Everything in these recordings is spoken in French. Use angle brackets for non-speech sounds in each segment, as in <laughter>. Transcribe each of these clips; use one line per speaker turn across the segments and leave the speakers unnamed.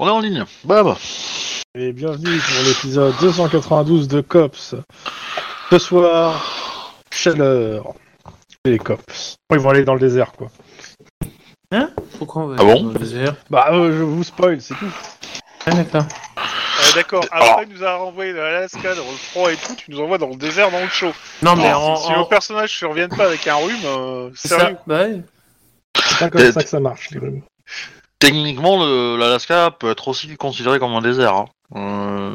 est en ligne. Bah, bah.
Et bienvenue pour l'épisode 292 de Cops. Ce soir, chaleur. Les Cops. Ils vont aller dans le désert, quoi.
Pourquoi on va
Ah
aller
bon
dans le désert
Bah, euh, je vous spoil, c'est tout.
Ah, d'accord.
Euh, D'accord, après il nous a renvoyé dans l'Alaska, dans le froid et tout, tu nous envoies dans le désert, dans le chaud.
Non, mais
Alors,
en.
si, si
Oh.
en-
vos personnages ne reviennent pas avec un rhume, euh,
c'est
sérieux.
ça, bah ouais.
C'est pas comme ça que ça marche, les rhumes.
Techniquement, le- l'Alaska peut être aussi considéré comme un désert. hein. Euh,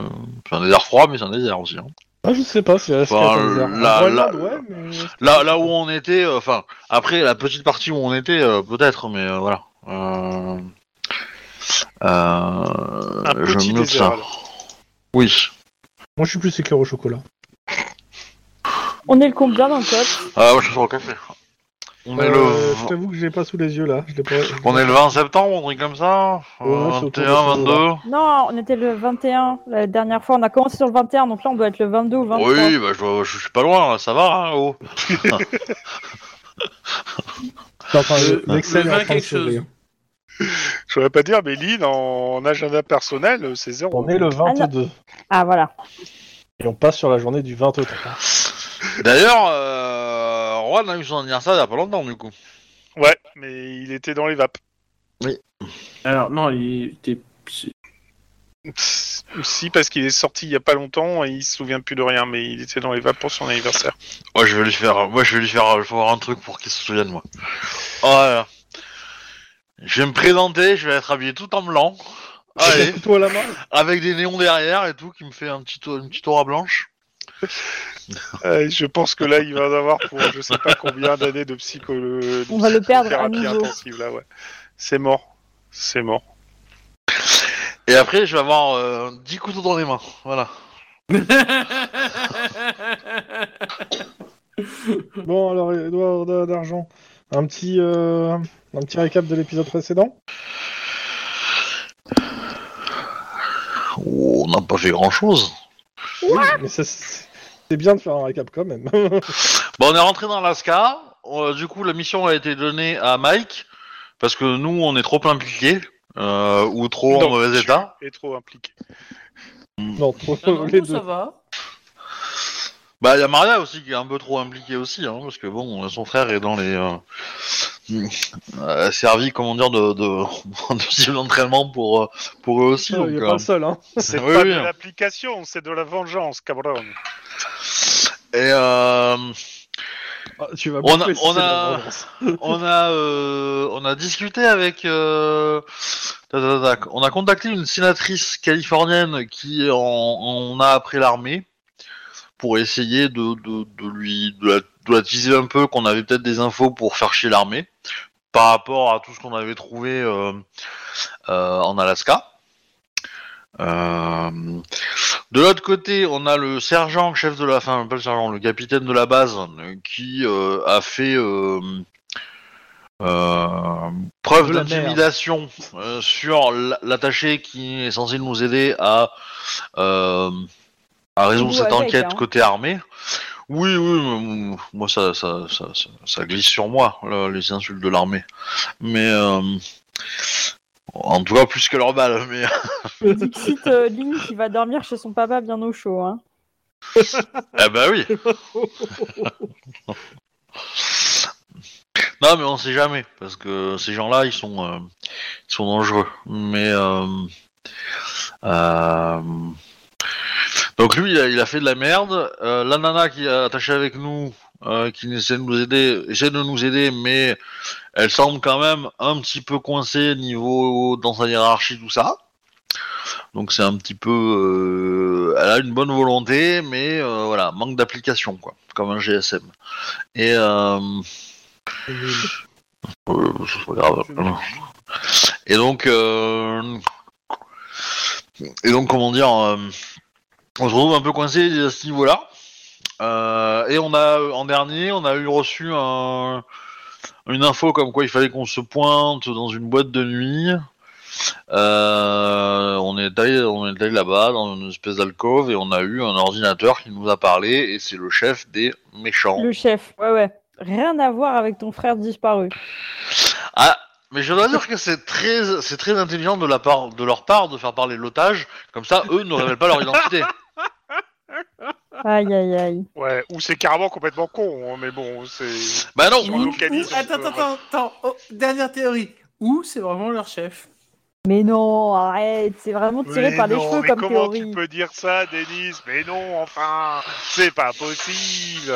c'est un désert froid, mais c'est un désert aussi. hein.
Ah, je sais pas, c'est la
Bah, là- là-
ouais, mais...
Là, là où on était, euh, enfin, après la petite partie où on était, euh, peut-être, mais euh, voilà. Euh, euh,
Un petit
je note
désert,
ça.
alors.
Oui.
Moi, je suis plus éclair au chocolat.
On est le combien dans le cops
Ah, moi, je suis au café. On est
Euh,
le.
Je t'avoue que j'ai pas sous les yeux, là. Je l'ai pas...
On est le 20 septembre, on est comme ça Euh,
Ouais, ouais, c'est autour de
21,
ce
22
Non, on était le 21 la dernière fois. On a commencé sur le 21, donc là on doit être le 22 ou 23.
Oui, bah, je, je suis pas loin, là, ça va, hein, oh.
T'es en train de-
Le- le
L'Excel est en
vin,
train de
quelque
se lever.
chose.
Je voudrais pas dire, mais Lynn, en, en agenda personnel, euh, c'est zéro.
On est le 22.
Ah voilà.
et on passe sur la journée du 23.
D'ailleurs, euh, Juan a eu son anniversaire il y a pas longtemps, du coup.
Ouais, mais il était dans les vapes.
Alors, non, il était. c'est-
Si, parce qu'il est sorti il y a pas longtemps et il se souvient plus de rien, mais il était dans les vapes pour son anniversaire.
Ouais, je vais lui faire, moi, je vais lui faire, je vais faire un truc pour qu'il se souvienne de moi. Voilà. Je vais me présenter, je vais être habillé tout en blanc.
Allez.
Allez,
Plutôt à la main.
avec des néons derrière et tout, qui me fait un petit, au- une petite aura blanche. Ah.
Euh, je pense que là, il va en avoir pour je sais pas combien d'années de psycho. de
On va le perdre à
psychothérapie
nouveau.
intensive, là, ouais. C'est mort. C'est mort.
Et après, je vais avoir euh, 10 couteaux dans les mains. Voilà.
Bon, alors, Edouard d- d'Argent, un petit, euh, un petit récap de l'épisode précédent
Oh, on n'a pas fait grand chose.
Mais ça, c'est c'est bien de faire un récap quand même. <laughs>
Bon, on est rentré dans l'Alaska. Euh, du coup, la mission a été donnée à Mike parce que nous, on est trop impliqués euh, ou trop en
Non,
mauvais
je-
état.
Et trop impliqué.
non, trop
Non, non,
les
ça
deux.
va.
Bah, il y a Maria aussi qui est un peu trop impliquée aussi, hein, parce que bon, son frère est dans les euh, euh, servi, comment dire, de de, <laughs> de cible d'entraînement pour euh, pour eux aussi.
Il
donc,
est
euh,
pas le seul, hein.
C'est
Oui,
pas
oui.
de l'application, c'est de la vengeance, cabron.
et euh,
Ah, tu vas
on a-
bouffer hein, si
on
c'est de la
a-
<laughs> vengeance.
on a euh, on a discuté avec euh, tac, tac, tac. on a contacté une sénatrice californienne qui en, en a après l'armée pour essayer de, de, de lui de la, de la teaser un peu qu'on avait peut-être des infos pour faire chier l'armée par rapport à tout ce qu'on avait trouvé euh, euh, en Alaska. Euh, de l'autre côté, on a le sergent, chef de la, enfin pas le sergent, le capitaine de la base euh, qui euh, a fait euh, euh, preuve
De la
d'intimidation euh, sur l- l'attaché qui est censé nous aider à euh, à résoudre
Vous
cette
avec,
enquête
hein.
côté armée. Oui, oui, mais, moi ça, ça, ça, ça, ça glisse sur moi là, les insultes de l'armée, mais euh, en tout cas plus que leur balle, mais
Dixit euh, Lynn qui va dormir chez son papa bien au chaud. Hein.
Ah bah oui. <laughs> non mais on sait jamais parce que ces gens-là ils sont euh, ils sont dangereux. Mais euh, euh, donc lui il a, il a fait de la merde. Euh, la nana qui est attachée avec nous euh, qui essaie de nous aider essaie de nous aider mais elle semble quand même un petit peu coincée niveau dans sa hiérarchie tout ça. Donc c'est un petit peu, euh, elle a une bonne volonté, mais euh, voilà, manque d'application quoi, comme un GSM. Et euh, <laughs> euh, c'est pas grave. Et donc, euh, et donc comment dire, euh, on se retrouve un peu coincé à ce niveau-là. Euh, et on a en dernier, on a eu reçu un- une info comme quoi il fallait qu'on se pointe dans une boîte de nuit. Euh, on est allé, on est allé là-bas dans une espèce d'alcôve et on a eu un ordinateur qui nous a parlé et c'est le chef des méchants.
Le chef. Ouais ouais. Rien à voir avec ton frère disparu.
Ah, Mais je dois dire que c'est très, c'est très intelligent de, la part, de leur part de faire parler l'otage, comme ça eux ne révèlent pas leur identité.
Aïe, aïe, aïe.
Ouais, ou c'est carrément complètement con, hein, mais bon, c'est.
<laughs> Bah non,
on localise, on
attends,
peut-
attends, attends. Oh, dernière théorie. Ou c'est vraiment leur chef.
Mais non, arrête, c'est vraiment tiré
Mais
par les
non,
cheveux
mais
comme
comment
théorie.
tu peux dire ça, Denise Mais non, enfin, c'est pas possible.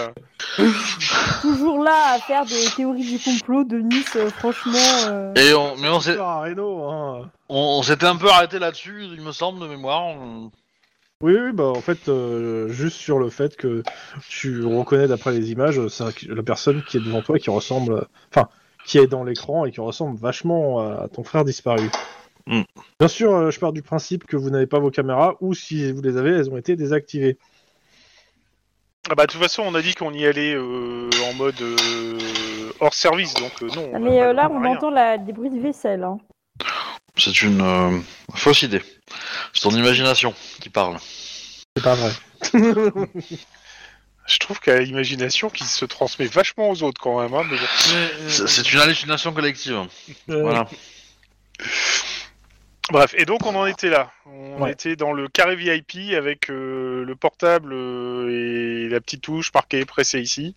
Toujours là à faire des théories du complot de Nice, euh, franchement. euh,
Et on, mais on s'est,
Victoire à Reno, hein.
on, on s'était un peu arrêté là-dessus, il me semble, de mémoire. On-
Oui, oui, bah en fait, euh, juste sur le fait que tu reconnais d'après les images, c'est la personne qui est devant toi qui ressemble, enfin, qui est dans l'écran et qui ressemble vachement à ton frère disparu.
Mm.
Bien sûr, euh, je pars du principe que vous n'avez pas vos caméras ou si vous les avez, elles ont été désactivées.
Ah bah, de toute façon, on a dit qu'on y allait euh, en mode euh, hors service, donc euh, non.
ah,
on
Mais
a
euh,
pas-
là,
a
on
rien.
entend la... des bruits de vaisselle. Hein.
C'est une euh, fausse idée. C'est ton imagination qui parle.
C'est pas vrai.
Je trouve qu'à l'imagination qui se transmet vachement aux autres quand même. Hein, mais bon.
Euh,
C'est, c'est une hallucination collective.
Euh,
Voilà.
Bref, et donc on en était là. On
Ouais.
était dans le carré VIP avec euh, le portable euh, et la petite touche marquée pressée ici.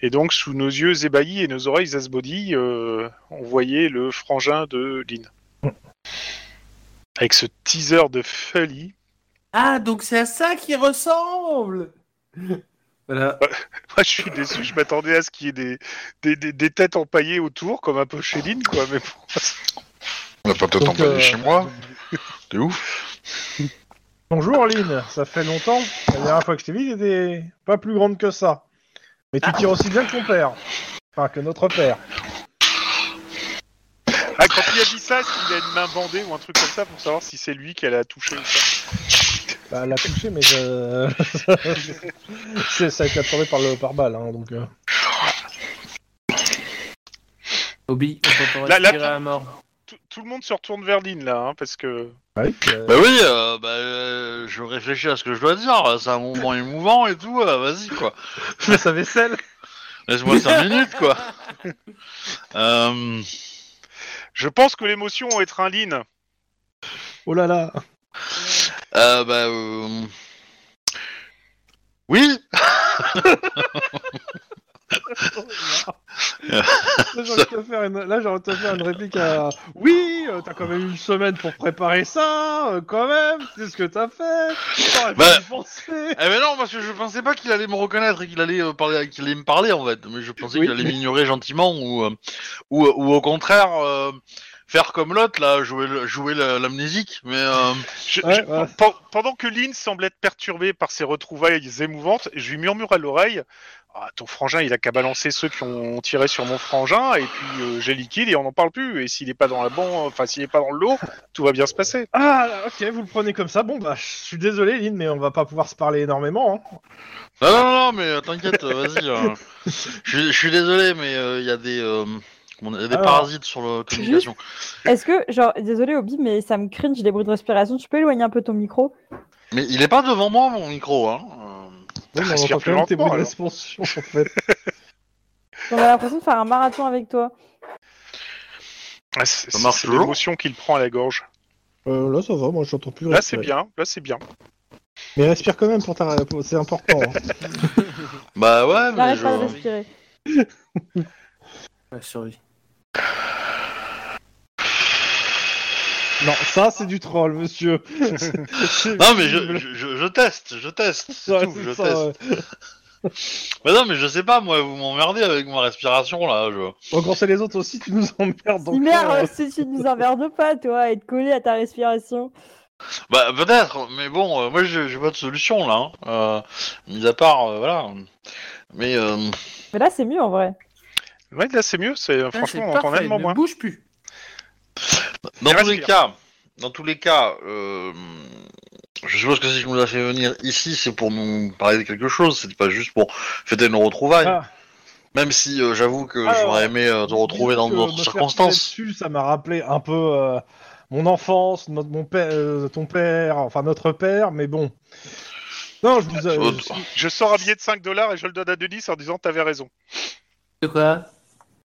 Et donc sous nos yeux ébahis et nos oreilles asbody, euh, on voyait le frangin de Lynn. Avec ce teaser de Fully.
Ah, donc c'est à ça qui ressemble Voilà.
<laughs> Moi, je suis déçu, je m'attendais à ce qu'il y ait des, des, des- des têtes empaillées autour, comme un peu chez Lynn, quoi. Mais bon,
On n'a pas peut-être
Donc,
envoyé
euh,
chez moi. T'es ouf.
Bonjour Lynn, ça fait longtemps. La dernière fois que je t'ai vu, t'étais pas plus grande que ça. Mais tu tires aussi bien que ton père. Enfin, que notre père.
Ah, quand il a dit ça, est-ce qu'il a une main bandée ou un truc comme ça pour savoir si c'est lui qu'elle a touché ou pas
Bah, elle l'a touché, mais je... <laughs> C'est- ça a été absorbé par le pare-balles, hein, donc... euh.
Obi, on peut
La-
pas
la-
respirer à mort.
Tout, tout le monde se retourne vers Lynn, là, hein, parce que...
Ouais, euh,
Bah oui, euh, bah, euh, je réfléchis à ce que je dois dire. C'est un moment émouvant et tout. euh, vas-y quoi.
sa vaisselle
Laisse-moi 5 minutes
<laughs>
quoi. Euh,
Je pense que l'émotion est un Lynn.
Oh là <laughs> là
euh, bah, euh, Oui.
Là, j'ai envie de te faire une, là, j'ai envie de te faire une réplique à... Oui, euh, t'as quand même eu une semaine pour préparer ça, euh, quand même C'est ce que t'as fait T'aurais
Bah.
pu y penser
Eh ben non parce que je pensais pas qu'il allait me reconnaître et qu'il allait euh, parler, qu'il allait me parler en fait. Mais je pensais
Oui.
qu'il allait m'ignorer gentiment ou euh, ou, ou au contraire euh, faire comme l'autre là, jouer le- jouer la- l'amnésique. Mais euh,
Je-
Ouais,
je-
ouais.
pen- Pendant que Lynn semble être perturbée par ses retrouvailles émouvantes, je lui murmure à l'oreille Ah, Ton frangin, il a qu'à balancer ceux qui ont tiré sur mon frangin, et puis euh, j'ai liquide et on n'en parle plus. Et s'il n'est pas dans la ban... enfin, s'il n'est pas dans le lot, tout va bien se passer.
Ah, là, ok, vous le prenez comme ça. Bon, bah, je suis désolé, Lynn, mais on va pas pouvoir se parler énormément. hein.
Non, non, non, mais euh, t'inquiète, euh, vas-y. euh, Je suis- je suis désolé, mais il y a des, euh, comment- y a des
Alors.
parasites sur la communication.
Est-ce que, genre, désolé Obi, mais ça me cringe les bruits de respiration. Tu peux éloigner un peu ton micro
Mais il est pas devant moi, mon micro. Hein.
Oui, mais on
Respire
entend
plus
quand même tes
lentement,
bruits de
alors.
respiration, en fait.
On a l'impression de faire un marathon avec toi.
Ah, c'est
Ça marche
c'est
toujours
l'émotion qu'il prend à la gorge.
<laughs> Euh, là, ça va, moi, j'entends plus.
Là, c'est
respirer.
bien. Là, c'est bien.
Mais respire quand même, pour ta... pour- c'est important. hein.
Euh, Bah ouais, mais
N'arrête
je...
pas de respirer.
La survie.
<laughs>
Ah,
non, ça, c'est du
<laughs>
troll, monsieur.
Non, mais je, je, je- je teste, je teste. c'est
Ouais,
tout,
c'est
je
ça,
teste.
ouais.
Bah non, mais je sais pas, moi, vous m'emmerdez avec ma respiration, là. Je...
Bon, quand c'est les autres aussi, tu nous emmerdes. donc,
Merde,
euh,
si tu nous emmerdes pas, toi, à être collé à ta respiration.
Bah peut-être, mais bon, euh, moi, j'ai j'ai pas de solution, là. hein. Euh, mis à part, euh, voilà. Mais... euh,
Mais là, c'est mieux en vrai.
Ouais, là, c'est mieux. C'est
Ah, c'est
franchement, on entend
parfait,
nettement
ne
moins.
bouge plus.
Dans
Et
tous les
respire.
cas, dans tous les cas, euh, je suppose que si je nous a fait venir ici, c'est pour nous parler de quelque chose, c'est pas juste pour fêter nos retrouvailles.
Ah.
Même si euh, j'avoue que
Alors,
j'aurais aimé euh, te retrouver dans
disons que
d'autres
me faire
circonstances.
tirer dessus, ça m'a rappelé un peu euh, mon enfance, notre, mon père, euh, ton père, enfin notre père, mais bon. Non, je vous. euh,
Autre-
Je sors un billet de 5 dollars et je le donne à Denis en disant T'avais raison.
De quoi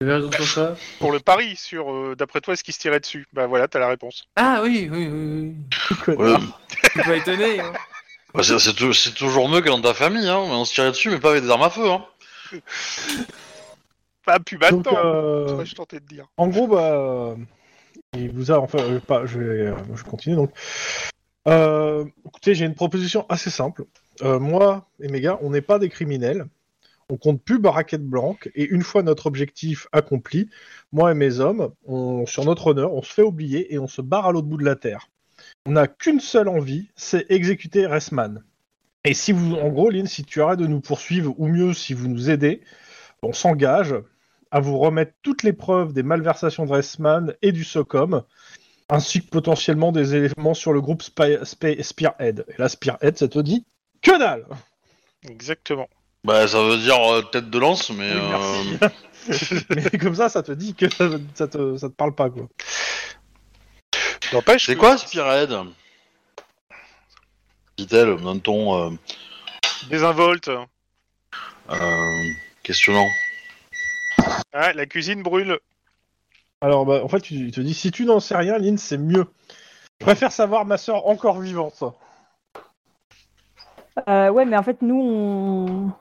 Vous avez raison sur ça
Pour le pari sur, euh, d'après toi, est-ce qu'il se tirait dessus Bah voilà, t'as la réponse.
Ah oui, oui, <laughs> oui. oui.
Ouais,
Je suis pas étonné. hein.
bah, c'est- c'est tou- c'est toujours mieux que dans ta famille, hein. mais on se tirait dessus, mais pas avec des armes à feu. Hein.
Pas plus
Donc,
maintenant,
euh,
je tentais de dire.
En gros, bah, euh, il vous a enfin euh, pas. Je vais, euh, je continue donc. Euh, écoutez, j'ai une proposition assez simple. Euh, moi et mes gars, on n'est pas des criminels. On compte plus baraquette blanche. Et une fois notre objectif accompli, moi et mes hommes, on, sur notre honneur, on se fait oublier et on se barre à l'autre bout de la terre. On n'a qu'une seule envie, c'est exécuter Ressman. Et si vous, en gros, Lynn, si tu arrêtes de nous poursuivre, ou mieux, si vous nous aidez, on s'engage à vous remettre toutes les preuves des malversations de Ressman et du SOCOM, ainsi que potentiellement des éléments sur le groupe Spy- Spy- Spearhead. Et là, Spearhead, ça te dit que dalle
Exactement.
Bah, ça veut dire euh, tête de lance, mais.
Oui,
euh,
Mais comme ça, ça te dit que ça te, ça te parle pas, quoi.
N'empêche
C'est
que-
quoi Spearhead Dit-elle d'un ton euh,
Désinvolte.
euh, questionnant.
Ah, la cuisine brûle. <laughs>
Alors, bah, en fait, tu- il te dit, si tu n'en sais rien, Lynn, c'est mieux. Je préfère savoir ma sœur encore vivante.
Euh, ouais, mais en fait, nous, on.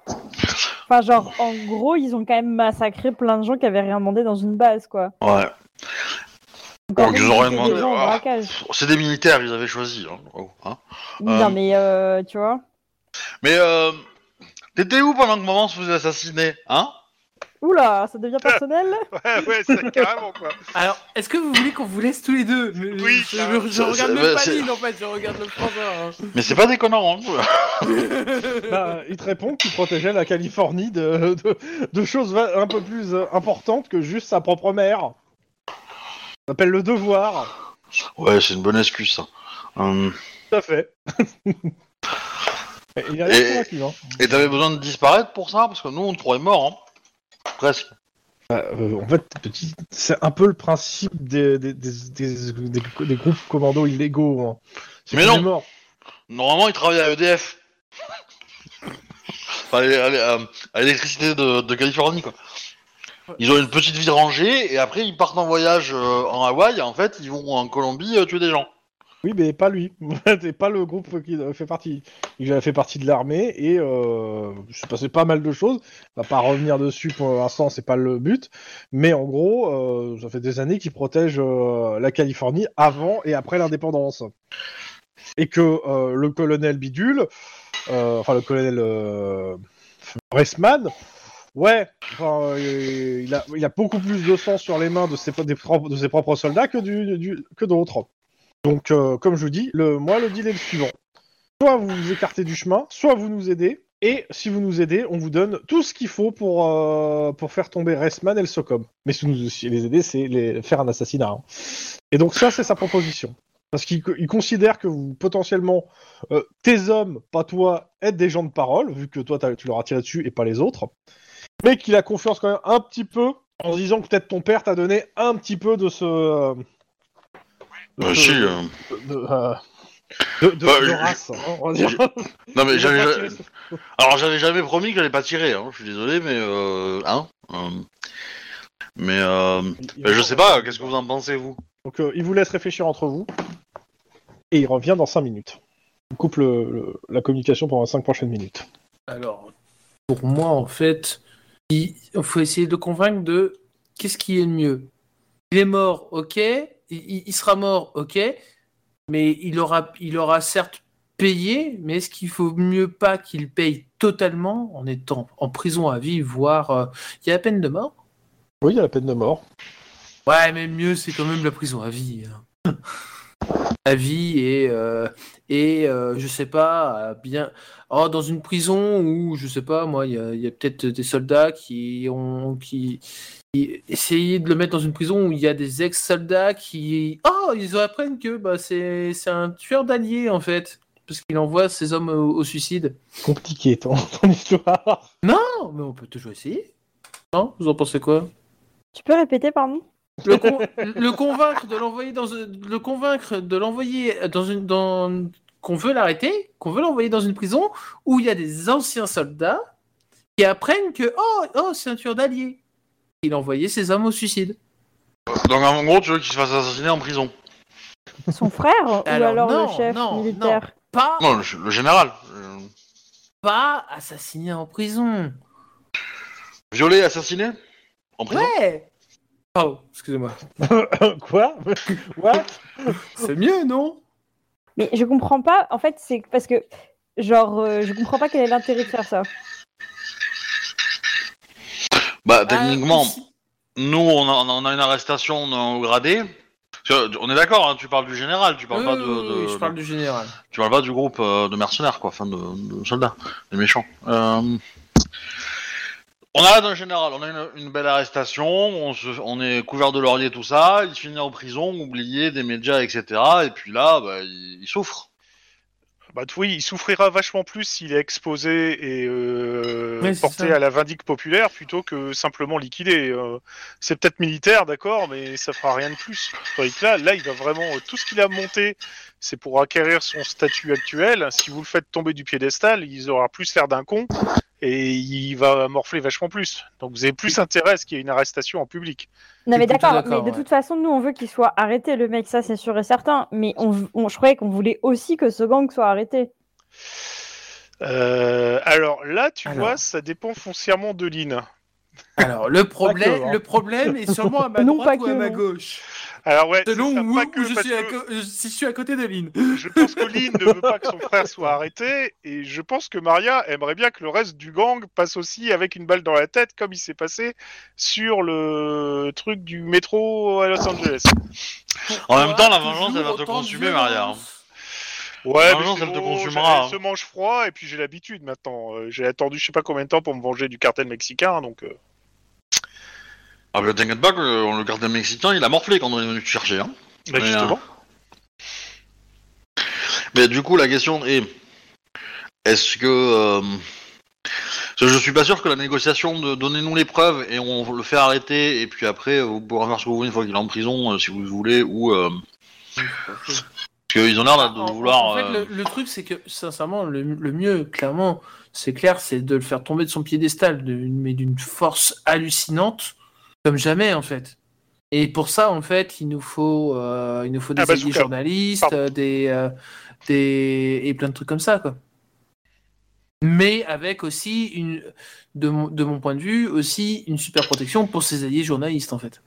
Enfin, genre, en gros, ils ont quand même massacré plein de gens qui avaient rien demandé dans une base, quoi.
Ouais.
Donc,
Oh,
en fait,
ils ont rien
c'était
demandé.
des gens en
Ah.
braquage.
Pff, C'est des militaires, ils avaient choisi. Hein. Oh, hein.
Oui,
Euh.
Non, mais euh, tu vois.
Mais euh, t'étais où pendant que maman se faisait assassiner Hein
Oula,
Ah.
ça devient personnel
Ouais, Ah ouais,
<laughs>
c'est carrément quoi.
Alors, est-ce que vous voulez qu'on vous laisse tous les deux euh,
Oui,
je,
carrément.
je- je
Ça-
regarde
ça-
même
bah,
pas
c'est-
Lynn en fait, je regarde le François. hein.
Mais c'est pas déconnant. Hein
Bah, il te répond qu'il protégeait la Californie de, de- de choses va- un peu plus euh, importantes que juste sa propre mère. Ça s'appelle le devoir.
<laughs> ouais, c'est une bonne excuse. Ça. Hum.
Tout à fait. Et <laughs> il a
Et-
l'air convaincu, hein.
Et t'avais besoin de disparaître pour ça Parce que nous, on te croyait mort, hein. Presque.
Bah, euh, en fait, petit, c'est un peu le principe des, des, des- des- des- des groupes commandos illégaux. hein. C'est
Mais
qu'on
non.
est mort.
Normalement, il travaille à <laughs> EDF. Enfin, à l'é- à l'é- euh, à l'électricité de, de Californie, quoi. Ils ont une petite vie de rangée, et après, ils partent en voyage euh, en Hawaï, et en fait, ils vont en Colombie euh, tuer des gens.
Oui, mais pas lui. <laughs> c'est pas le groupe qui euh, fait partie. Il a fait partie de l'armée et euh, il s'est passé pas mal de choses. On va pas revenir dessus pour l'instant, c'est pas le but. Mais en gros, euh, ça fait des années qu'il protège euh, la Californie avant et après l'indépendance. Et que euh, le colonel Bidule, euh, enfin le colonel euh, Bressman, ouais, enfin, euh, il, a, il a beaucoup plus de sang sur les mains de ses, pro- des propres- de ses propres soldats que, du, du- que d'autres. Donc, euh, comme je vous dis, le, moi, le deal est le suivant. Soit vous vous écartez du chemin, soit vous nous aidez, et si vous nous aidez, on vous donne tout ce qu'il faut pour, euh, pour faire tomber Restman et le Socom. Mais si nous si les aider, c'est les, faire un assassinat. hein. Et donc ça, c'est sa proposition. Parce qu'il co- il considère que vous, potentiellement, euh, tes hommes, pas toi, aident des gens de parole, vu que toi, t'as- tu leur as tiré dessus et pas les autres. Mais qu'il a confiance quand même un petit peu, en se disant que peut-être ton père t'a donné un petit peu de ce... euh, de
Bah,
ce-
si, euh,
de, euh, de, de-
Bah,
de
je-
race, hein, on va dire.
Non, mais
Ils ont
j'avais.
pas
ja-
tiré sur-
Alors, j'avais jamais promis que j'allais pas tirer, hein. Je suis désolé, mais. Euh... Hein euh, Mais. Euh...
ils-
bah, je sais pas, qu'est-ce que vous en pensez, vous
Donc euh, il vous laisse réfléchir entre vous et il revient dans 5 minutes. On coupe le- le- la communication pendant 5 prochaines minutes.
<laughs> Alors, pour moi, en fait, il faut essayer de le convaincre de qu'est-ce qui est le mieux. Il est mort, ok. Il, il- il sera mort, ok. Mais il aura, il aura certes payé, mais est-ce qu'il faut mieux pas qu'il paye totalement en étant en prison à vie, voire euh, il y a la peine de mort
Oui, il y a la peine de mort.
Ouais, mais mieux, c'est quand même la prison à vie. hein. <laughs> à vie et euh, et euh, je sais pas euh, bien. Oh, dans une prison où je sais pas moi, il y a, il y a peut-être des soldats qui ont qui, qui essayaient de le mettre dans une prison où il y a des ex-soldats qui oh ils apprennent que bah c'est c'est un tueur d'alliés en fait parce qu'il envoie ses hommes au, au suicide.
Compliqué ton, ton histoire. <laughs>
Non, mais on peut toujours essayer. Non, vous en pensez quoi
Tu peux répéter, pardon
le, con- <laughs> le convaincre de l'envoyer dans une- le convaincre de l'envoyer dans une dans qu'on veut l'arrêter, qu'on veut l'envoyer dans une prison où il y a des anciens soldats qui apprennent que oh oh c'est un tueur d'alliés. il envoyait ses hommes au suicide.
Donc en gros, tu veux qu'il se fasse assassiner en prison
Son frère
Alors,
ou alors
non,
le chef
non,
militaire
Pas,
Non, le, le général. Euh,
pas assassiné en prison.
Violé, assassiné En prison
Ouais. Oh, excusez-moi.
Quoi What
C'est mieux, non
Mais je comprends pas, en fait, c'est parce que, genre, euh, je comprends pas quel est l'intérêt de faire ça.
Bah techniquement,
Ah, si.
nous on a, on a une arrestation au gradé. Tu- On est d'accord, hein, tu parles du général, tu parles
Oui,
pas de,
Ah, oui, oui, oui,
de-
je parle du général.
tu parles pas du groupe euh, de mercenaires quoi, enfin de, de soldats, des méchants. Euh, On a un général, on a une, une belle arrestation, on, se- on est couvert de laurier tout ça, il finit en prison, oublié des médias etc. Et puis là, bah, il, il souffre.
Bah t- oui, il souffrira vachement plus s'il est exposé et euh,
Oui, c'est
porté
ça.
à la vindique populaire plutôt que simplement liquidé. Euh, c'est peut-être militaire, d'accord, mais ça fera rien de plus. Tandis que là, là, il va vraiment euh, tout ce qu'il a monté, c'est pour acquérir son statut actuel. Si vous le faites tomber du piédestal, il aura plus l'air d'un con et il va morfler vachement plus. Donc vous avez plus intérêt à ce qu'il y ait une arrestation en public.
Non,
Je suis
mais
plutôt
d'accord, mais
d'accord,
de
ouais.
toute façon, nous, on veut qu'il soit arrêté, le mec, ça, c'est sûr et certain. Mais on, on- je croyais qu'on voulait aussi que ce gang soit arrêté.
Euh, alors là, tu
Alors.
vois, ça dépend foncièrement de l'IN.
Alors, le problème,
que, hein.
le problème est sûrement à ma
Non,
droite
pas
ou à
que,
ma
non.
gauche.
Alors ouais, c'est
Selon
ça,
où,
pas
où
que
je
parce
suis à
que-
co- euh, si je suis à côté de Lynn.
Je pense que Lynn ne veut pas que son frère soit arrêté, et je pense que Maria aimerait bien que le reste du gang passe aussi avec une balle dans la tête, comme il s'est passé sur le truc du métro à Los Angeles.
En même temps, la
Pourquoi
vengeance, elle va te
toujours autant de
consumer,
violence
Maria, hein.
Ouais,
Ah
mais
non,
c'est
ça te
bon,
consumera,
j'ai-
hein.
se mange froid, et puis j'ai l'habitude maintenant. Euh, J'ai attendu je sais pas combien de temps pour me venger du cartel mexicain, donc... euh,
Ah bah t'inquiète pas, que euh, le gardien mexicain il a morflé quand on est venu te chercher. Hein.
bah,
Ouais,
justement.
Mais du coup, la question est est-ce que. euh, parce que je suis pas sûr que la négociation de donnez-nous les preuves et on le fait arrêter, et puis après, vous pourrez faire ce que vous voulez une fois qu'il est en prison, euh, si vous voulez, ou. euh, parce qu'ils ont l'air là, de
En- en-
vouloir.
En fait,
euh,
le, le truc, c'est que, sincèrement, le, le mieux, clairement, c'est clair, c'est de le faire tomber de son piédestal, de- mais d'une force hallucinante, comme jamais, en fait. Et pour ça, en fait, il nous faut, euh, il nous faut des
Ah,
alliés
bazooka.
journalistes,
Pardon.
euh, des, euh, des, et plein de trucs comme ça, quoi. Mais avec aussi, une, de, mon- de mon point de vue, aussi une super protection pour ses alliés journalistes, en fait.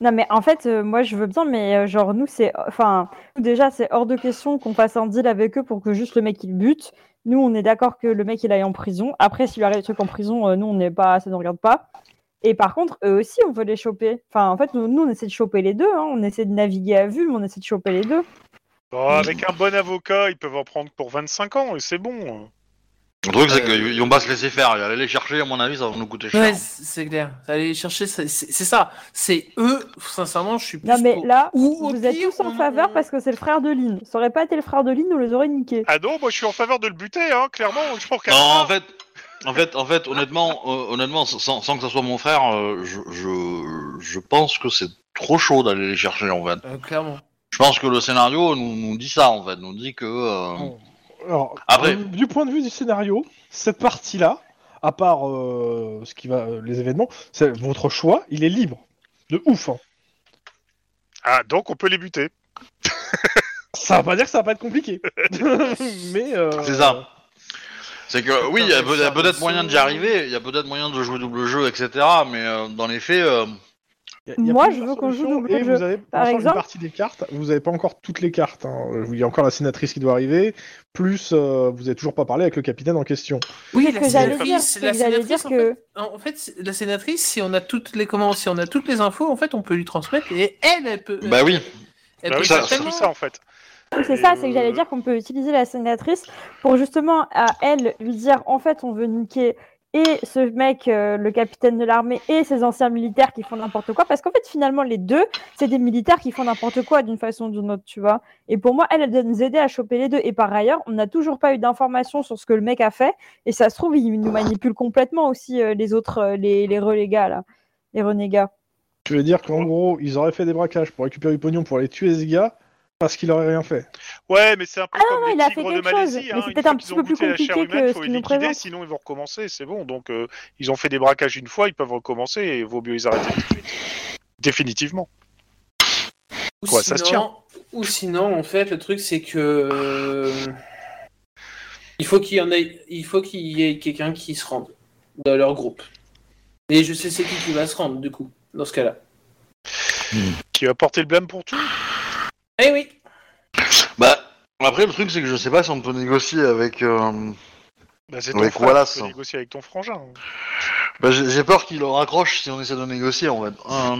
Non, mais en fait, euh, moi, je veux bien, mais euh, genre, nous, c'est. Enfin, déjà, c'est hors de question qu'on fasse un deal avec eux pour que juste le mec il bute. Nous, on est d'accord que le mec il aille en prison. Après, s'il lui arrive des trucs en prison, euh, nous, on n'est pas. Ça ne regarde pas. Et par contre, eux aussi, on veut les choper. Enfin, en fait, nous, nous, on essaie de choper les deux. hein. On essaie de naviguer à vue, mais on essaie de choper les deux.
Bon, Bah,
Mm.
avec un bon avocat, ils peuvent en prendre pour 25 ans, et c'est bon.
Le truc, c'est
Euh,
qu'ils vont pas se laisser faire, et aller les chercher, à mon avis, ça va nous coûter cher.
Ouais, c'est c'est clair. Aller les chercher, c'est c'est- c'est ça. C'est eux, sincèrement, je suis plus
Non, mais
pour-
là,
Ou au
vous êtes
pire,
tous en
on-
faveur
on-
parce que c'est le frère de Lynn. Ça aurait pas été le frère de Lynn, on les aurait niqués.
Ah non, moi je suis en faveur de le buter, hein, clairement. Je pense qu'à-
Non, en fait, en fait, en fait, honnêtement, euh, honnêtement, sans, sans que ça soit mon frère, euh, je, je, je pense que c'est trop chaud d'aller les chercher en fait.
Euh, clairement.
Je pense que le scénario nous, nous dit ça en fait, nous dit que. euh,
Bon.
Oh.
Alors, euh,
Après-
du- du point de vue du scénario, cette partie-là, à part euh, ce qui va, les événements, c'est votre choix, il est libre. De ouf. hein.
Ah, donc on peut les buter.
Ça va pas dire que ça va pas être compliqué. <laughs> Mais. euh,
C'est ça. C'est que oui, il y a,
Putain,
peut- il y a
Charles
peut-être
Manson.
moyen d'y arriver, il y a peut-être moyen de jouer double jeu, etc. Mais euh, dans les faits, euh,
y a- y a
Moi,
plusieurs
je veux qu'on joue
solutions
double
et
jeu.
Vous avez
Par
encore
exemple-
une partie des cartes. Vous avez pas encore toutes les cartes. hein. Il y a encore la sénatrice qui doit arriver. Plus, euh, vous avez toujours pas parlé avec le capitaine en question.
Oui,
C'est ce que j'allais dire,
sénatrice,
c'est
la
que j'allais dire
sénatrice, en
que-
fait- En fait, c'est- la sénatrice, si on a toutes les comment, si on a toutes les infos, en fait, on peut lui transmettre et elle, elle peut.
bah oui.
elle
Bah
peut
oui,
ça-
c'est
faire
ça-
surtout
tellement-
ça en fait.
Oui, c'est
Et,
ça, c'est que j'allais
euh,
dire qu'on peut utiliser la sénatrice pour justement à elle lui dire en fait on veut niquer et ce mec, euh, le capitaine de l'armée, et ses anciens militaires qui font n'importe quoi, parce qu'en fait finalement les deux, c'est des militaires qui font n'importe quoi d'une façon ou d'une autre, tu vois. Et pour moi, elle, elle doit nous aider à choper les deux. Et par ailleurs, on n'a toujours pas eu d'informations sur ce que le mec a fait, et ça se trouve, il nous manipule complètement aussi euh, les autres, euh, les, les relégats là, les renégats.
Tu veux dire qu'en gros, ils auraient fait des braquages pour récupérer du pognon pour aller tuer ce gars parce qu'il aurait rien fait.
Euh, Ouais, mais c'est un peu
Ah non,
comme
non,
les
il a fait
tigres de
quelque chose,
Malaisie.
mais
hein,
c'est
une
peut-être
fois
un
qu'ils
petit
ont
peu plus
goûté la chair
compliqué
humaine,
que
faut
ce
les
qu'il nous
liquider,
présente.
Sinon, ils vont recommencer, c'est bon. Donc, euh, ils ont fait des braquages une fois, ils peuvent recommencer et vaut mieux les arrêter tout de suite. Définitivement.
Ou
Quoi, ça se tient.
Ou sinon, en fait, le truc, c'est que. euh, Il faut qu'il y en ait. Il faut qu'il y ait quelqu'un qui se rende dans leur groupe. Et je sais c'est qui qui va se rendre, du coup, dans ce cas-là.
Qui va porter le blâme pour tout
Eh oui
Bah, après, le truc, c'est que je sais pas si on peut négocier avec. euh,
bah, C'est
Ouais,
ton frère,
voilà,
tu peux
ça.
négocier avec ton frangin. hein.
bah, j'ai j'ai peur qu'il le raccroche si on essaie de négocier, en fait. Euh,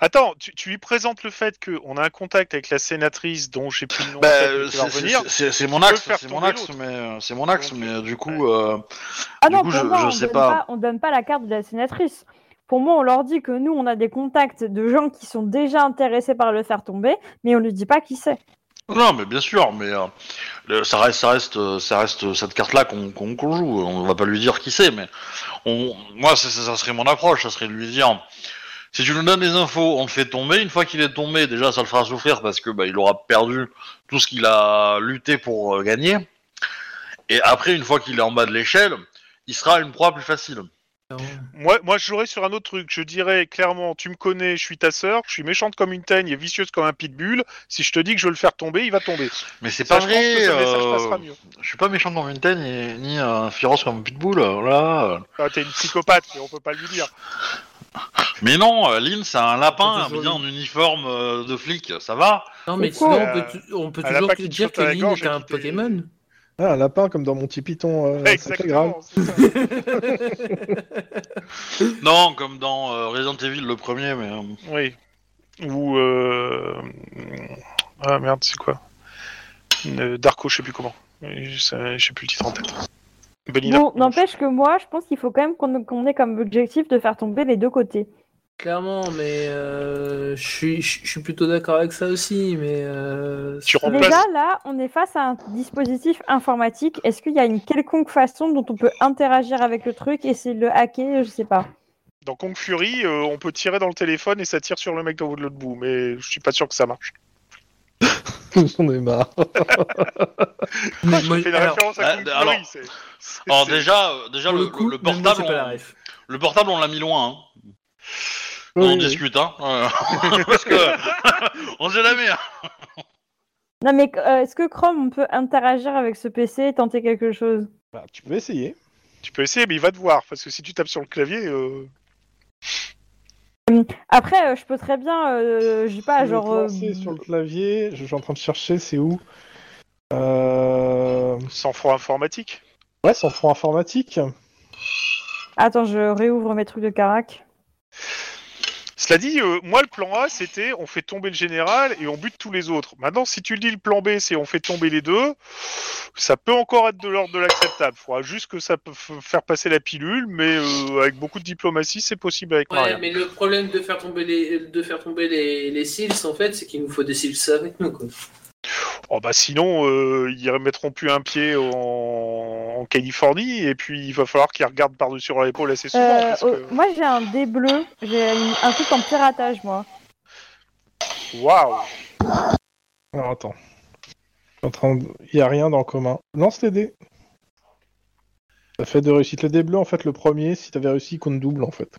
Attends, tu, tu lui présentes le fait qu'on a un contact avec la sénatrice dont j'ai plus le nom.
Bah,
peut-être que tu vas
c'est-
revenir.
c'est- c'est c'est mon
Tu peux
axe,
faire
c'est mon
tomber
axe,
l'autre.
mais euh, c'est mon axe,
Donc,
mais euh, du coup, euh,
Ah
Du
non,
coup,
pour
je-
moi,
je
on
sais
donne
pas.
pas- on donne pas la carte de la sénatrice. Pour moi, on leur dit que nous, on a des contacts de gens qui sont déjà intéressés par le faire tomber, mais on ne dit pas qui c'est.
non, mais bien sûr, mais euh, le- ça reste, ça reste, euh, ça reste euh, cette carte-là qu'on qu'on- qu'on joue. On va pas lui dire qui c'est, mais on, moi, c'est- ça, ça serait mon approche, ça serait de lui dire. Si tu nous donnes des infos, on le fait tomber. Une fois qu'il est tombé, déjà, ça le fera souffrir parce que bah, il aura perdu tout ce qu'il a lutté pour euh, gagner. Et après, une fois qu'il est en bas de l'échelle, il sera une proie plus facile.
Moi, moi, je jouerais sur un autre truc. Je dirais clairement, tu me connais, je suis ta sœur, je suis méchante comme une teigne et vicieuse comme un pitbull. Si je te dis que je veux le faire tomber, il va tomber.
Mais c'est
Ça,
pas
je pense que
vrai.
ce message
euh,
passera mieux.
Je suis pas méchant comme une teigne et- ni euh, féroce comme un pitbull, euh, voilà. euh.
Ah, T'es une psychopathe, mais on peut pas lui dire.
Mais non, euh, Lynn, c'est un
C'est
lapin
toujours
bien en uniforme euh, de flic, ça va
Non, mais
Pourquoi
sinon, on
Euh,
peut, tu- on peut
elle a
toujours
pas
te
qui te
dire
saute
que
à la
Lynn
gorge
est
et
un
qui te-
Pokémon.
Ah, un lapin comme dans mon petit python,
<laughs>
euh, sacré grave.
Exactement. c'est ça.
Non, comme dans euh, Resident Evil le premier, mais. euh,
Oui. Ou euh... ah merde, c'est quoi Euh, Darko, je sais plus comment. Je sais, je sais plus le titre en tête. Benny
Bon,
Darko.
n'empêche que moi, je pense qu'il faut quand même qu'on qu'on ait comme objectif de faire tomber les deux côtés.
Clairement, mais euh, je suis- je suis plutôt d'accord avec ça aussi, mais... euh,
Tu
ça-
remplaces-
Déjà, là, on est face à un dispositif informatique. Est-ce qu'il y a une quelconque façon dont on peut interagir avec le truc, essayer de le hacker, je sais pas.
Dans Kong Fury, euh, on peut tirer dans le téléphone et ça tire sur le mec dans l'autre bout, mais je suis pas sûr que ça marche.
J'en ai marre.
Moi,
J'ai fait la
alors,
référence
bah,
à Kung Fury.
alors-
c'est- c'est-
Alors
c'est-
déjà, euh, déjà
pour
le,
le coup,
le
même moi,
portable,
j'ai pas la
on-
ref.
le portable, on l'a mis loin. hein.
<laughs> Oui,
on
oui.
discute, hein. euh, <laughs> parce que <laughs> on sait jamais. hein.
Non, mais euh, est-ce que Chrome, on peut interagir avec ce PC et tenter quelque chose
Bah, tu peux essayer.
Tu peux essayer, mais il va te voir, parce que si tu tapes sur le clavier, euh,
Après, euh, je peux très bien, euh, je sais pas,
Je
genre.
vais
euh,
te lancer sur le clavier, je suis en train de chercher, c'est où euh...
sans froid informatique.
Ouais, sans front informatique.
Attends, je réouvre mes trucs de carac.
Cela dit, euh, moi, le plan A, c'était on fait tomber le général et on bute tous les autres. Maintenant, si tu dis le plan B, c'est on fait tomber les deux, ça peut encore être de l'ordre de l'acceptable. Il faudra juste que ça peut f- faire passer la pilule, mais euh, avec beaucoup de diplomatie, c'est possible avec
Ouais,
Maria.
mais le problème de faire tomber les, de faire tomber les, les Seals, en fait, c'est qu'il nous faut des Seals avec nous, quoi.
Oh, bah, sinon, euh, ils remettront plus un pied en, en Californie et puis il va falloir qu'ils regardent par-dessus leur épaule assez souvent.
Euh,
parce
oh,
que-
Moi, j'ai un dé bleu, j'ai une- un truc en piratage, moi.
Waouh!
Alors attends. Je suis en train de- Il n'y a rien dans le commun. Lance les dés. Ça fait de réussite. Les dés bleus, en fait, le premier, si t'avais réussi, il compte double, en fait.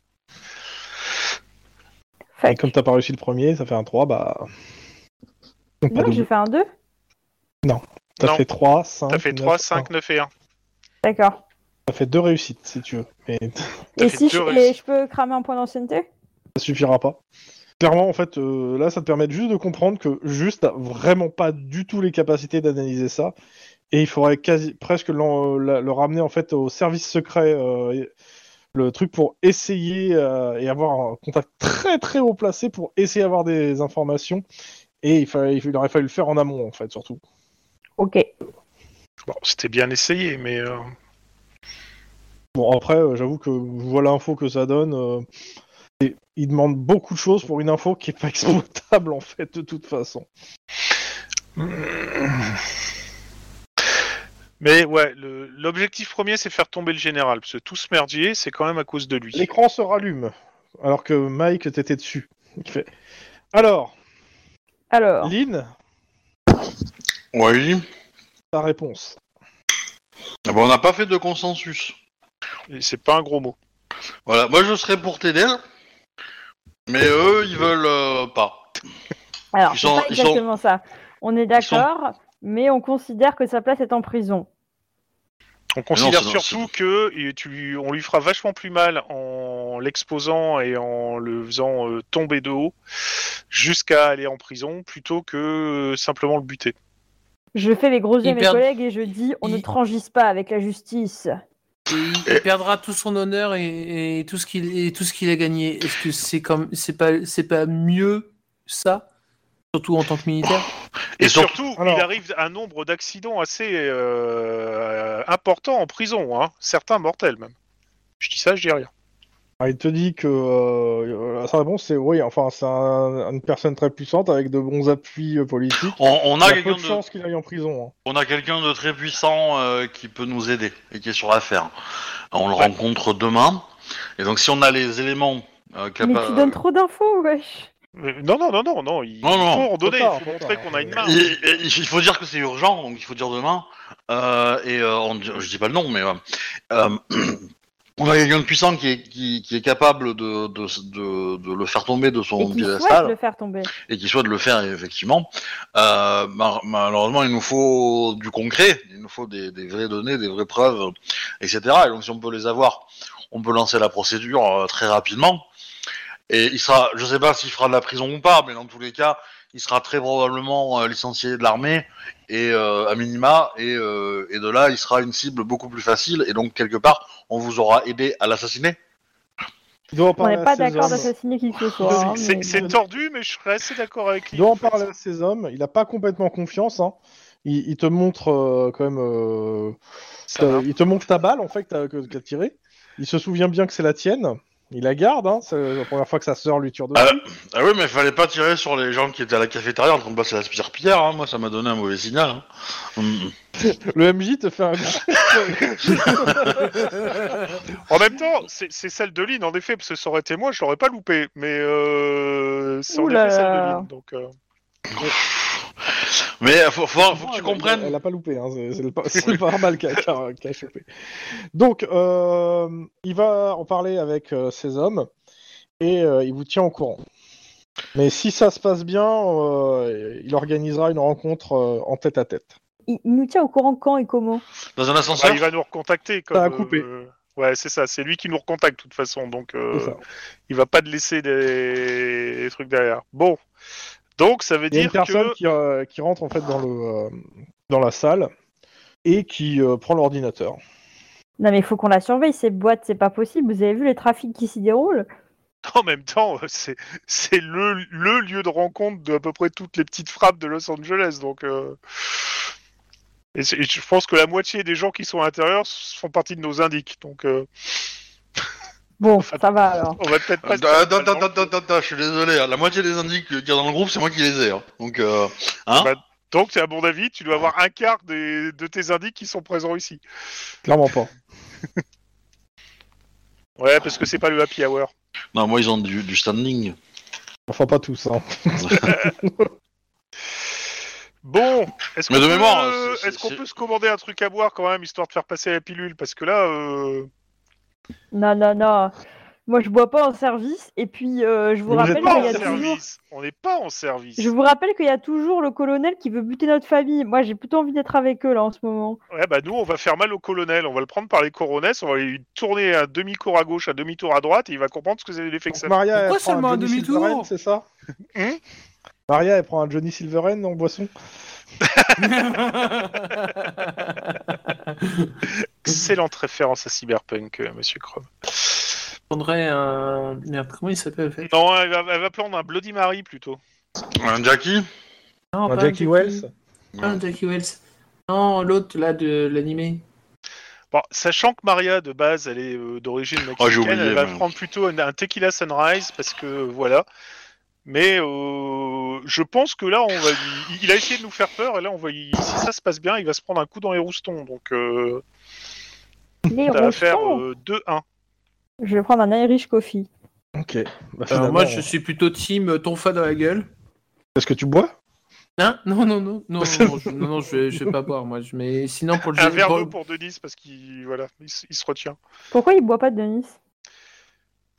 Fait
Et comme t'as pas réussi le premier, ça fait un 3, bah. Donc pas
Non, j'ai
double.
fait un 2.
T'as
Non.
fait 3, 5.
T'as fait 3, 5, 9 et 1.
D'accord.
T'as fait deux réussites, si tu veux. Mais ça
T'as
Et
fait
si
deux
je,
réussites.
et je peux cramer un point d'ancienneté
suffira pas. Clairement, en fait, euh, là, ça te permet juste de comprendre que juste, t'as vraiment pas du tout les capacités d'analyser ça. Et il faudrait quasi, presque l'en- euh, la- le ramener, en fait, au service secret. euh, et- le truc pour essayer euh, et avoir un contact très très haut placé pour essayer d'avoir des informations. Et il, fallait, il aurait fallu le faire en amont, en fait, surtout.
Ok.
Bon, c'était bien essayé, mais. euh,
Bon, après, euh, j'avoue que je vois l'info que ça donne. euh, et il demande beaucoup de choses pour une info qui est pas <laughs> exploitable, en fait, de toute façon.
Mais ouais, le- l'objectif premier, c'est faire tomber le général, parce que tout ce merdier, c'est quand même à cause de lui.
L'écran se rallume, alors que Mike, t'étais dessus. Il fait... Alors,
Ah.
Alors,
Lynn,
Oui.
Ta réponse.
Ah bah, on n'a pas fait de consensus.
Et C'est pas un gros mot.
Voilà, moi je serais pour t'aider, mais eux ils veulent euh, pas.
Alors,
Ils
c'est
sont-
pas
ils sont-
exactement ça. On est
Ils sont-
d'accord, mais on considère que sa place est en prison.
On considère
c'est-
surtout que et tu, lui- on lui fera vachement plus mal en l'exposant et en le faisant euh, tomber de haut jusqu'à aller en prison plutôt que euh, simplement le buter.
Je fais les gros yeux à
Il
mes
perd-
collègues et je dis on ne
il-
transgisse pas avec la justice.
Et il, il perdra tout son honneur et, et tout ce qu'il et tout ce qu'il a gagné. Est-ce que c'est comme c'est pas c'est pas mieux ça, surtout en tant que militaire <laughs>
Et,
Et surtout-
surtout,
alors-
il arrive un nombre d'accidents assez euh, important en prison, hein. certains mortels même. Je dis ça, je dis rien.
Alors, Ah, il te dit que euh, euh, sa réponse c'est oui, enfin c'est un- une personne très puissante avec de bons appuis euh,
<laughs>
politiques.
On, on
Il
a
y a peu
quelqu'un
de
de,
chance qu'il aille en prison. hein.
on a quelqu'un de très puissant euh, qui peut nous aider et qui est sur l'affaire. On le rencontre demain, et donc si on a les éléments euh,
Mais
capa-
tu donnes trop d'infos, wesh.
Euh, Non, non, non, non, non, il
Non, non,
faut en donner,
faut pas, hein.
il faut
faut
montrer
pas.
qu'on a une main.
Euh, Il, il- il faut dire que c'est urgent, donc il faut dire demain. Euh, et euh, on- je dis pas le nom, mais euh, euh, <clears throat> on a quelqu'un de puissant qui est, qui, qui est capable de, de, de- de le faire tomber de
Et
son
qui souhaite le
piédestal
faire tomber.
et qui souhaite le faire effectivement. Euh, mar- malheureusement, il nous faut du concret, il nous faut des, des vraies données, des vraies preuves, euh, etc. Et donc si on peut les avoir, on peut lancer la procédure euh, très rapidement. Et il sera, je sais pas s'il fera de la prison ou pas, mais dans tous les cas, il sera très probablement euh, licencié de l'armée et euh, à minima, et, euh, et de là, il sera une cible beaucoup plus facile. Et donc quelque part, on vous aura aidé à l'assassiner.
Il doit en
On
parler
n'est pas
à ses
d'accord
hommes.
d'assassiner qui que ce soit. hein,
C'est
mais
c'est
bon.
tordu, mais je serais assez d'accord avec
Il
lui.
doit en
en fait.
parler à ses hommes. Il n'a pas complètement confiance. hein. Il, il te montre euh, quand même. euh,
Ça
ta-
va.
il te montre ta balle en fait que t'as- que t'as tirée. Il se souvient bien que c'est la tienne. Il la garde. hein. C'est la première fois que sa sœur lui tire dessus.
Ah, Ah oui, mais fallait pas tirer sur les gens qui étaient à la cafétéria en train de passer la pierre Moi, ça m'a donné un mauvais signal. hein. Mm.
Le MJ te fait un.
En même temps, c'est c'est celle de Lynn, en effet, parce que ça aurait été moi, je l'aurais pas loupé. Mais euh, c'est en
Ouh là
effet celle
là.
de Lynn. Donc, euh,
Mais euh, faut, <laughs> faut- faut que tu
Elle-
comprennes.
Elle, elle a pas loupé, hein, c'est c'est
<laughs>
le, par- c'est le pare-balles qui a, qui a- qui a chopé. Donc, euh, il va en parler avec euh, ses hommes et euh, il vous tient au courant. Mais si ça se passe bien, euh, il organisera une rencontre euh, en tête à tête.
Il il nous tient au courant quand et comment
Dans un
bah,
ascenseur.
il va nous recontacter. Comme,
Ça a coupé.
euh, ouais, c'est ça, c'est lui qui nous recontacte de toute façon. Donc, euh,
C'est ça.
il va pas te laisser des, des trucs derrière. Bon. Donc, ça veut
Il y a
dire
une personne
que.
qui, euh, qui rentre en fait dans, le, euh, dans la salle et qui euh, prend l'ordinateur.
Non, mais il faut qu'on la surveille, ces boîtes, c'est pas possible. Vous avez vu les trafics qui s'y déroulent
<laughs> En même temps, euh, c'est c'est le, le lieu de rencontre de à peu près toutes les petites frappes de Los Angeles. Donc, euh, et c'est- et je pense que la moitié des gens qui sont à l'intérieur s- font partie de nos indiques. Donc, euh,
Bon, ça va alors.
on va peut-être pas. se-
Euh, attends, attends, attends, attends, je suis désolé. hein. La moitié des indices qu'il y a dans le groupe, c'est moi qui les ai. hein. Donc, euh, hein
Bah, Donc, à mon avis, tu dois avoir un quart des- de tes indiques qui sont présents ici.
Clairement pas.
Ouais, parce que c'est pas le happy hour.
Non, moi, ils ont du, du <laughs> standing.
Enfin, pas tous. Hein.
Bon, est-ce qu'on
Mais de
peut,
mémoire,
euh,
c'est-
est-ce qu'on
c'est-
peut se commander un truc à boire quand même, histoire de faire passer la pilule Parce que là, euh,
Non, non, non. Moi, je bois pas en service. Et puis, euh, je vous
Mais vous
rappelle
êtes
pas
qu'il
en
y a toujours.
service. On n'est pas en service.
Je vous rappelle qu'il y a toujours le colonel qui veut buter notre famille. Moi, j'ai plutôt envie d'être avec eux là en ce moment.
Ouais, bah nous, on va faire mal au colonel. On va le prendre par les coronesses, on va lui tourner un demi-tour à gauche, un demi-tour à droite, et il va comprendre ce que c'est l'effet que
Donc,
ça
Maria, elle
Pourquoi
prend
seulement un
Johnny
demi-tour
Silverhand, C'est ça
Hein
Maria, elle prend un Johnny Silverhand en boisson
Excellente référence à Cyberpunk, euh, monsieur Chrome.
Prendrait un merde comment il s'appelle le fait
Non, elle va, elle va prendre un Bloody Mary plutôt.
Un Jackie
Non,
Un
pas
Jackie Wells
Pas un Jackie Wells. Non, l'autre là de l'animé. Euh,
Bon, sachant que Maria, de base, elle est euh, d'origine mexicaine,
Oh, j'ai oublié,
elle va
mais-
prendre plutôt un, un Tequila Sunrise, parce que euh, voilà. Mais euh, je pense que là, on va lui- il a essayé de nous faire peur, et là, on va lui- si ça se passe bien, il va se prendre un coup dans les roustons. Donc, euh,
Les
ça va faire
rochons.
euh, 2-1.
Je vais prendre un Irish coffee.
Ok. Bah,
Alors
finalement,
euh, moi je suis plutôt team euh, tonfa dans la gueule.
Est-ce que tu bois
Hein non, non, non, non, non, je, non, non, je, vais- je vais pas boire, moi. je- Mais sinon, pour le
Un verre
pour-
d'eau pour Denis parce qu'il voilà, il, s- il se retient.
Pourquoi il boit pas de Nice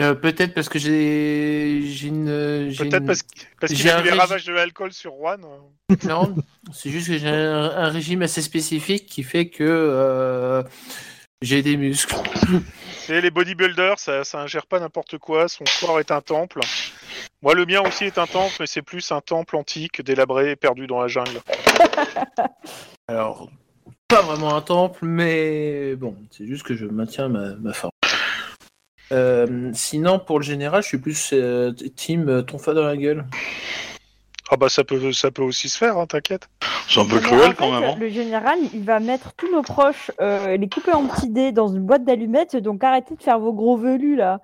Euh, peut-être parce que j'ai j'ai une euh, j'ai
Peut-être
une-
parce, qu'- parce qu'il
j'ai
a
un
eu les
régi-
ravages de l'alcool sur Juan.
non, c'est juste que j'ai un, un régime assez spécifique qui fait que euh, j'ai des muscles.
Et les bodybuilders, ça, ça ingère pas n'importe quoi. Son corps est un temple. Moi, le mien aussi est un temple, mais c'est plus un temple antique, délabré et perdu dans la jungle.
Alors pas vraiment un temple, mais bon, c'est juste que je maintiens ma, ma forme. Euh, sinon, pour le général, je suis plus euh, team euh, tonfa dans la gueule.
Ah bah ça peut, ça peut aussi se faire, hein, t'inquiète.
C'est un peu
Mais en
cruel
fait,
quand même. hein.
Le général, il va mettre tous nos proches, euh, les couper en petits dés dans une boîte d'allumettes, donc arrêtez de faire vos gros velus là.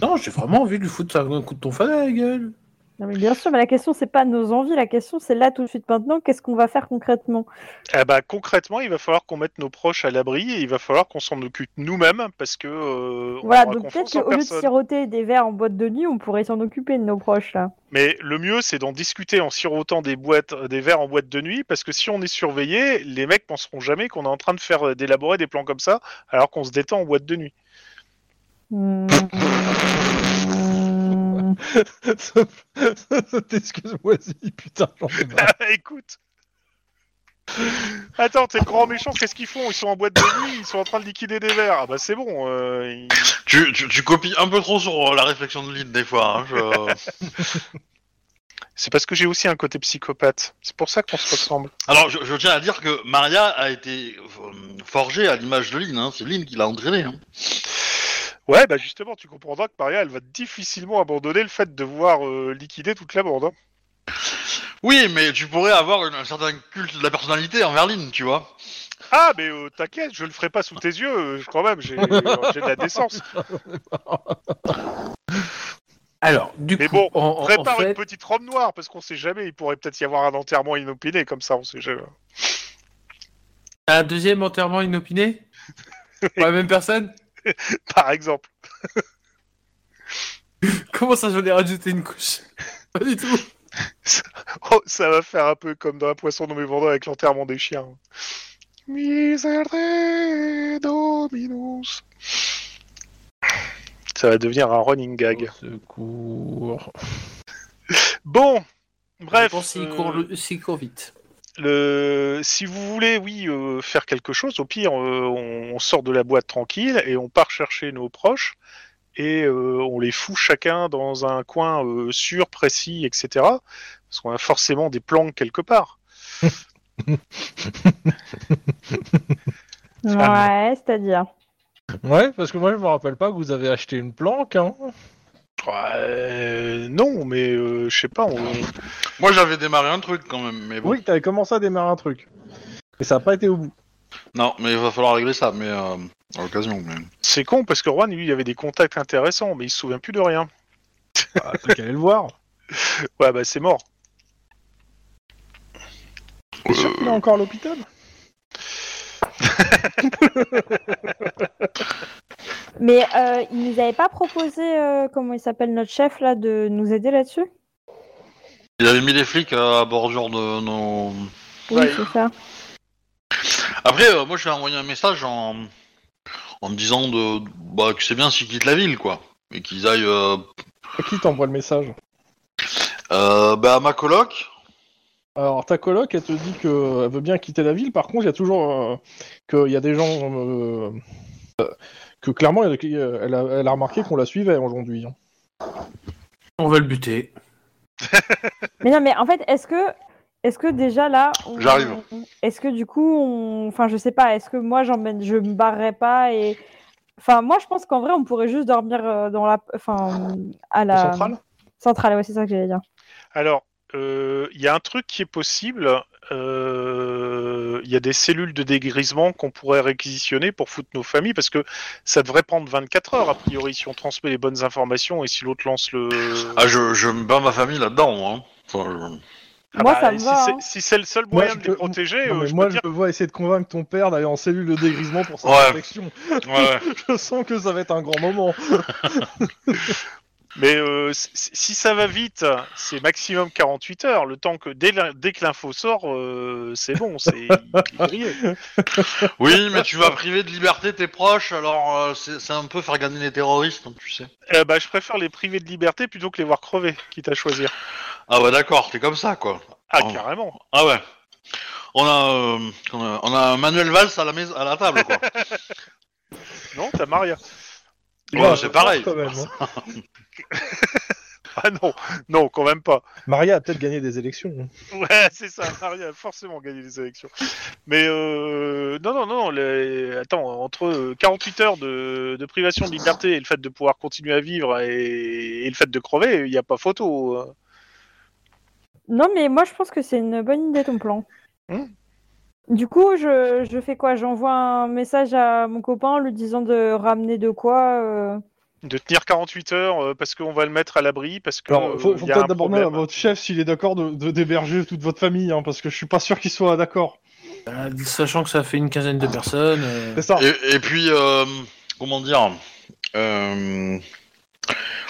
Non, j'ai vraiment envie de lui foutre un coup de tonfa dans la gueule.
Non mais bien sûr, mais la question c'est pas nos envies, la question c'est là tout de suite maintenant, qu'est-ce qu'on va faire concrètement
Ah bah concrètement, il va falloir qu'on mette nos proches à l'abri et il va falloir qu'on s'en occupe nous-mêmes parce que euh, on
Voilà,
aura
donc peut-être
confiance
qu'au
en
lieu de
personne.
siroter des verres en boîte de nuit, on pourrait s'en occuper de nos proches là.
Mais le mieux, c'est d'en discuter en sirotant des boîtes, euh, des verres en boîte de nuit, parce que si on est surveillé, les mecs penseront jamais qu'on est en train de faire euh, d'élaborer des plans comme ça, alors qu'on se détend en boîte de <laughs> nuit. <laughs>
Hmm.
<laughs> Excuse-moi, Zini, putain, j'en ai marre.
Ah, Écoute. Attends, t'es le grand méchant, qu'est-ce qu'ils font Ils sont en boîte de nuit, ils sont en train de liquider des verres. Ah bah c'est bon. euh, ils-
Tu, tu- tu copies un peu trop sur euh, la réflexion de Lynn des fois. hein, <laughs> je-
C'est parce que j'ai aussi un côté psychopathe. C'est pour ça qu'on se ressemble.
Alors, je, je tiens à dire que Maria a été euh, forgée à l'image de Lynn. hein. C'est Lynn qui l'a entraînée. hein.
Ouais, bah justement, tu comprendras que Maria, elle va difficilement abandonner le fait de voir euh, liquider toute la bande. hein.
Oui, mais tu pourrais avoir une- un certain culte de la personnalité envers Lynn, tu vois.
Ah, mais euh, t'inquiète, je le ferai pas sous tes yeux, euh, quand même, j'ai euh,
<laughs>
j'ai de la décence.
Alors, du
Mais
coup,
bon,
en- en, en
Prépare
fait-
une petite robe noire, parce qu'on sait jamais, il pourrait peut-être y avoir un enterrement inopiné, comme ça, on sait jamais. <laughs>
Un deuxième enterrement inopiné Pour la même personne <laughs>
Par exemple.
Comment ça, j'en ai rajouté une couche <laughs> Pas du tout.
Oh, ça va faire un peu comme dans Un poisson nommé Vendeur avec l'enterrement des chiens. Miserere dominus. Ça va devenir un running gag.
Au secours.
Bon, bref.
Bon, s'il
euh,
court, le- s'il court vite.
Le... Si vous voulez, oui, euh, faire quelque chose, au pire, euh, on, on sort de la boîte tranquille et on part chercher nos proches et euh, on les fout chacun dans un coin euh, sûr, précis, etc. Parce qu'on a forcément des plans quelque part. Ah.
Ouais, c'est-à-dire.
<laughs> Ouais, parce que moi, je me rappelle pas que vous avez acheté une planque, hein.
Euh, non, mais euh, je sais pas. On...
Moi, j'avais démarré un truc quand même, mais bon.
Oui, t'avais commencé à démarrer un truc. Mais ça n'a pas été au bout.
Non, mais il va falloir régler ça, mais euh, à l'occasion. Mais...
C'est con parce que Juan, lui, il avait des contacts intéressants, mais il se souvient plus de rien.
Bah, t'as qu'à aller le voir.
Ouais, bah c'est mort.
T'es sûr qu'il est encore à l'hôpital
Mais euh, ils nous avaient pas proposé, euh, comment il s'appelle notre chef là, de nous aider là-dessus
Il avait mis les flics euh, à bordure de nos.
Oui,
Ouais.
c'est ça.
Après, euh, moi, je lui ai envoyé un message en, en me disant de... bah, que c'est bien s'ils quittent la ville, quoi. Et qu'ils aillent euh,
À qui t'envoies le message
euh, bah, à ma coloc.
Alors, ta coloc, elle te dit qu'elle veut bien quitter la ville, par contre, il y a toujours. euh, qu'il y a des gens. euh, euh, que clairement, elle a, euh, elle a- elle a remarqué qu'on la suivait aujourd'hui. hein.
On va le buter.
Mais non, mais en fait, est-ce que, est-ce que déjà là, on-
J'arrive.
Est-ce que du coup, on... enfin, je sais pas. Est-ce que moi, j'emmène, je me barrerais pas et, enfin, moi, je pense qu'en vrai, on pourrait juste dormir euh, dans la, enfin, à la
Central
Centrale, ouais, c'est ça que j'allais dire.
Alors, euh, il y a un truc qui est possible. euh, Il y a des cellules de dégrisement qu'on pourrait réquisitionner pour foutre nos familles, parce que ça devrait prendre 24 heures, a priori, si on transmet les bonnes informations et si l'autre lance le...
Ah, je, je me bats ma famille là-dedans, moi, hein. Enfin,
Ah
moi,
bah,
ça me
si
va,
c'est-
hein.
Si c'est le seul
Moi,
moyen
je
de
peux-
les protéger,
Non,
euh,
mais
je
moi,
peux
Eh, je
dire...
me vois essayer de convaincre ton père d'aller en cellule de dégrisement pour sa
Ouais.
protection.
je- ouais, ouais.
Je sens que ça va être un grand moment.
Mais euh, c- c- si ça va vite, c'est maximum 48 heures. Le temps que dès, l'in- dès que l'info sort, euh, c'est bon, c'est il est grillé.
<laughs>
Oui, mais tu vas priver de liberté tes proches, alors euh, c'est c'est un peu faire gagner les terroristes, donc tu sais.
Euh, bah, je préfère les priver de liberté plutôt que les voir crever, quitte à choisir.
Ah bah d'accord, t'es comme ça, quoi.
Ah,
Oh.
carrément.
Ah ouais. On a, euh, on a, on a un Manuel Valls à la, maison, à la table, quoi.
Non, t'as Maria. Oh,
Ouais, c'est pareil.
Quand même, hein.
Ah non, non, quand même pas.
Maria a peut-être gagné des élections. hein.
Ouais, c'est ça, Maria a forcément gagné les élections. Mais euh, non, non, non, les- attends, entre euh, 48 heures de, de privation de liberté et le fait de pouvoir continuer à vivre et, et le fait de crever, il n'y a pas photo. euh.
Non, mais moi, je pense que c'est une bonne idée ton plan.
Hmm.
Du coup, je, je fais quoi J'envoie un message à mon copain lui disant de ramener de quoi euh,
De tenir 48 heures euh, parce qu'on va le mettre à l'abri, parce que.
Alors, faut,
euh,
faut
y a un
peut-être d'abord demander à
problème.
votre chef s'il est d'accord de de- d'héberger toute votre famille, hein, parce que je suis pas sûr qu'il soit d'accord.
Voilà, Bah, sachant que ça fait une quinzaine
Ah.
de personnes. euh,
C'est ça.
Et, et puis, euh, comment dire euh,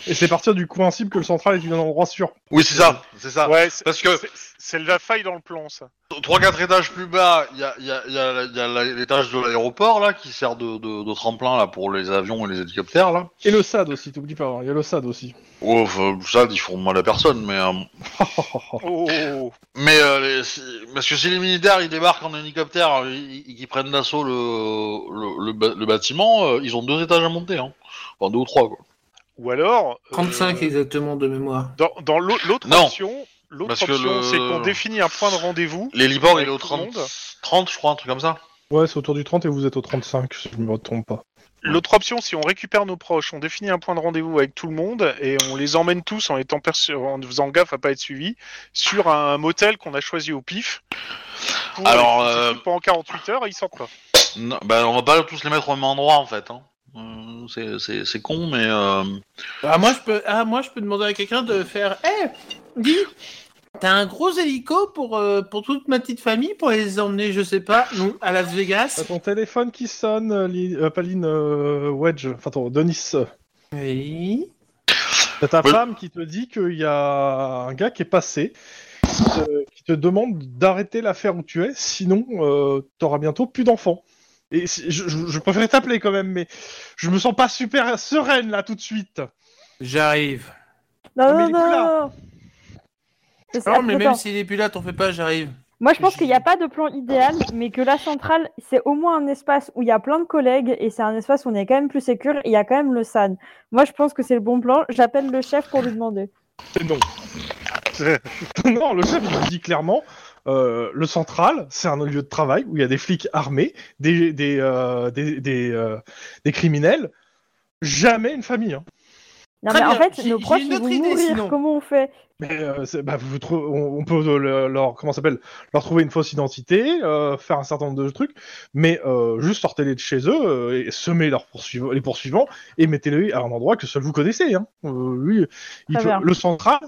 Et c'est partir du principe que le central est un endroit sûr.
Oui, c'est ça, c'est ça.
Ouais, Ah, c'est-
parce que-
c'est- C'est la faille dans le plan, ça.
3-4 étages plus bas, il y a, il y a- il y a- il y a la- l'étage de l'aéroport, là, qui sert de, de- de tremplin, là, pour les avions et les hélicoptères, là.
Et le SAD aussi, t'oublies pas, hein, il y a le SAD aussi.
Oh, enfin, ça, ils font mal à personne, mais... euh,
Oh, oh, oh, oh.
Mais euh, les- si- parce que si les militaires ils débarquent en hélicoptère et qu'ils prennent d'assaut le, le, le ba- le bâtiment, euh, ils ont deux étages à monter, hein. Enfin deux ou trois quoi.
Ou alors. euh,
35 exactement de mémoire.
Dans, dans l'au- l'autre
Non.
option, l'autre
Parce que
option,
le-
c'est qu'on définit un point de rendez-vous.
L'héliport
Avec
il est au
tout le
30,
monde
30 je crois, un truc comme ça.
<laughs> Ouais, c'est autour du 30 et vous êtes au 35, si je me trompe pas.
L'autre option, si on récupère nos proches, on définit un point de rendez-vous avec tout le monde et on les emmène tous en étant perçu- en faisant gaffe à pas être suivis sur un motel qu'on a choisi au pif. Pour-
Alors,
ils
euh,
s'occupent pendant 48 heures, et ils sortent pas.
Non, bah, on va pas tous les mettre au même endroit en fait. Hein. Euh, c'est- C'est c'est con mais euh,
Ah moi je peux, ah, moi je peux demander à quelqu'un de faire. Eh, dis, t'as un gros hélico pour euh, pour toute ma petite famille pour les emmener, je sais pas, nous, à Las Vegas.
T'as ton téléphone qui sonne, euh, Li- euh, Paline euh, Wedge, enfin ton Denis. euh.
Oui.
T'as ta
Oui.
femme qui te dit qu'il y a un gars qui est passé, qui te, qui te demande d'arrêter l'affaire où tu es, sinon euh, t'auras bientôt plus d'enfants. Et si- je, je- je préférais t'appeler quand même, mais je me sens pas super sereine là tout de suite.
J'arrive.
Non,
Mais
non,
il est plus là.
non, non. Mais c'est-
Ah Non mais même
attends.
s'il est plus là, t'en fais pas, j'arrive.
Moi, je pense qu'il n'y a pas de plan idéal, mais que la centrale, c'est au moins un espace où il y a plein de collègues et c'est un espace où on est quand même plus sécure et il y a quand même le SAN. Moi, je pense que c'est le bon plan. J'appelle le chef pour lui demander.
Et non. <laughs> non, le chef il dit clairement, euh, le central, c'est un lieu de travail où il y a des flics armés, des, des, euh, des, des, euh, des criminels, jamais une famille. hein.
Non,
Très
mais en
bien,
fait,
j'ai-
nos
j'ai
proches,
une
ils
autre
vont
idée,
mourir.
sinon.
Comment on fait
Mais euh, c'est- bah, vous trou- on, on peut euh, le- leur comment ça s'appelle leur trouver une fausse identité, euh, faire un certain nombre de trucs, mais euh, juste sortez-les de chez eux euh, et semez leurs poursuivants, les poursuivants et mettez-les à un endroit que seul vous connaissez. Hein. Euh, lui, il
Très
peut-
bien.
le central,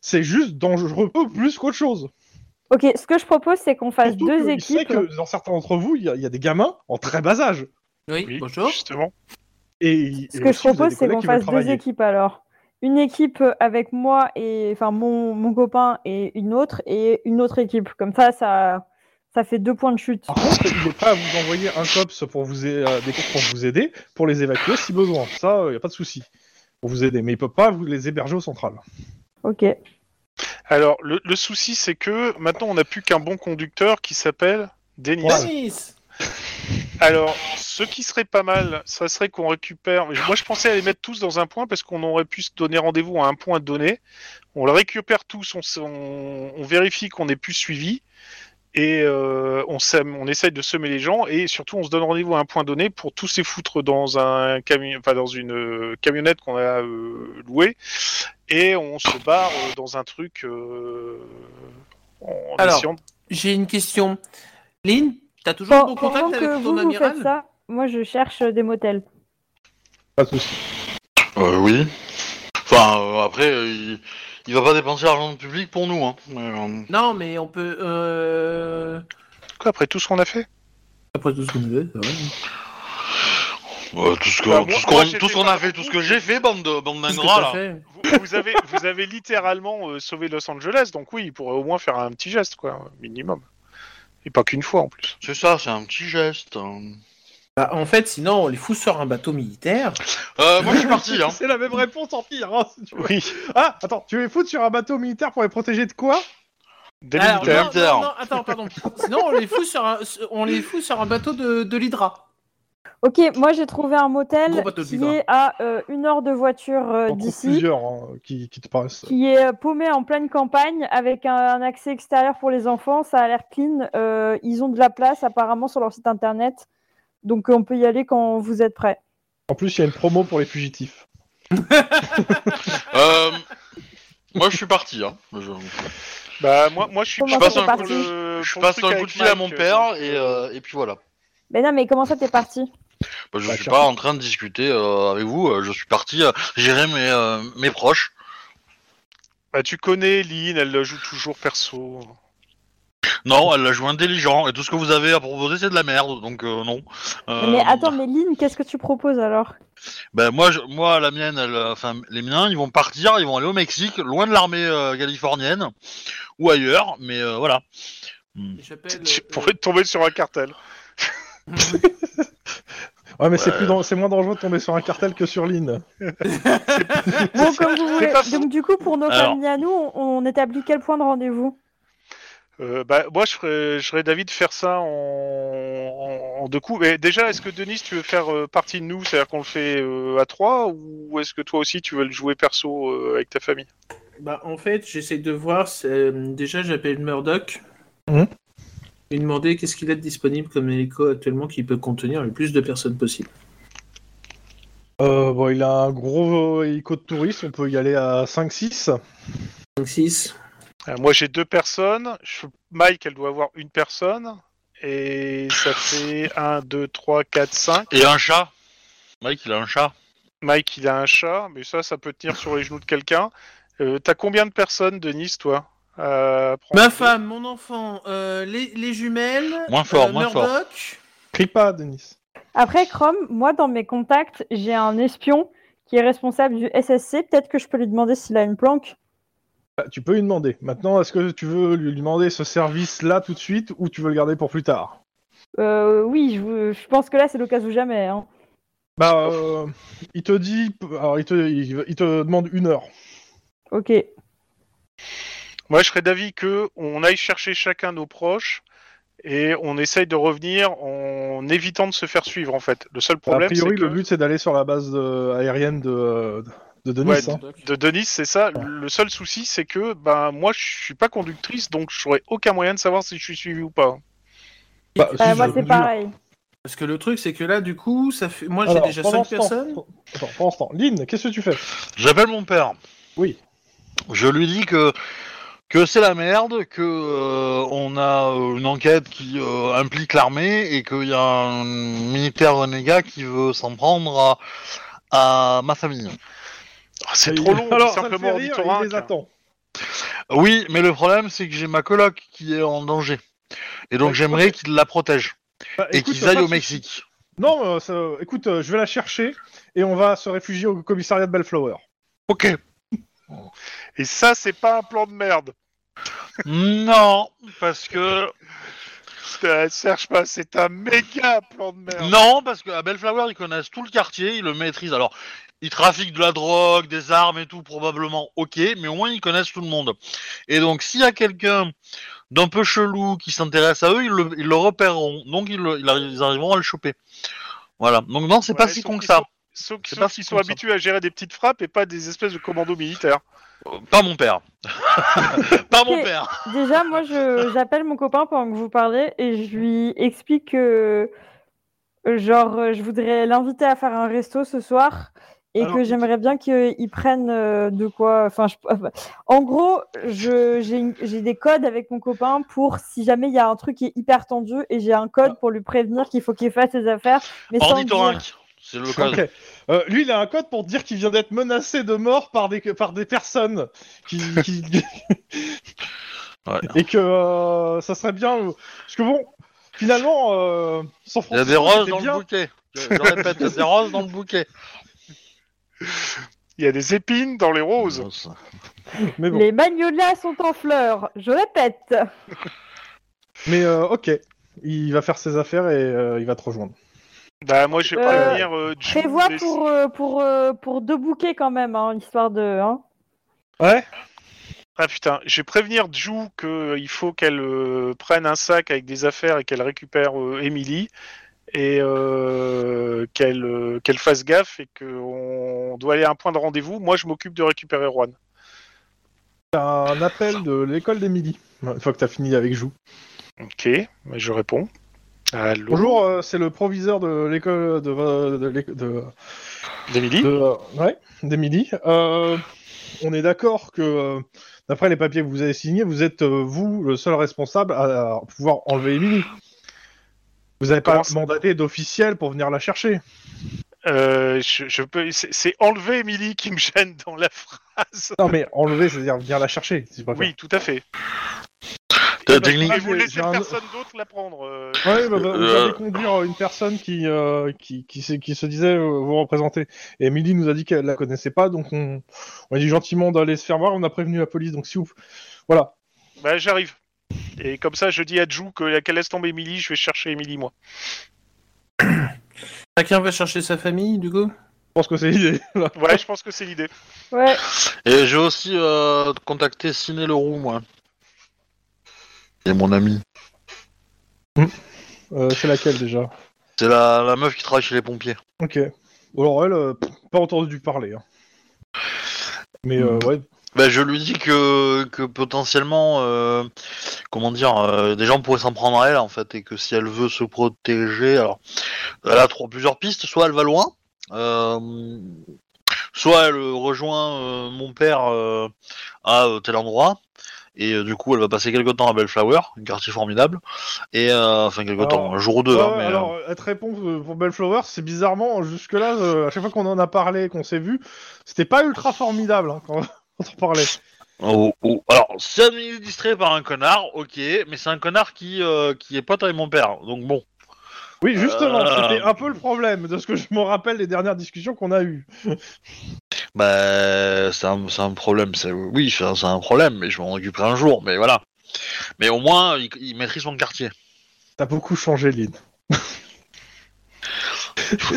c'est juste dangereux plus qu'autre chose.
Ok, ce que je propose, c'est qu'on fasse
Surtout
deux
que il sait
équipes.
que dans certains d'entre vous, il y, a- il y a des gamins en très bas âge.
Oui.
Oui,
Bonjour.
Justement.
Et,
Ce que je propose, c'est qu'on fasse deux
équipes.
équipes alors. Une équipe avec moi et enfin mon, mon copain et une autre et une autre équipe. Comme ça, ça, ça fait deux points de chute.
Ah.
Par contre, il est prêt à vous envoyer un cops pour vous, a- euh, des cops pour vous aider, pour les évacuer si besoin. Ça, il n'y a pas de souci. Pour vous aider, mais il peut pas vous les héberger au central.
Ok.
Alors, le, le souci, c'est que maintenant, on n'a plus qu'un bon conducteur qui s'appelle Denis.
Denis.
Alors, ce qui serait pas mal, ça serait qu'on récupère. Moi, je pensais à les mettre tous dans un point parce qu'on aurait pu se donner rendez-vous à un point donné. On le récupère tous, on, s- on- on vérifie qu'on n'est plus suivi et euh, on, sème- on essaye de semer les gens et surtout on se donne rendez-vous à un point donné pour tous les foutre dans un camion, enfin dans une euh, camionnette qu'on a euh, louée et on se barre euh, dans un truc euh, en
Alors,
essayant-
J'ai une question. Lynn, t'as toujours
Bon,
bon contact
pendant
avec
que
ton
vous, vous
amiral
faites ça, moi je cherche euh, des motels.
Pas de souci.
Euh, oui. Enfin euh, après euh, il, il va pas dépenser l'argent public pour nous hein. Mais, euh,
Non, mais on peut. euh,
Quoi, après tout ce qu'on a fait
Après tout ce qu'on avait, c'est vrai.
Euh, tout ce que-
Bah, moi-
tout ce qu'on
moi, j'ai
tout ce
fait
qu'on
pas
a fait,
beaucoup.
tout ce que j'ai fait, bande de- bande
Qu'est-ce que
d'ingrats là.
t'as fait
Vous, vous avez, vous avez littéralement euh, sauvé Los Angeles, donc oui, il pourrait au moins faire un petit geste, quoi, minimum. Et pas qu'une fois en plus.
C'est ça, c'est un petit geste. hein.
Bah, en fait, sinon, on les fout sur un bateau militaire.
Euh, moi je suis
<laughs>
parti. Hein.
<laughs> C'est la même réponse en pire. hein, si tu veux.
Oui,
Ah, attends, tu les foutre sur un bateau militaire pour les protéger de quoi
Euh,
des
Alors,
militaires.
non,
militaires.
non, non, attends, pardon. Sinon, on les fout sur un, on les fout sur un bateau de, de l'Hydra.
Ok, moi j'ai trouvé un motel
Gros bateau de
qui
Libra.
est à euh, une heure de voiture euh,
J'en trouve
d'ici.
plusieurs hein, qui, qui te paraissent.
qui est euh, paumé en pleine campagne avec un, un accès extérieur pour les enfants. Ça a l'air clean. Euh, ils ont de la place apparemment sur leur site internet. Donc euh, on peut y aller quand vous êtes prêts.
En plus, il y a une promo pour les fugitifs.
Euh, moi je suis parti. Hein.
Euh,
Je,
Bah, moi, moi je suis
Comment
Je passe
c'est
un
parti
coup de-
le-
je
pour le
passe
truc
un coup
avec
de fil à
Mike,
mon
euh,
père
donc,
et,
euh,
euh, et puis voilà.
Mais non, mais comment ça t'es parti
Bah, je
Bah,
suis
clairement.
pas en train de discuter euh, avec vous. euh, je suis parti euh, gérer mes euh, mes proches.
Bah, tu connais Lynn, elle le joue toujours perso.
Non, elle a joué intelligent et tout ce que vous avez à proposer c'est de la merde. Donc euh, non. Euh,
Mais attends, mais Lynn, qu'est-ce que tu proposes alors
Ben moi, je- moi la mienne, elle, euh, enfin les miens, ils vont partir, ils vont aller au Mexique, loin de l'armée euh, californienne ou ailleurs, mais euh, voilà.
J'appelle.
<laughs>
euh,
Tu pourrais tomber sur un cartel.
Ouais, mais c'est
Ouais.
plus dan- c'est moins dangereux de tomber sur un cartel que sur Lynn.
Bon, comme vous voulez.
pas faux.
Donc du coup, pour nos
Alors.
familles à nous, on, on établit quel point de rendez-vous
Euh, bah, moi, je serais, je serais d'avis de faire ça en, en- en deux coups. Mais déjà, est-ce que Denis, tu veux faire euh, partie de nous C'est-à-dire qu'on le fait euh, à trois Ou est-ce que toi aussi, tu veux le jouer perso euh, avec ta famille
Bah, en fait, j'essaie de voir. c'est- Déjà, j'appelle Murdoch.
Mhm.
Lui demander qu'est-ce qu'il a de disponible comme hélico actuellement qui peut contenir le plus de personnes possible.
Euh, bon, il a un gros euh, hélico de touriste, on peut y aller à 5-6.
5, 6.
Euh, Moi, j'ai deux personnes. Je- Mike, elle doit avoir une personne. Et ça fait 1, 2, 3, 4, 5.
Et un chat. Mike, il a un chat.
Mike, il a un chat, mais ça, ça peut tenir sur les genoux de quelqu'un. Euh, T'as combien de personnes, Denis, toi Euh, prends-
Ma femme, mon enfant, euh, les, les jumelles.
Moins fort,
euh,
moins fort.
Murdoch.
Crie pas, Denis.
Après, Chrome, moi, dans mes contacts, j'ai un espion qui est responsable du SSC. Peut-être que je peux lui demander s'il a une planque.
Bah, tu peux lui demander. Maintenant, est-ce que tu veux lui lui demander ce service-là tout de suite ou tu veux le garder pour plus tard
Euh, oui, je, vous- je pense que là, c'est l'occasion ou jamais. hein.
Bah, euh, il te dit. Alors, il te, il- il te demande une heure.
Ok. Euh,
Moi, je serais d'avis que on aille chercher chacun nos proches et on essaye de revenir en évitant de se faire suivre, en fait. Le seul
Bah, A
problème, c'est
priori,
que...
le but c'est d'aller sur la base euh, aérienne de, euh, de Denis.
Ouais,
hein.
Murdoch.
de Denis, c'est ça. Le seul souci, c'est que ben moi, je suis pas conductrice, donc j'aurais aucun moyen de savoir si je suis suivi ou pas.
Bah,
Euh,
Si,
moi,
je-
c'est
je-
pareil.
Parce que le truc, c'est que là, du coup, ça fait... moi, j'ai
Alors,
déjà
pendant
5
ce temps-
personnes.
Attends, pendant ce temps, Lynn, qu'est-ce que tu fais
J'appelle mon père.
Oui.
Je lui dis que que c'est la merde, que euh, on a euh, une enquête qui euh, implique l'armée et qu'il y a un militaire renégat qui veut s'en prendre à, à ma famille.
Ah, c'est
Il-
trop long,
Alors,
c'est
ça le
simplement
fait rire,
ornithorynque.
Il les attend.
Oui, mais le problème c'est que j'ai ma coloc qui est en danger et donc
Ouais,
j'aimerais
ok.
qu'il la protège.
Bah,
et
écoute,
qu'ils aillent
pas
au
de soucis.
Mexique.
Non, euh, ça- écoute, euh, je vais la chercher et on va se réfugier au commissariat de Bellflower.
Ok.
Et ça, c'est pas un plan de merde.
non, parce
<laughs>
que
Putain, Euh, Serge pas, c'est un méga plan de merde.
non, parce que à Bellflower ils connaissent tout le quartier, ils le maîtrisent. Alors ils trafiquent de la drogue, des armes et tout probablement. Ok, mais au moins ils connaissent tout le monde. Et donc s'il y a quelqu'un d'un peu chelou qui s'intéresse à eux, ils le, ils le repéreront. Donc ils, le- ils arri- ils arriveront à le choper. Voilà. Donc non, c'est
Ouais,
pas si
sauf
con que
qu'ils
ça.
sont- Sauf,
C'est
sauf
pas si
qu'ils sont
con que ça.
habitués à gérer des petites frappes et pas des espèces de commandos militaires.
Euh, Pas mon
<laughs>
père. pas mon
Ok.
père.
Déjà, moi, je- j'appelle mon copain pendant que vous parlez et je lui explique que, euh, genre, euh, je voudrais l'inviter à faire un resto ce soir et
Alors,
que j'aimerais bien qu'il prenne euh, de quoi. Enfin, je- en gros, je- j'ai une- j'ai des codes avec mon copain pour si jamais il y a un truc qui est hyper tendu et j'ai un code pour lui prévenir qu'il faut qu'il fasse ses affaires. Mais sans le
hein.
dire.
Ornithorynque. C'est le code.
Ok. Euh, lui, il a un code pour dire qu'il vient d'être menacé de mort par des, par des personnes. Qui,
<laughs>
qui-
Ouais.
Et que euh, ça serait bien. euh, Parce que bon, Finalement, euh, San
Il y a des
Francisco,
roses
c'était
dans
bien.
le bouquet. Je, je répète, il y a des roses dans le bouquet.
Il y a des épines dans les roses.
Mais bon.
Les magnolias sont en fleurs, je répète.
Mais euh, ok, il va faire ses affaires et euh, il va te rejoindre.
Bah moi je vais
Euh,
prévenir euh, Ju
Prévois
des-
pour, euh, pour, euh, pour deux bouquets quand même, hein, histoire de. hein.
Ouais.
Ah putain, je vais prévenir Ju que il faut qu'elle euh, prenne un sac avec des affaires et qu'elle récupère euh, Emily et euh, qu'elle euh, qu'elle fasse gaffe et qu'on doit aller à un point de rendez-vous. Moi je m'occupe de récupérer Juan.
T'as un appel de l'école d'Emily. Une fois que t'as fini avec Jou.
Ok, bah, je réponds. Allô,
Bonjour, euh, c'est le proviseur de l'école de, vo- de, l'éc- de,
d'Emily.
de- euh, ouais, d'Emily. Euh, on est d'accord que, euh, d'après les papiers que vous avez signés, vous êtes euh, vous le seul responsable à, à pouvoir enlever Emily. Vous n'avez pas
Comment ça
mandaté d'officiel pour venir la chercher.
Euh, je, je peux. c'est- C'est enlever Emily qui me gêne dans la phrase.
Non, mais enlever, c'est-à-dire venir la chercher. si tu préfères.
Oui, tout à fait.
T'as
Eh ben,
technique-
Et vous
j'ai-
laissez
j'ai un-
personne d'autre la prendre. euh,
Ouais, bah, bah, vous
Euh,
avez conduire une personne qui, euh, qui, qui, s'est- qui se disait euh, vous représenter. Et Emily nous a dit qu'elle la connaissait pas, donc on, on a dit gentiment d'aller se faire voir, on a prévenu la police, donc si vous... Voilà.
Bah j'arrive. Et comme ça, je dis à Jou que qu'elle laisse tomber Emily, je vais chercher Emily
<laughs>
moi.
Chacun va chercher sa famille, du coup
Je pense que c'est l'idée. là.
Ouais, je pense que c'est l'idée.
Ouais.
Et j'ai aussi euh, contacté Ciné Leroux, moi. C'est mon ami.
Euh, c'est laquelle déjà
C'est la, la meuf qui travaille chez les pompiers.
Ok. Alors elle, euh, pff, pas entendu parler. hein. Mais euh, ouais,
Ben, je lui dis que, que potentiellement, euh, comment dire, euh, des gens pourraient s'en prendre à elle, en fait, et que si elle veut se protéger, alors, elle a trois, plusieurs pistes. Soit elle va loin, euh, soit elle rejoint euh, mon père euh, à euh, tel endroit, et euh, du coup, elle va passer quelques temps à Bellflower, un quartier formidable, et, euh, enfin, quelques
Alors,
temps, un jour ou deux,
Ouais,
hein, mais, euh,
alors, elle te répond euh, pour Bellflower, c'est bizarrement, jusque-là, euh, à chaque fois qu'on en a parlé, qu'on s'est vu, c'était pas ultra formidable hein, quand <laughs> on en parlait.
Oh, oh, Alors, si elle est distrait par un connard, ok, mais c'est un connard qui, euh, qui est pote avec mon père, donc bon.
Oui, justement,
Euh.
c'était un peu le problème de ce que je me rappelle des dernières discussions qu'on a eues.
Bah, c'est un, c'est un problème, c'est oui, c'est un- c'est un problème, mais je m'en récupère un jour, mais voilà. Mais au moins, il, il maîtrise son quartier.
T'as beaucoup changé, Lynn.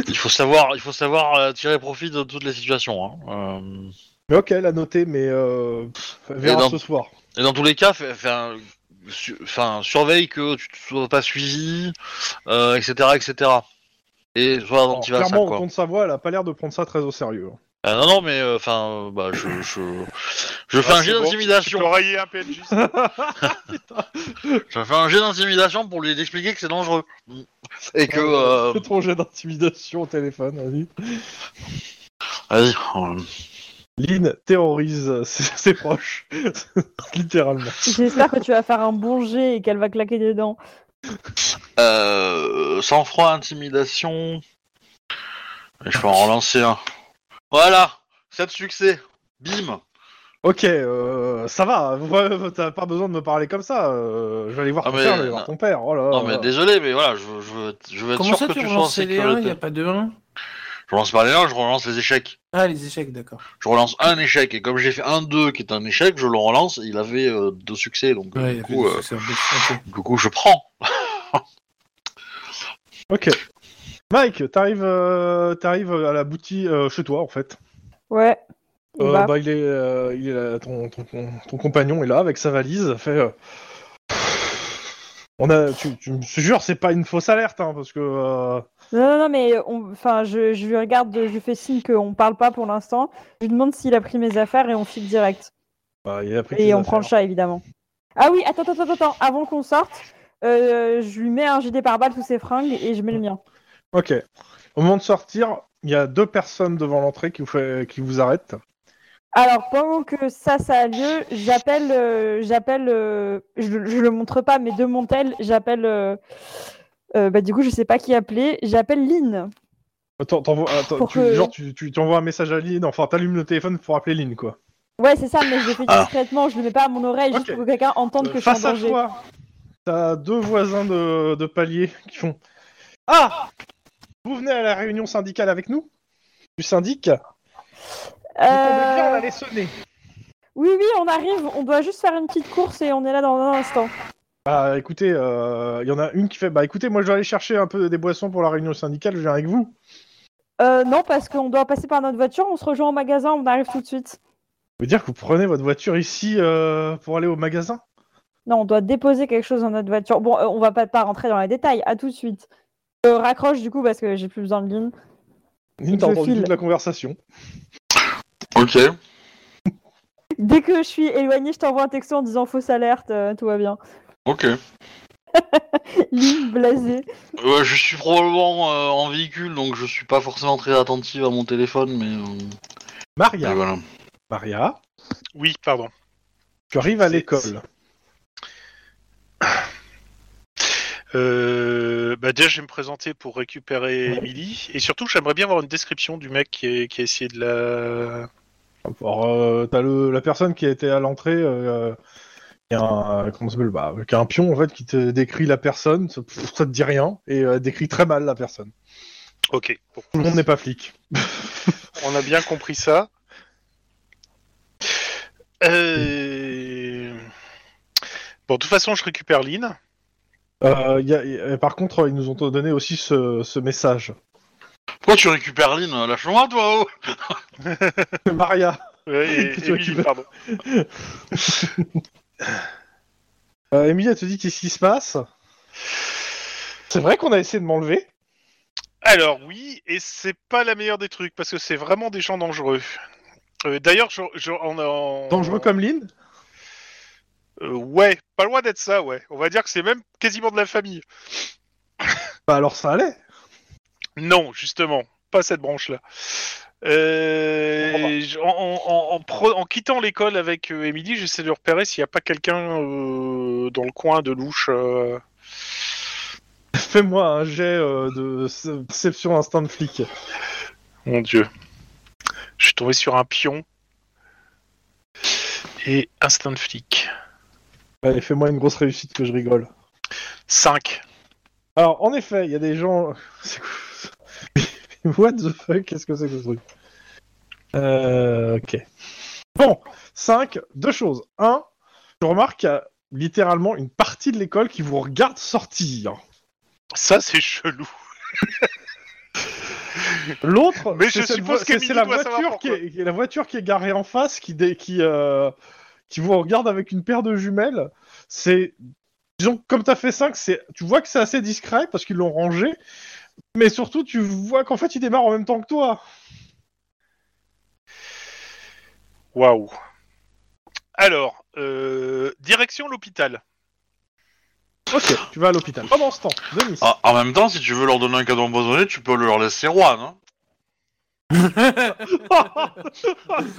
Il faut savoir, il faut savoir euh, tirer profit de toutes les situations. hein. Euh,
Mais ok, elle a noté, mais euh, pff, elle verra
Et dans-
ce soir.
Et dans tous les cas, fais- fais un- su- enfin, surveille que tu ne sois pas suivi, euh, etc., etc. Et sois
Alors,
attentif à ça,
clairement, au
quoi.
compte de sa voix, elle a pas l'air de prendre ça très au sérieux. hein.
Ah non, non, mais euh, enfin, euh, bah, je, je, je fais
Ah,
un
c'est
jet
bon,
d'intimidation.
Tu peux railler un
<laughs>
PNJ. ça.
Je fais un jet d'intimidation pour lui expliquer que c'est dangereux. Et que.
<laughs>
euh,
Fais ton jet d'intimidation au téléphone, vas-y.
Vas-y. euh,
Lynn terrorise ses, <laughs> ses proches, littéralement.
J'espère que tu vas faire un bon jet et qu'elle va claquer dedans.
Euh, Sang-froid, intimidation. Et je peux en relancer un. Voilà 7 succès Bim
Ok, euh, ça va, ouais, t'as pas besoin de me parler comme ça. euh, je vais aller voir
Ah,
ton
mais-
père, je vais aller voir ton père. Oh là là
Non,
là.
mais désolé, mais voilà, je, veux- je veux, je veux être
Euh, Comment
sûr
ça,
que
tu
tu sois en
relances les 1 Il n'y
sécurité.
a pas de 1
Je relance pas les 1, je relance les échecs.
Ah, les échecs, d'accord.
Je relance un échec, et comme j'ai fait un 2 qui est un échec, je le relance, et il avait euh, deux succès, donc euh,
Ouais, il y
du,
a
coup,
plus de
euh,
succès, en fait. Ok.
du coup, je prends.
Ok. Mike, t'arrives euh, t'arrives à la boutique euh, chez toi, en fait.
Ouais. Il
Euh,
va.
bah, il est, euh, il est là, ton, ton, ton- ton compagnon est là avec sa valise. Fait, euh, on a, tu, tu me je jure, c'est pas une fausse alerte, hein, parce que euh,
Non, non, non, mais on... enfin, je, je lui regarde, je lui fais signe qu'on parle pas pour l'instant. Je lui demande s'il a pris mes affaires et on file direct.
bah, il a pris. ses
Et on prend le
affaires.
chat, évidemment. Ah oui, attends, attends, attends, attends. Avant qu'on sorte, euh, je lui mets un GD par balle sous ses fringues et je mets le mien.
Ok. Au moment de sortir, il y a deux personnes devant l'entrée qui vous fait, qui vous arrêtent.
Alors, pendant que ça, ça a lieu, j'appelle, euh, j'appelle, euh, je, je le montre pas, mais de Montel, j'appelle, euh, euh, bah, du coup, je sais pas qui appeler, j'appelle Lynn.
Attends, Euh, t'envoies- attends,
Pour
tu,
que-
genre, tu, tu, tu envoies un message à Lynn, enfin, t'allumes le téléphone pour appeler Lynn, quoi.
Ouais, c'est ça, mais je le fais
Ah.
discrètement, je le mets pas à mon oreille, juste
Ok.
pour que quelqu'un entende que je suis en
Face à
danger.
toi, T'as deux voisins de, de palier qui font Ah Vous venez à la réunion syndicale avec nous Du syndic Vous tombez bien, on
Euh,
allait sonner.
Oui, oui, on arrive. On doit juste faire une petite course et on est là dans un instant.
Bah écoutez, euh, il y en a une qui fait Bah écoutez, moi je dois aller chercher un peu des boissons pour la réunion syndicale, je viens avec vous.
Euh, non, parce qu'on doit passer par notre voiture. On se rejoint au magasin. On arrive tout de suite.
Vous dire que vous prenez votre voiture ici euh, pour aller au magasin
Non, on doit déposer quelque chose dans notre voiture. Bon, euh, on va pas, pas rentrer dans les détails. À tout de suite. Je raccroche du coup parce que j'ai plus besoin de ligne.
Lynn,
Je
t'as entendu
file.
toute la conversation.
Ok.
Dès que je suis éloignée, je t'envoie un texto en disant fausse alerte, euh, tout va bien. <laughs>
Ok.
Ligne blasée.
Ouais, Euh, je suis probablement euh, en véhicule, donc je suis pas forcément très attentive à mon téléphone, mais, euh, mais
Ah
Maria,
voilà.
Maria,
Oui, pardon.
tu arrives à
C'est-
l'école.
Euh, bah déjà, je vais me présenter pour récupérer Emily. Et surtout, j'aimerais bien avoir une description du mec qui, est- qui a essayé de la...
Alors, euh, t'as le, la personne qui était à l'entrée, euh, qui a un, comment ça s'appelle bah, qui a un pion en fait qui te décrit la personne, ça, pff, ça te dit rien, et euh, elle décrit très mal la personne.
Ok, bon.
Tout le monde n'est pas flic.
On a bien compris ça. Euh... Bon, de toute façon, je récupère Lynn.
Euh, y a- y a- par contre, ils nous ont donné aussi ce, ce message. <laughs>
Pourquoi tu récupères Lynn Lâche-moi, toi oh
Maria,
Ouais, Euh, et-
Tu
et Emily,
récupères.
pardon.
euh, Emilie, elle te dit qu'est-ce qui se passe C'est vrai qu'on a essayé de m'enlever
Alors oui, et c'est pas la meilleure des trucs parce que c'est vraiment des gens dangereux. Euh, D'ailleurs, je, je- on a- on-
Dangereux comme Lynn
Euh, ouais, pas loin d'être ça. Ouais, on va dire que c'est même quasiment de la famille.
Bah alors ça allait. <laughs>
Non, justement, pas cette branche-là. Euh, je- en, en- en- en pre- en quittant l'école avec euh, Emily, j'essaie de repérer s'il n'y a pas quelqu'un euh, dans le coin de louche. euh.
Fais-moi un jet euh, de s- perception instinct de flic.
Mon Dieu, je suis tombé sur un pion et instinct de flic.
Allez, fais-moi une grosse réussite que je rigole.
5.
Alors, en effet, il y a des gens. <laughs> C'est quoi ça What the fuck Qu'est-ce que c'est que ce truc Euh. Ok. Bon, 5, deux choses. Un, je remarque qu'il y a littéralement une partie de l'école qui vous regarde sortir.
Ça, c'est chelou.
L'autre,
Mais
c'est
je
cette
suppose
vo- c'est-
qu'Emily
c'est la
doit savoir
voiture qui est, qui est la voiture qui est garée en face qui dé- qui euh, qui vous regarde avec une paire de jumelles. C'est disons comme t'as fait 5, c'est tu vois que c'est assez discret parce qu'ils l'ont rangé, mais surtout tu vois qu'en fait ils démarrent en même temps que toi.
Waouh. Alors, euh, direction l'hôpital.
Ok, tu vas à l'hôpital. Pendant ce temps, Denis.
<laughs> Ah, En même temps, si tu veux leur donner un cadeau empoisonné, tu peux leur laisser hein. roi, non
c'est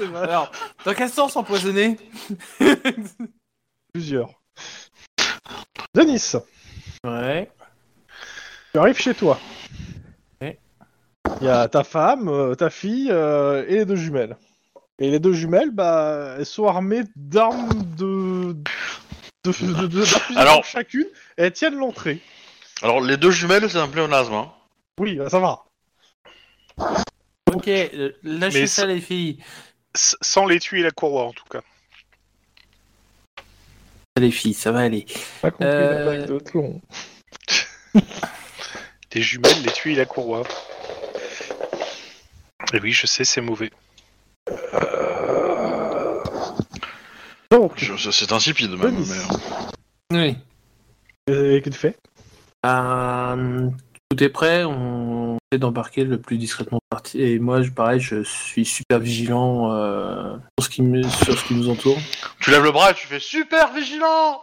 vrai.
<laughs> Alors, dans quel sens empoisonné
Plusieurs. Denis,
Ouais.
tu arrives chez toi.
Ouais.
Il y a ta femme, euh, ta fille euh, et les deux jumelles. Et les deux jumelles, bah, elles sont armées d'armes de. de. de. de- de-
Alors-
chacune, et elles tiennent l'entrée.
Alors, les deux jumelles, c'est un pléonasme. Hein.
Oui, bah, ça va.
Ok, euh, lâchez
Mais
ça,
ça-
les filles.
S- sans les tuer la courroie, en tout cas.
Les filles, ça va aller.
Pas compris
Euh,
la blague de Tlon.
Les jumelles, les tuer la courroie. Et oui, je sais, c'est mauvais.
Donc,
Je- c'est- C'est insipide, même.
Denis.
mais, euh,
Oui.
euh, qu'est-ce que tu fais
Euh, tout est prêt, on essaie d'embarquer le plus discrètement parti. Et moi, je, pareil, je suis super vigilant euh, sur, ce qui me- sur ce qui nous entoure.
Tu lèves le bras et tu fais super vigilant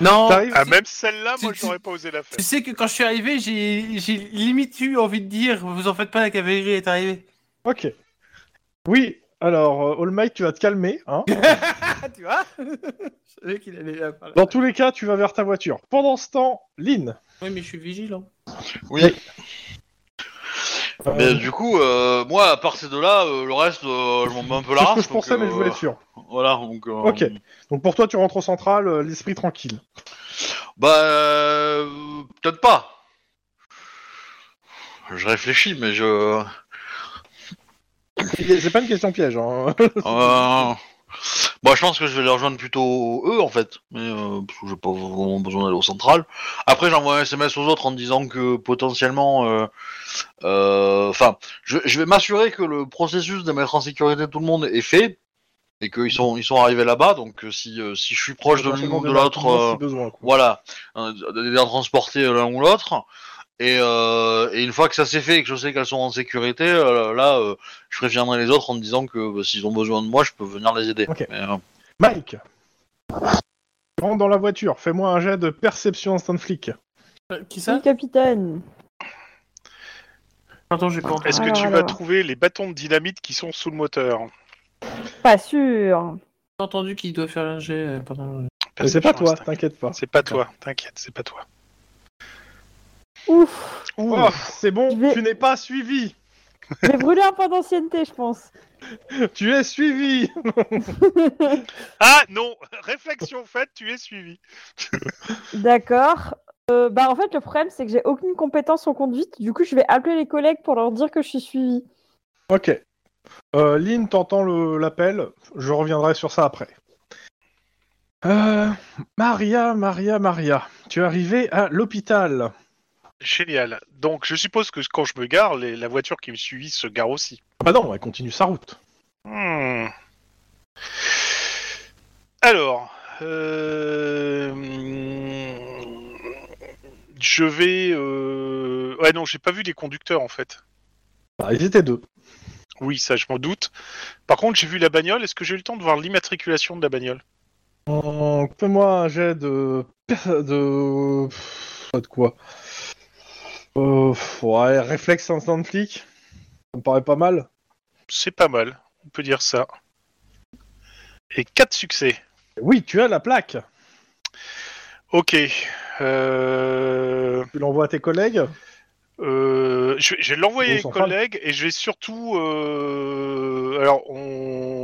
Non,
T'arrives-
Ah, même celle-là,
Si-
moi,
si-
j'aurais pas osé la faire.
tu sais que quand je suis arrivé, j'ai j'ai limite eu envie de dire Vous en faites pas, la cavalerie est arrivée.
Ok. Oui, alors, euh, All Might, tu vas te calmer, hein.
Ah, tu vois Je savais qu'il allait là. par là.
Dans tous les cas, tu vas vers ta voiture. Pendant ce temps, Lynn.
Oui, mais je suis vigilant.
Oui. Ah, Mais du coup, euh, moi, à part ces deux-là, euh, le reste, euh, je m'en mets un peu la
C'est ce
race.
que je pensais,
donc,
mais je voulais
euh,
être sûr.
Voilà, donc. euh,
Ok. Donc pour toi, tu rentres au central, euh, l'esprit tranquille.
Bah, euh, peut-être pas. Je réfléchis, mais je. euh,
C'est pas une question piège. Hein.
Euh, Bon, je pense que je vais les rejoindre plutôt eux en fait, mais euh, parce que j'ai pas vraiment besoin d'aller au central. Après, j'envoie un SMS aux autres en disant que potentiellement, euh, euh, enfin, je, je vais m'assurer que le processus de mettre en sécurité tout le monde est fait et qu'ils sont ils sont arrivés là-bas. Donc, euh, si euh, si je suis proche de l'une ou de l'autre, euh,
Si besoin, quoi.
voilà, euh, de les transporter euh, l'un ou l'autre. Et, euh, et une fois que ça s'est fait et que je sais qu'elles sont en sécurité, euh, là, euh, je préviendrai les autres en me disant que bah, s'ils ont besoin de moi, je peux venir les aider.
Ok.
Mais, euh,
Mike Tu rentres dans la voiture, fais-moi un jet de perception instant flic.
Euh, Qui ça
Oui, capitaine.
Attends, j'ai pas entendu.
Est-ce que tu
Alors,
vas
alors.
trouver les bâtons de dynamite qui sont sous le moteur
Pas sûr.
J'ai entendu qu'il doit faire l'ingé. euh, pendant le-
Mais C'est pas toi, t'inquiète pas.
C'est pas toi, t'inquiète, c'est pas toi.
Ouf,
Ouh,
Oh, c'est bon,
Je vais-
tu n'es pas suivi
j'ai brûlé un point d'ancienneté, je pense.
Tu es suivi
Ah non, <laughs> réflexion faite, tu es suivi.
D'accord. Euh, bah en fait le problème c'est que j'ai aucune compétence en conduite, du coup je vais appeler les collègues pour leur dire que je suis suivie.
Ok. Euh, Lynn, t'entends le- l'appel, je reviendrai sur ça après. Euh, Maria, Maria, Maria, tu es arrivée à l'hôpital.
Génial. Donc je suppose que quand je me gare, les- la voiture qui me suit se gare aussi.
Bah non, elle continue sa route.
Hmm. Alors, euh, je vais. euh, Ouais non, j'ai pas vu les conducteurs en fait.
Bah, ils étaient deux.
Oui, ça je m'en doute. Par contre, j'ai vu la bagnole. Est-ce que j'ai eu le temps de voir l'immatriculation de la bagnole
Hum, Fais-moi un jet de... per- de... pff, De quoi euh, pff, Ouais, réflexe instant flic. Ça me paraît pas mal.
C'est pas mal, on peut dire ça. Et quatre succès.
Oui, tu as la plaque.
Ok. Euh,
Tu l'envoies à tes collègues.
euh, je, vais- je vais l'envoyer à
On
mes
s'en parle.
collègues et je vais surtout. euh, alors, on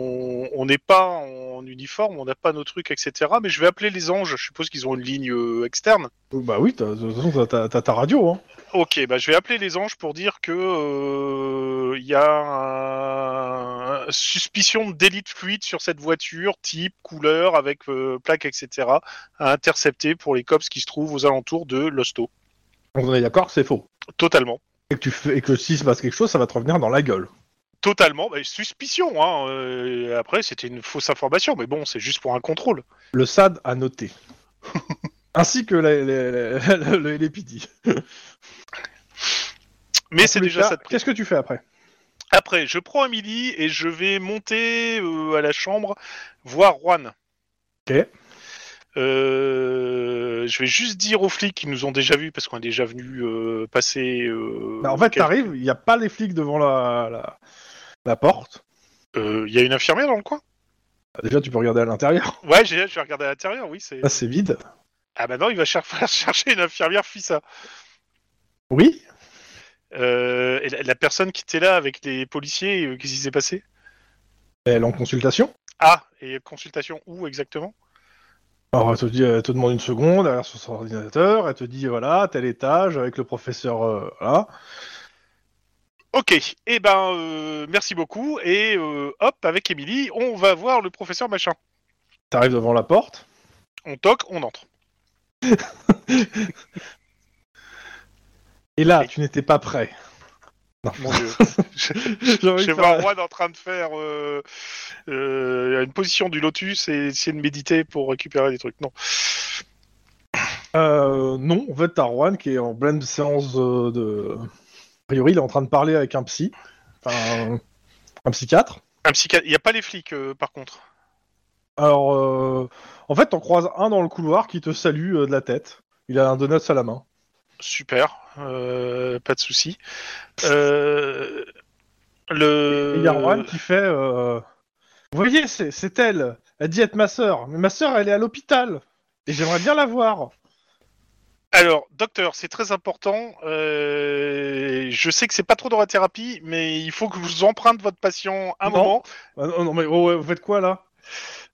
on n'est pas en uniforme, on n'a pas nos trucs, etc. Mais je vais appeler les anges. Je suppose qu'ils ont une ligne euh, externe.
Bah oui, t'as- de toute façon, t'as- t'as t'as ta radio. Hein.
Ok, bah, je vais appeler les anges pour dire que euh, il y a un- suspicion de délit de fluide sur cette voiture, type, couleur, avec euh, plaque, etc. à intercepter pour les cops qui se trouvent aux alentours de l'hosto.
On est d'accord, c'est faux.
Totalement.
et que, tu fais, et que s'il se passe quelque chose, ça va te revenir dans la gueule.
Totalement, bah, suspicion. Hein. euh, après, c'était une fausse information, mais bon, c'est juste pour un contrôle.
Le SAD a
<laughs>
noté. Ainsi que la- la- la- la- le LPD.
Mais
Dans
c'est
tous les
déjà
cas,
ça de pris.
Qu'est-ce que tu fais après
Après, je prends Emily et je vais monter euh, à la chambre voir Juan.
Ok.
Euh, je vais juste dire aux flics qui nous ont déjà vus parce qu'on est déjà venu euh, passer. euh,
Bah, En fait,
quel-
t'arrives, il n'y a pas les flics devant la, la, la porte.
Euh, Il y a une infirmière dans le coin
Bah, Déjà, tu peux regarder à l'intérieur.
Ouais, j'ai- je vais regarder à l'intérieur, oui. c'est...
Là, c'est vide.
Ah bah non, il va cher- <laughs> falloir chercher une infirmière hein. fissa.
Oui
Euh, et la, la personne qui était là avec les policiers, euh, qu'est-ce qui s'est passé
Elle est en consultation.
Ah, et consultation où exactement
Alors, elle te, dit, elle te demande une seconde, elle regarde sur son ordinateur, elle te dit, voilà, tel étage, avec le professeur, euh, voilà.
Ok, eh ben euh, merci beaucoup et euh, hop avec Émilie, on va voir le professeur machin.
T'arrives devant la porte.
On toque, on entre.
Et là,
Et-
tu n'étais pas prêt.
Mon dieu. je
<laughs> J'ai envie
je
de
vois
faire-
Juan en train de faire euh, euh, une position du lotus et essayer de méditer pour récupérer des trucs. Non.
Euh, non, en fait, t'as Juan qui est en pleine séance euh, de. A priori, il est en train de parler avec un psy, un, un psychiatre.
Un psychiatre. Il n'y a pas les flics euh, par contre.
Alors, euh, en fait, t'en croises un dans le couloir qui te salue euh, de la tête. Il a un donut à la main.
Super, euh, pas de souci. Euh,
Et
le.
il y a Juan qui fait euh, Vous voyez, c'est c'est elle. Elle dit être ma sœur. Mais ma sœur, elle est à l'hôpital. Et j'aimerais bien la voir.
Alors, docteur, c'est très important. euh, je sais que c'est pas trop dans la thérapie, mais il faut que vous emprunte votre patient un
Non.
moment.
Ah, non, non, mais oh, ouais, vous faites quoi là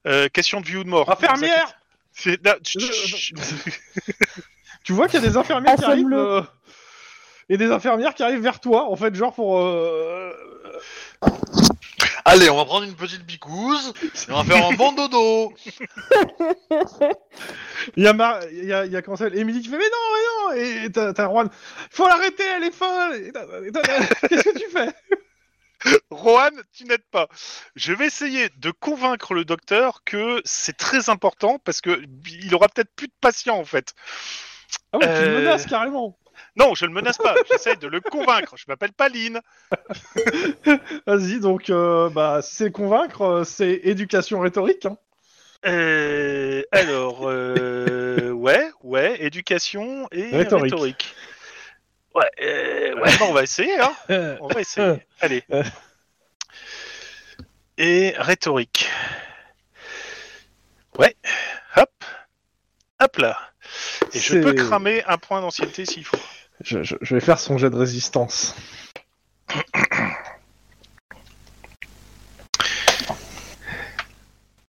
Euh, question de vie ou de mort.
Ah, Infirmière
C'est- non, chut, chut, chut.
Tu vois qu'il y a des infirmières qui arrivent.
Assomme-le.
euh, Et des infirmières qui arrivent vers toi, en fait, genre pour. euh,
Allez, on va prendre une petite picouse et on va faire un bon dodo.
Il y a, Mar... il y a, il y a comment ça s'appelle, Emily qui fait Mais non, mais non Et t'as t'as Juan, faut l'arrêter, elle est folle Et t'as- et t'as- <laughs> Qu'est-ce que tu fais
Rohan, tu n'aides pas. Je vais essayer de convaincre le docteur que c'est très important parce que il aura peut-être plus de patients en fait.
Ah ouais, tu le
Euh.
menaces carrément
Non, je ne le menace pas. J'essaie de le convaincre. Je m'appelle pas Lynn.
Vas-y, donc, euh, bah, c'est convaincre, euh, c'est éducation rhétorique. Hein.
Euh, alors, euh, ouais, ouais, éducation et
Rhétorique.
rhétorique. Ouais, euh, ouais, bah, on va essayer, hein. <laughs> On va essayer. Allez.
Euh.
Et rhétorique. Ouais. Hop. Hop là. Et je
C'est-
peux cramer un point d'ancienneté s'il faut.
Je, je- je vais faire son jet de résistance.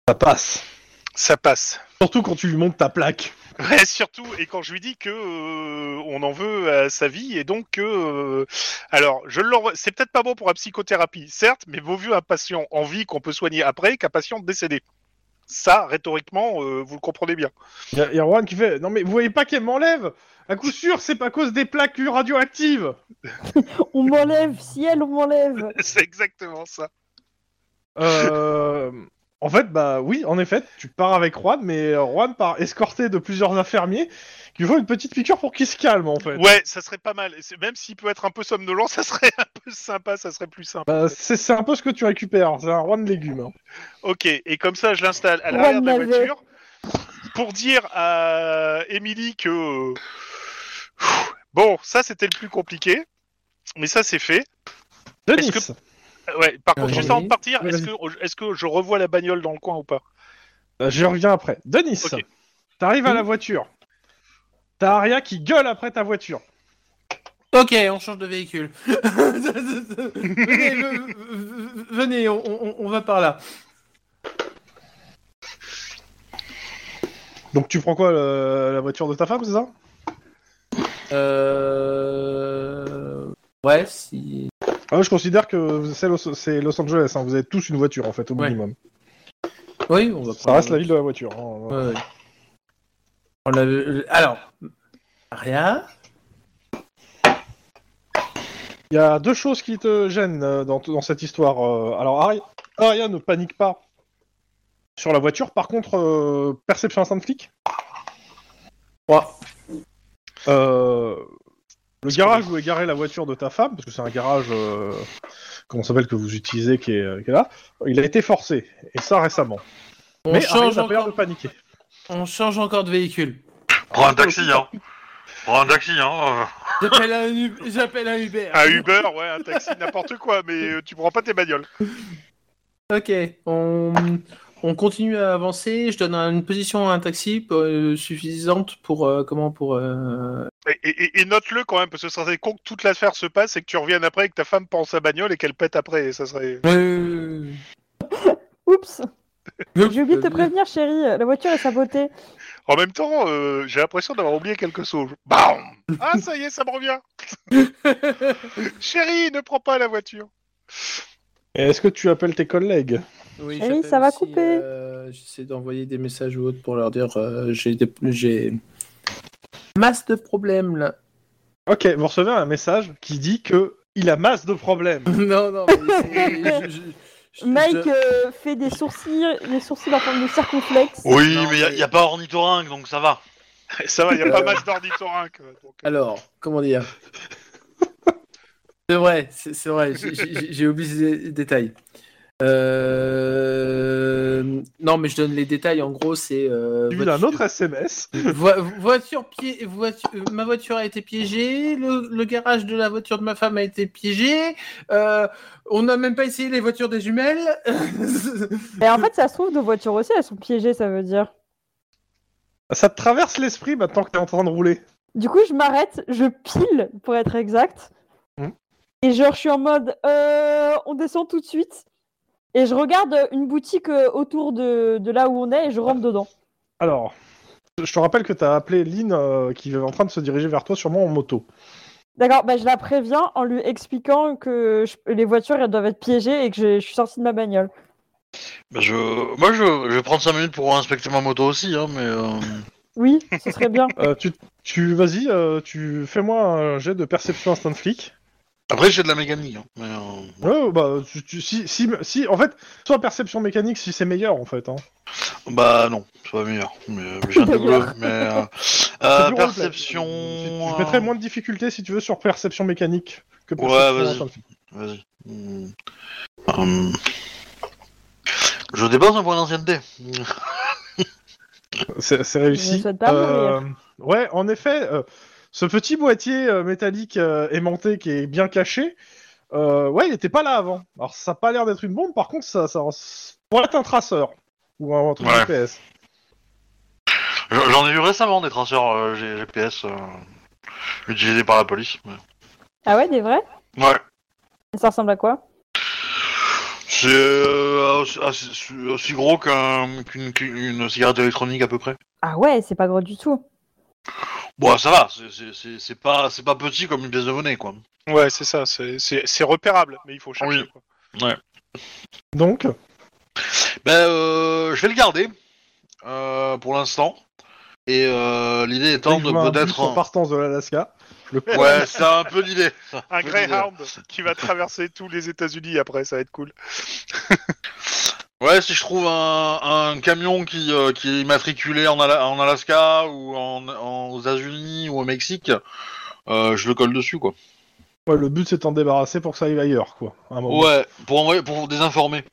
Ça passe.
Ça passe.
Surtout quand tu lui montes ta plaque.
Ouais, surtout, et quand je lui dis que euh, on en veut à sa vie, et donc que. euh, alors, je l'envoie. C'est peut-être pas bon pour la psychothérapie, certes, mais vaut mieux un patient en vie qu'on peut soigner après qu'un patient décédé. Ça, rhétoriquement, euh, vous le comprenez bien. <laughs>
Il y, a- y a Juan qui fait Non, mais vous voyez pas qu'elle m'enlève À coup sûr, c'est pas à cause des plaques radioactives
On m'enlève, ciel, on m'enlève.
C'est exactement ça.
Euh, en fait, bah oui, en effet, tu pars avec Juan, mais euh, Juan part escorté de plusieurs infirmiers qui lui font une petite piqûre pour qu'il se calme, en fait.
Ouais, ça serait pas mal. Et c'est- Même s'il peut être un peu somnolent, <laughs> ça serait un peu sympa, ça serait plus sympa.
Bah, c'est c'est un peu ce que tu récupères, c'est un Juan légume. hein.
Ok, et comme ça, je l'installe à l'arrière de la
Juan Navet.
voiture pour dire à Émilie que... euh, pff, Bon, ça, c'était le plus compliqué. Mais ça, c'est fait.
Denis,
Est-ce Euh, Ouais, par contre,
Oui.
juste avant de partir,
Oui,
est-ce que, est que je revois la bagnole dans le coin ou pas
euh, j'y reviens après. Denis,
Ok.
t'arrives à la voiture. T'as Aria qui gueule après ta voiture.
Ok, on change de véhicule. <laughs> venez, ve- ve- venez, on, on- on va par là.
Donc tu prends quoi, le- la voiture de ta femme, c'est ça
Euh... Ouais, si.
Ah, Je considère que c'est Los, c'est Los Angeles, hein, vous avez tous une voiture, en fait, au
Ouais.
minimum.
Oui, on va
Ça reste la
prendre-
ville de la voiture. hein.
Ouais, ouais. On l'avait- Alors, Aria
Il y a deux choses qui te gênent euh, dans, dans cette histoire. euh, Alors, Aria, Aria ne panique pas sur la voiture. Par contre, euh, perception instant de flic.
Trois.
euh, le garage où est garée la voiture de ta femme, parce que c'est un garage, euh, comment ça s'appelle, que vous utilisez, qui est, euh, qui est là, il a été forcé. Et ça récemment.
On,
Mais Aria
change
n'a pas l'air
encore...
de paniquer.
on change encore de véhicule.
<laughs> Prends un taxi, hein. Prends un taxi, hein.
J'appelle un, U- j'appelle un Uber.
Ah,
Un Ah, Uber, ouais, un taxi, n'importe quoi, mais euh, tu prends pas tes bagnoles.
Ok, on... on continue à avancer. Je donne un- une position à un taxi euh, suffisante pour. euh, comment pour. euh,
Et, et- et note-le quand même, parce que ce serait con que toute l'affaire se passe et que tu reviennes après et que ta femme prend sa bagnole et qu'elle pète après, et ça serait...
euh,
Oups, j'ai oublié de te prévenir, chérie, la voiture est sabotée.
En même temps, euh, j'ai l'impression d'avoir oublié quelque chose. Bam Ah, ça y est, ça me revient Chérie, ne prends pas la voiture
Et Est-ce que tu appelles tes collègues
Oui,
Eh oui,
j'appelle
ça va
aussi,
couper.
euh, J'essaie d'envoyer des messages ou autres pour leur dire euh, j'ai des- j'ai masse de problèmes là.
Ok, vous recevez un message qui dit que il a masse de problèmes.
<laughs> non, non, mais c'est- je- je- je-
Mike
je-
euh, fait des sourcils, des sourcils en forme de circonflexe.
Oui,
Non,
mais il
mais-
n'y a, pas ornithorynque, donc ça va.
Ça va, il y a pas
Euh.
mal d'ornithorynques. donc, euh,
Alors, comment dire C'est vrai, c'est c'est vrai, j'ai- j'ai j'ai oublié les détails. Euh, Non, mais je donne les détails. En gros, c'est. euh,
Il a un
voiture-
autre SMS.
Vo- voiture pié- voiture- euh, ma voiture a été piégée, le, le garage de la voiture de ma femme a été piégé, euh, on n'a même pas essayé les voitures des jumelles.
<laughs>
Et en fait, ça se trouve, nos voitures aussi, elles sont piégées, ça veut dire.
Ça te traverse l'esprit maintenant que t'es en train de rouler.
Du coup, je m'arrête, je pile, pour être exact.
Mhm.
Et genre, je suis en mode, euh, on descend tout de suite. Et je regarde une boutique euh, autour de, de là où on est et je rentre dedans.
Alors, je te rappelle que t'as appelé Lynn euh, qui est en train de se diriger vers toi, sûrement en moto.
D'accord, bah, je la préviens en lui expliquant que je- les voitures elles doivent être piégées et que je, je suis sortie de ma bagnole.
Bah, je... Moi, je... je vais prendre 5 minutes pour inspecter ma moto aussi, hein, mais... euh,
Oui, ce serait bien.
Euh, tu, tu vas-y, euh, tu fais-moi un jet de perception instant flic.
Après, j'ai de la mécanique. hein, mais, euh, bon.
Ouais, bah, tu- tu- si, si, si, en fait, soit perception mécanique si c'est meilleur en fait. Hein.
Bah non, c'est pas meilleur. Mais, euh,
<laughs>
mais j'ai un double,
D'ailleurs.
mais, euh,
C'est
euh,
du roleplay.
perception. euh,
Tu- Je mettrais moins de difficultés si tu veux sur perception mécanique que
Ouais,
perception
vas-y.
instant flic.
Vas-y. Hmm. Hum. Je dépense un point d'ancienneté.
C'est c'est réussi.
Je ne souhaite pas
Euh, ouais, en effet, euh, ce petit boîtier euh, métallique euh, aimanté qui est bien caché, euh, ouais, il était pas là avant. Alors ça a pas l'air d'être une bombe, par contre, ça, ça pourrait être un traceur ou un, truc
Ouais.
GPS.
Je- J'en ai vu récemment des traceurs euh, G- GPS euh, utilisés par la police. mais-
Ah ouais, des vrais
Ouais.
Ça ressemble à quoi
C'est euh, aussi- aussi, aussi gros qu'un- qu'une qu'une cigarette électronique à peu près.
Ah ouais, c'est pas gros du tout.
Bon, ça va, c'est- c'est- c'est c'est pas, c'est pas petit comme une pièce de monnaie, quoi.
Ouais, c'est ça, c'est- c'est c'est repérable, mais il faut chercher.
Oui.
quoi.
Donc,
Ben, euh, je vais le garder euh, pour l'instant. Et euh, l'idée étant
avec
de
un bus
peut-être.
en
un-
partance de l'Alaska, le
Ouais, c'est un peu l'idée. c'est un
Un
peu l'idée.
Greyhound qui va traverser tous les États-Unis après, ça va être cool.
Ouais, si je trouve un, un camion qui, euh, qui est immatriculé en, Ala- en Alaska ou en, en- aux États-Unis ou au Mexique, euh, je le colle dessus, quoi.
ouais, le but c'est de t'en débarrasser pour que ça aille ailleurs, quoi. à un moment.
Ouais, pour envoyer, pour désinformer.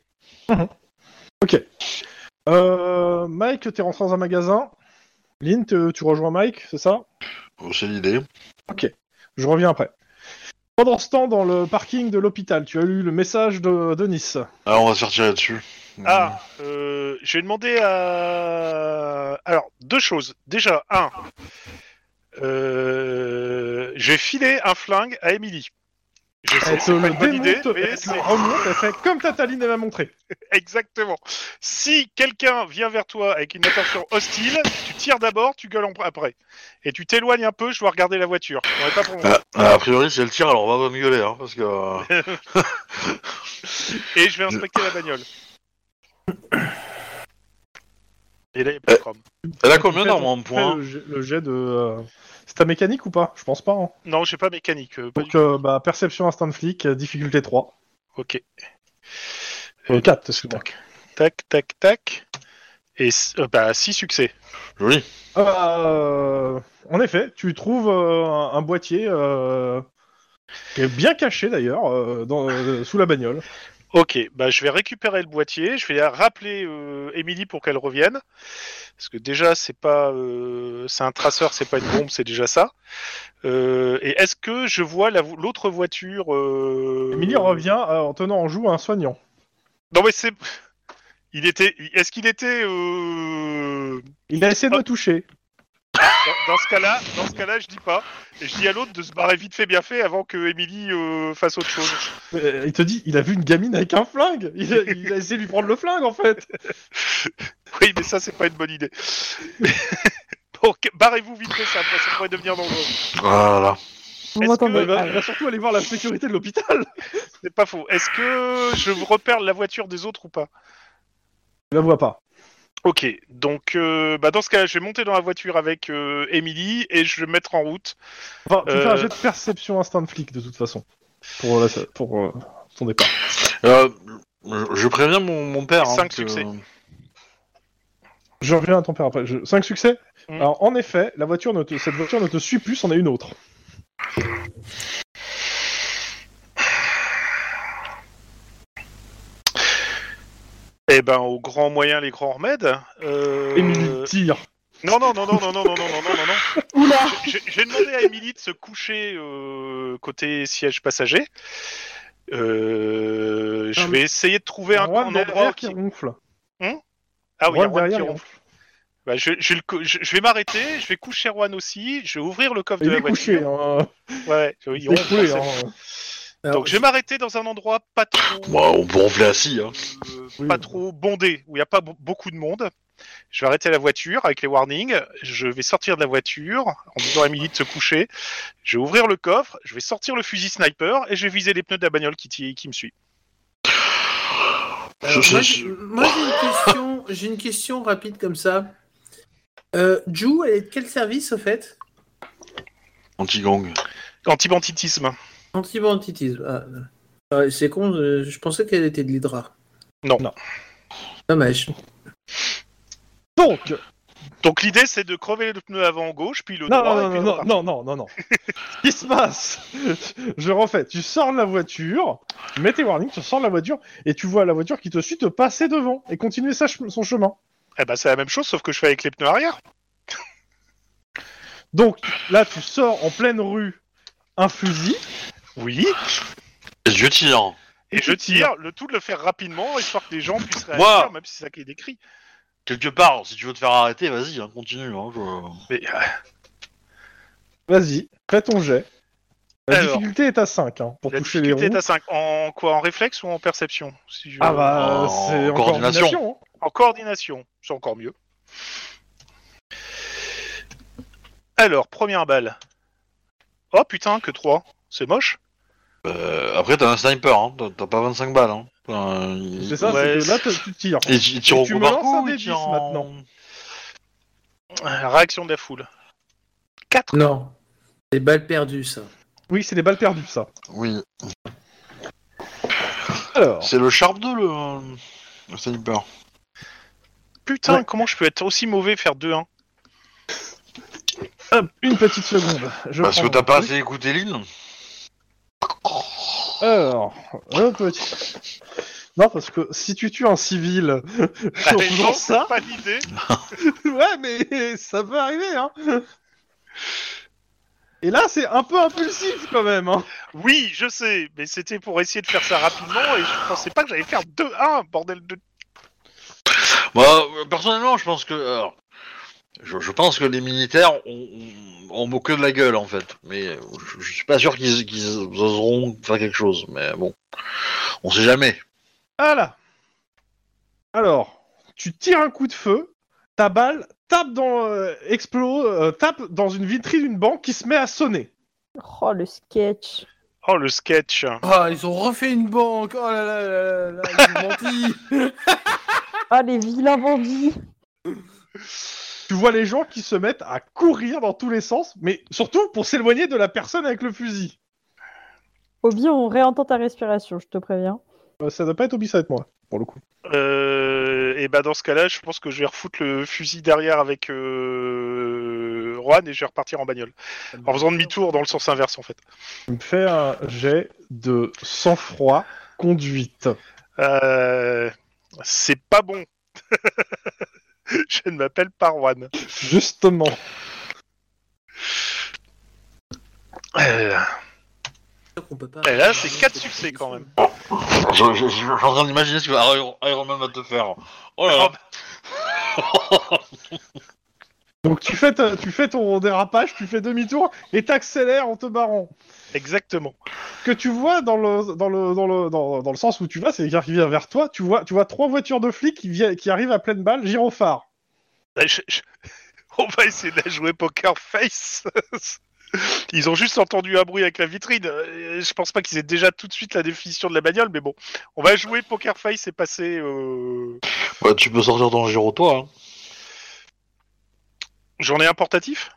Euh, Mike, t'es rentré dans un magasin. Lynn, te- tu rejoins Mike, c'est ça
Oh, c'est l'idée.
Je reviens après. Pendant ce temps, dans le parking de l'hôpital, tu as eu le message de, de Nice.
Alors, on va se retirer dessus.
Ah, euh, je vais demander à. Alors, deux choses. Déjà, un, euh, je vais filer un flingue à Emily. Je sais,
Elle te
c'est pas
le
une bonne idée,
démonte,
mais
elle te
c'est
le remonte, elle fait comme ta Taline elle m'a montré.
exactement. Si quelqu'un vient vers toi avec une intention hostile, tu tires d'abord, tu gueules en- après. Et tu t'éloignes un peu, je dois regarder la voiture. On est pas pour moi.
Ah, ah, a priori, si elle tire, alors on va pas me gueuler, hein, parce que. euh,
<laughs>
Et je vais inspecter la bagnole. Et là, il n'y a pas de chrome.
Elle a
Tu
combien
fais
d'armes en
ton-
points hein
fais le, jet- le jet de. euh, C'est ta mécanique ou pas Je pense pas. hein.
Non, j'ai pas mécanique. euh, pas du
Donc, euh, bah, perception instant flic, euh, difficulté 3.
tout. Ok.
Euh, 4, excuse-moi.
Tac, tac, tac, tac. Et s- euh, bah, 6 succès.
Joli.
Euh, en effet, tu trouves euh, un, un boîtier euh, qui est bien caché d'ailleurs, euh, dans- euh, sous la bagnole.
Ok, bah, je vais récupérer le boîtier. Je vais rappeler euh, Emily pour qu'elle revienne. Parce que déjà, c'est pas, euh, c'est un traceur, c'est pas une bombe, c'est déjà ça. Euh, et est-ce que je vois la vo- l'autre voiture euh,
Emily revient euh, en tenant en joue un soignant.
Non, mais c'est. Il était. Est-ce qu'il était. euh,
Il a essayé de
Oh.
me toucher.
Dans, dans ce cas-là, dans ce cas-là, je dis pas. Et je dis à l'autre de se barrer vite fait, bien fait, avant que Emily euh, fasse autre chose.
Euh, il te dit, il a vu une gamine avec un flingue. Il a, <laughs> il a essayé de lui prendre le flingue en fait.
Oui, mais ça, c'est pas une bonne idée. <laughs> bon, que- barrez-vous vite fait, ça, ça pourrait devenir dangereux.
Voilà.
Vous
Est-ce
Il
que-
m'entendez
va,
Ah
il
ouais.
va surtout aller voir la sécurité de l'hôpital.
C'est pas faux. Est-ce que je vous repère la voiture des autres ou pas
Je la vois pas.
Ok, donc euh, bah dans ce cas, je vais monter dans la voiture avec euh, Emily et je vais me mettre en route.
Enfin, tu
Euh,
fais un jet de perception instinct de flic de toute façon. Pour, la- pour euh, ton départ.
Euh, je- je préviens mon, mon père. hein,
Cinq
que-
succès.
Je reviens à ton père après. 5 succès
Mm.
Alors en effet, la voiture ne te- cette voiture ne te suit plus, c'en est une autre.
Eh ben, au grand moyen, les grands remèdes. Euh...
Émilie, tire.
Non, non, non, non, non, non, non, non, non, non, non, non.
Ah, Oula
J'ai j'ai demandé à Émilie de se coucher euh, côté siège passager. Euh, je
Non,
vais essayer de trouver un,
Juan
un
derrière
endroit
qui
qui...
ronfle.
Ah oui,
Juan
un roi qui
derrière, il
ronfle. Bah, je, je vais le cou- je- je vais m'arrêter, je vais coucher Erwan aussi, je vais ouvrir le coffre de
Il
la
est couché,
voiture.
hein.
Ouais, je- ils
Il est
ronflent,
couché,
forcément.
hein.
Alors,
Donc je vais m'arrêter dans un endroit pas trop,
Bah, on peut ronfler assis. Hein.
euh,
Oui.
pas trop bondé, où il n'y a pas be- beaucoup de monde. Je vais arrêter la voiture avec les warnings. Je vais sortir de la voiture en disant à Emily de se coucher. Je vais ouvrir le coffre, je vais sortir le fusil sniper et je vais viser les pneus de la bagnole qui, t- qui me suit.
alors,
Je-
moi,
je-
j'ai moi, j'ai une question, j'ai une question rapide comme ça. Euh, Ju, elle est de quel service au fait
Anti-gang.
Antibanditisme.
Antibanditisme. Ah, ouais, c'est con, euh, je pensais qu'elle était de l'Hydra.
Non.
Non.
Dommage.
Donc,
Donc l'idée c'est de crever le pneu avant gauche, puis le
non,
droit.
non,
et puis hein.
non,
le
non,
droit.
non, non, non, non. Ce qui se passe, je refais, tu sors de la voiture, tu mets tes warnings, tu sors de la voiture, et tu vois la voiture qui te suit te passer devant et continuer sa chem- son chemin.
Eh ben c'est la même chose sauf que je fais avec les pneus arrière.
Donc, là, tu sors en pleine rue un fusil,
Oui.
Et je tire.
Et je tire, le tout de le faire rapidement, histoire que les gens puissent réagir,
Moi.
même si c'est ça qui est décrit.
Quelque part, si tu veux te faire arrêter, vas-y, hein, continue. Hein, je-
Mais, euh,
vas-y, fais ton jet. La
Alors.
difficulté est à 5 hein, pour
la
toucher les roues.
difficulté est à 5. En quoi En réflexe ou en perception si je-
Ah bah,
En
c'est en
coordination.
coordination, hein.
En coordination, c'est encore mieux. Alors, première balle. Oh putain, que 3. C'est moche.
Euh, après, t'as un sniper, hein. t'as- t'as pas 25 balles. Hein. Enfin, il-
C'est ça,
Ouais,
c'est que là, tu- tu tires.
Et il tire
Et
au
tu
coup
me
par
lances
coup,
un
ou
des
il tire
dix
en-
maintenant.
Réaction de la foule. 4.
Non. Des balles perdues, ça.
Oui, c'est des balles perdues, ça.
Oui,
Alors,
c'est le Sharp 2, le, euh, le sniper.
Putain,
Ouais.
comment je peux être aussi mauvais faire hein. 2-1
hop, une petite seconde. Je
Parce que
prends
t'as
mon
pas
truc.
assez écouté Lynn
Alors, un petit... Non, parce que si tu tues un civil, <laughs>
Ah,
en
mais
faisant
non,
ça, <laughs>
c'est pas l'idée.
ouais, mais ça peut arriver, hein. Et là, c'est un peu impulsif quand même. Hein.
Oui, je sais, mais c'était pour essayer de faire ça rapidement et je pensais pas que j'allais faire 2-1, bordel de.
Bah, euh, personnellement, je pense que. alors, je, je pense que les militaires ont, ont- ont moqué de la gueule, en fait. Mais euh, je, je suis pas sûr qu'ils qu'ils oseront faire quelque chose. Mais bon, on sait jamais.
Voilà. Alors, tu tires un coup de feu, ta balle tape dans, euh, explose, euh, tape dans une vitrine d'une banque qui se met à sonner.
Oh, le sketch.
Oh, le sketch.
Ah, ils ont refait une banque. Oh là là là là, là ils ont <laughs> menti.
Oh, les vilains bandits.
Tu vois les gens qui se mettent à courir dans tous les sens, mais surtout pour s'éloigner de la personne avec le fusil.
Obi, on réentend ta respiration, je te préviens.
Euh, ça doit pas être Obi, ça va être moi, pour le coup.
Euh, et bah dans ce cas-là, je pense que je vais refoutre le fusil derrière avec euh, Juan et je vais repartir en bagnole. En faisant demi-tour dans le sens inverse en fait.
Tu me fais un jet de sang-froid conduite.
Euh, c'est pas bon. <laughs> je ne m'appelle pas Juan.
Justement.
Euh,
On peut pas-
et Eh, là, c'est quatre succès quand même.
Je- je- je- je suis en train d'imaginer ce que Iron, Iron Man va te faire. Oh là là.
Donc tu fais, ta- tu fais ton dérapage, tu fais demi-tour et t'accélères en te barrant.
<laughs> Exactement.
Ce que tu vois dans le, dans le, dans le, dans, dans le sens où tu vas, c'est qu'ils viennent vers toi, tu vois, tu vois trois voitures de flics qui, viennent- qui arrivent à pleine balle, gyrophare.
Bah, je- je- <laughs> On va essayer de la jouer Poker Face. <laughs> Ils ont juste entendu un bruit avec la vitrine. Euh, Je pense pas qu'ils aient déjà tout de suite la définition de la bagnole, mais bon, on va jouer Poker Face et passer. euh,
Bah, tu peux sortir dans le giro, toi. hein.
J'en ai un portatif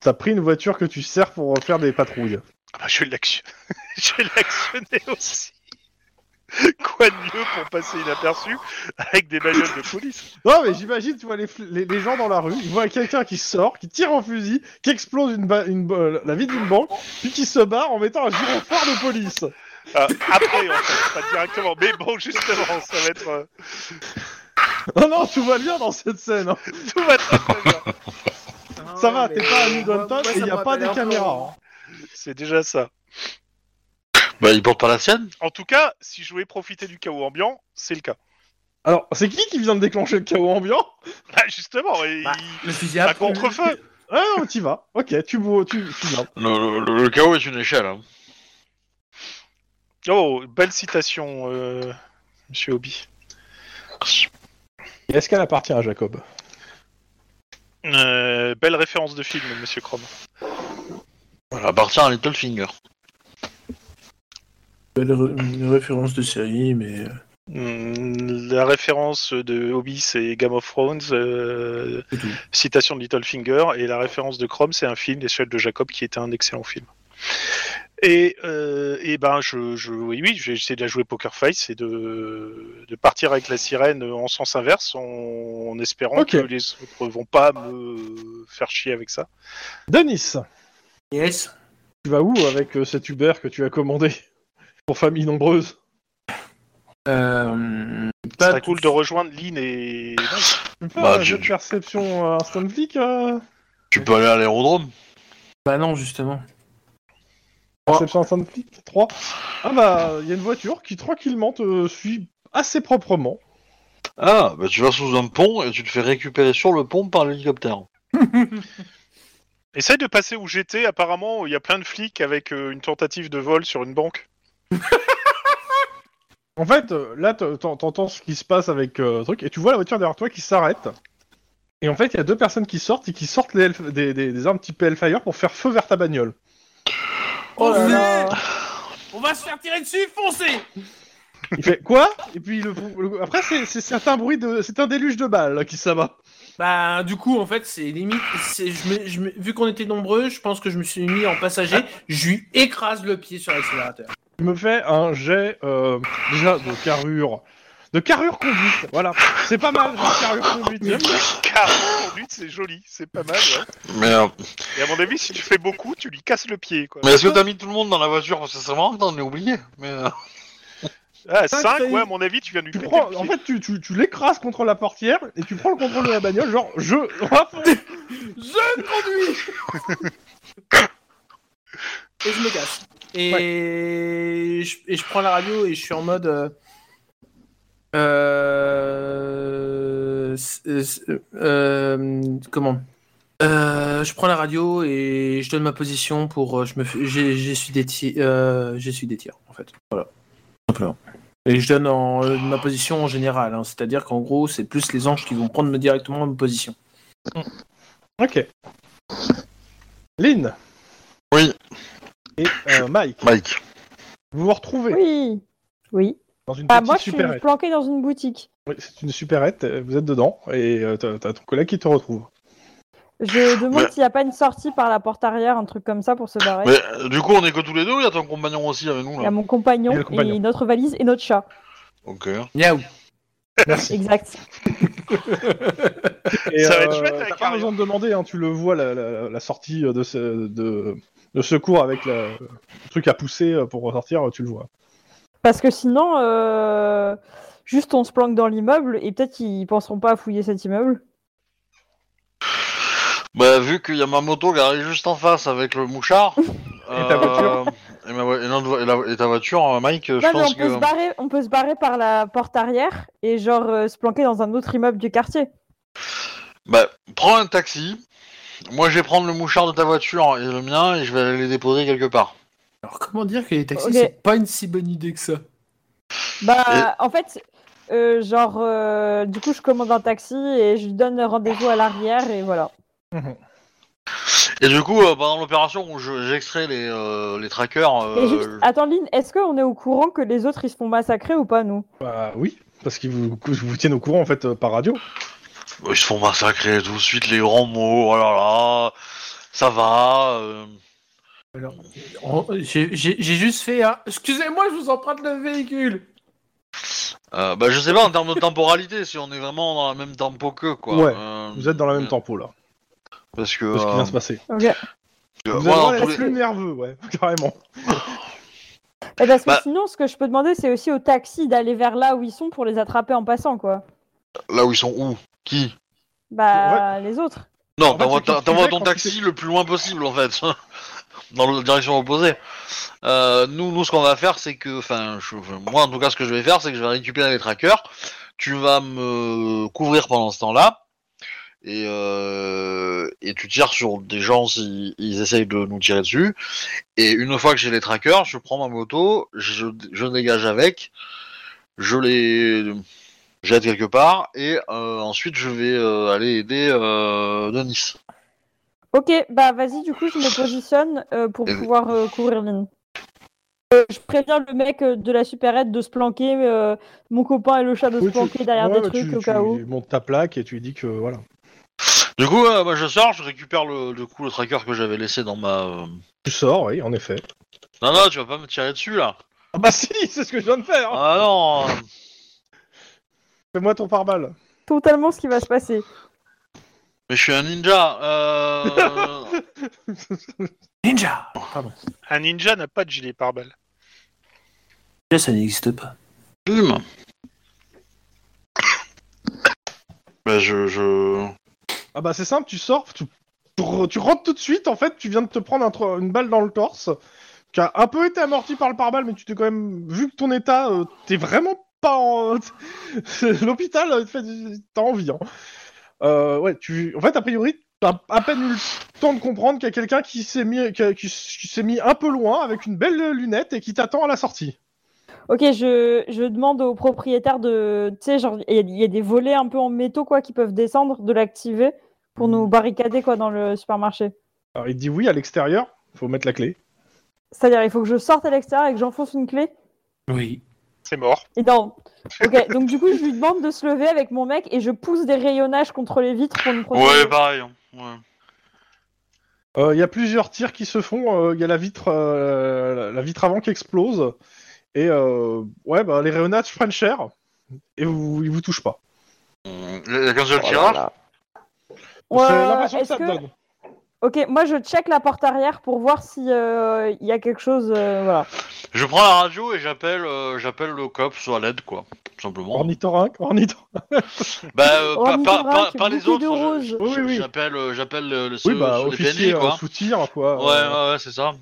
T'as pris une voiture que tu sers pour faire des patrouilles.
ah bah, Je vais l'action- <laughs> je vais l'actionner aussi. Quoi de mieux pour passer inaperçu avec des bagnoles de police
Non mais j'imagine, tu vois les, fl- les, les gens dans la rue, ils voient quelqu'un qui sort, qui tire en fusil, qui explose une ba- une ba- la vitre d'une banque, puis qui se barre en mettant un gyrophare de police.
Euh, Après, en fait, pas directement. Mais bon, justement, ça va être. euh,
<laughs> Non Oh non, tout va bien dans cette scène. hein.
Tout va très très bien.
Ça va,
Ah, mais-
t'es pas à New
Moi- moi,
Downtown
ça
et il n'y
me
a pas
rappelle
des
un peu-
caméras. hein.
C'est déjà ça.
Bah, il porte pas la sienne
En tout cas, si je voulais profiter du chaos ambiant, c'est le cas.
Alors, c'est qui qui vient de déclencher le chaos ambiant
Bah, justement, et
Bah,
il-
Le fusil
à
à pompe.
contre-feu.
Ah, non, tu y vas. Ok, tu, bou- tu, tu viens.
Le, le- le chaos est une échelle. hein.
Oh, belle citation, euh, monsieur Hobby.
Et Est-ce qu'elle appartient à Jacob
Euh, belle référence de film, monsieur Chrome.
Elle appartient à Littlefinger.
Une ré- une référence de série, mais. euh,
Mm, La référence de Hobby, c'est Game of Thrones, euh,
C'est tout.
citation de Littlefinger, et la référence de Chrome, c'est un film, L'échelle de Jacob, qui était un excellent film. Et, euh, et ben, je, je- oui, oui, j'ai essayé de la jouer Poker Face et de, de partir avec la sirène en sens inverse, en, en espérant
Ok.
que les autres vont pas me faire chier avec ça.
Denis,
Yes.
tu vas où avec euh, cet Uber que tu as commandé <laughs> pour famille nombreuse
Euh,
C'est
pas
cool
tout-
de rejoindre Lynn et.
Tu peux
Bah,
faire un
je-
jet de perception euh, instant flic euh
Tu peux aller à l'aérodrome.
Bah non, justement.
Perception instant flic 3. Ah bah, il y a une voiture qui tranquillement te suit assez proprement.
Ah, bah tu vas sous un pont et tu te fais récupérer sur le pont par l'hélicoptère.
Essaye de passer où j'étais, apparemment, il y a plein de flics avec euh, une tentative de vol sur une banque.
En fait, euh, là, t- t'en- t'entends ce qui se passe avec euh, le truc, et tu vois la voiture derrière toi qui s'arrête. Et en fait, il y a deux personnes qui sortent et qui sortent les Hellf- des, des- des armes type Hellfire pour faire feu vers ta bagnole.
Oh
là
là On va se faire tirer dessus, foncez
Il fait quoi Et puis le, le- après c'est c'est certains bruits de c'est un déluge de balles là, qui s'abat.
Bah du coup en fait c'est limite c'est je me- je me- vu qu'on était nombreux je pense que je me suis mis en passager je lui écrase le pied sur l'accélérateur.
Tu me fais un jet euh, déjà de carrure de carrure conduite. Voilà, c'est pas mal de carrure conduite. J'aime bien.
Car conduite, c'est joli, c'est pas mal. ouais.
Mais, euh,
Et à mon avis, si tu fais beaucoup, tu lui casses le pied. Quoi.
mais est-ce que t'as mis tout le monde dans la voiture Parce que c'est vraiment que t'en as oublié. Mais, euh,
Ah,
Cinq,
5,
t'as eu-
ouais, à mon avis, tu viens de lui
Tu
péter
prends,
le
en
pied.
fait, tu, tu, tu l'écrases contre la portière et tu prends le contrôle de la bagnole, genre je.
Je conduis Et je me casse. Et, je, et je prends la radio et je suis en mode euh, euh, c'est- c'est- euh, comment Euh, je prends la radio et je donne ma position pour euh, je me fais- j'ai- j'essuie des tirs j'essuie des tirs en fait voilà simplement et je donne en, euh, ma position en général hein. c'est-à-dire qu'en gros c'est plus les anges qui vont prendre me directement ma position
ok. Lynn.
Oui.
Et euh, Mike,
Mike.
vous vous retrouvez
Oui. Oui.
dans une
Bah,
petite
moi, je suis
supérette.
planqué dans une boutique.
Oui, c'est une supérette. euh, Vous êtes dedans et euh, t'as t'as ton collègue qui te retrouve.
Je demande
Mais-
s'il n'y a pas une sortie par la porte arrière, un truc comme ça pour se barrer.
Mais euh, du coup, on est que tous les deux ou y a ton compagnon aussi avec nous
Il y a
là
mon compagnon
Et
et,
le compagnon.
notre valise et notre chat.
Ok.
Miaou
Merci.
Exact.
Et, euh,
Ça va être chouette avec
T'as pas
Ariane.
besoin de demander, hein, tu le vois la, la- la sortie de, ce- de, de secours avec la- le truc à pousser euh, pour ressortir, tu le vois.
Parce que sinon, euh, juste on se planque dans l'immeuble et peut-être qu'ils penseront pas à fouiller cet immeuble.
Bah, vu qu'il y a ma moto qui arrive juste en face avec le
<laughs>
mouchard. euh,
ta voiture.
et, ma vo- et notre vo- et la- et ta voiture, euh, Mike, euh, je
Non, mais
pense
on peut, se
que.
barrer, on peut se barrer par la porte arrière et genre euh, se planquer dans un autre immeuble du quartier.
Bah, prends un taxi. Moi, je vais prendre le mouchard de ta voiture et le mien et je vais aller les déposer quelque part.
Alors comment dire que les taxis
Ok.
c'est pas une si bonne idée que ça
Bah, en fait, euh, genre, euh, du coup, je commande un taxi et je lui donne rendez-vous à l'arrière et voilà.
Et du coup, euh, pendant l'opération où je- j'extrais les, euh, les trackers. euh,
Et juste,
je-
attends, Lynn, est-ce qu'on est au courant que les autres ils se font massacrer ou pas, nous
Bah oui, parce qu'ils vous, vous tiennent au courant en fait euh, par radio.
Bah, Ils se font massacrer tout de suite, les grands mots, oh là là, ça va. euh.
Alors, en- j'ai j'ai- j'ai juste fait un. Excusez-moi, je vous emprunte le véhicule.
Euh, bah, je sais pas en termes de temporalité si on est vraiment dans le même tempo qu'eux, quoi.
Ouais,
Euh,
Vous êtes dans la même tempo là,
Parce que.
de ce qui vient
euh,
se passer.
Ok.
euh, moi,
Vous avez
dans
vraiment l'air
tous les-
plus nerveux, ouais, <laughs> carrément.
Et parce que
Bah-
sinon, ce que je peux demander, c'est aussi aux taxis d'aller vers là où ils sont pour les attraper en passant, quoi.
Là où ils sont où Qui
Bah, les autres.
Non,
En fait,
t'envoies
c'est quand
t'en-
tu
t'envoies
vas,
ton
quand tu
taxi le plus loin possible en fait, <laughs> dans la direction opposée. Euh, nous, nous, ce qu'on va faire, c'est que, enfin, je- enfin, moi en tout cas, ce que je vais faire, c'est que je vais récupérer les trackers, tu vas me couvrir pendant ce temps-là. Et, euh, et tu tires sur des gens s'ils ils essayent de nous tirer dessus. Et une fois que j'ai les trackers, je prends ma moto, je, je dégage avec, je les jette quelque part, et euh, ensuite je vais euh, aller aider euh, Denis.
Ok, bah vas-y, du coup, je me positionne euh, pour
Et oui.
pouvoir euh, couvrir Lynn. Euh, je préviens le mec euh, de la supérette de se planquer, euh, mon copain et le chat de se
Oui, tu-
planquer derrière
ouais,
des
bah, tu-
trucs au
tu
cas où.
montes ta plaque et tu lui dis que voilà.
Du coup, euh, bah, je sors, je récupère le, du coup, le tracker que j'avais laissé dans ma. euh,
Tu sors, oui, en effet.
Non, non, tu vas pas me tirer dessus là.
Ah bah si, c'est ce que je viens de faire.
Ah non. euh,
Fais-moi ton pare-balles.
Totalement ce qui va se passer.
Mais je suis un ninja. Euh...
<laughs>
Ninja
Un ninja n'a pas de gilet pare-balles.
Ninja, ça n'existe pas.
Boum. Bah, je, je.
Ah bah c'est simple, tu sors, tu, tu rentres tout de suite, en fait, tu viens de te prendre un tro- une balle dans le torse, qui a un peu été amorti par le pare-balles, mais tu t'es quand même, vu que ton état, euh, t'es vraiment pas en... <laughs> L'hôpital, euh, fait- t'as envie, hein. Euh, ouais, tu... En fait, a priori, t'as à peine eu le temps de comprendre qu'il y a quelqu'un qui s'est mis, qui, a- qui s- qui s'est mis un peu loin, avec une belle lunette, et qui t'attend à la sortie.
Ok, je, je demande au propriétaire de. Tu sais, genre, il y a- il y, a des volets un peu en métaux, quoi, qui peuvent descendre, de l'activer pour
Hmm.
nous barricader, quoi, dans le supermarché.
Alors, il te dit oui, à l'extérieur, faut mettre la clé.
C'est-à-dire, il faut que je sorte à l'extérieur et que j'enfonce une clé
Oui.
C'est mort.
Et non. Ok, donc du coup, je lui demande de se lever avec mon mec et je pousse des rayonnages contre les vitres pour nous protéger.
Ouais, pareil. hein. Ouais.
Euh, Il y a plusieurs tirs qui se font. Il y a la vitre, euh, la- la vitre avant qui explose. Et euh, ouais, bah, les rayonnages prennent cher. Et vous, ils vous touchent pas.
Hum, Il y a qu'un
Oh
seul tirage.
Ouais,
C'est l'impression que
est-ce
ça te
que-
donne.
Ok, moi je check la porte arrière pour voir si euh, il y a quelque chose. euh, voilà.
Je prends la radio et j'appelle euh, j'appelle le cop soit l'aide quoi. tout Simplement.
Ornithorynque, ornithorynque.
Bah, euh, pas, pas-
Ornithorynque,
pas- pas les
bouquet
autres.
de
je-
roses.
Oui, oui, oui.
J'appelle euh, j'appelle euh, le
Oui,
ceux-
bah,
ceux des
officier,
PNJ,
euh,
quoi.
soutien, quoi.
Ouais,
Euh,
ouais, ouais, c'est ça.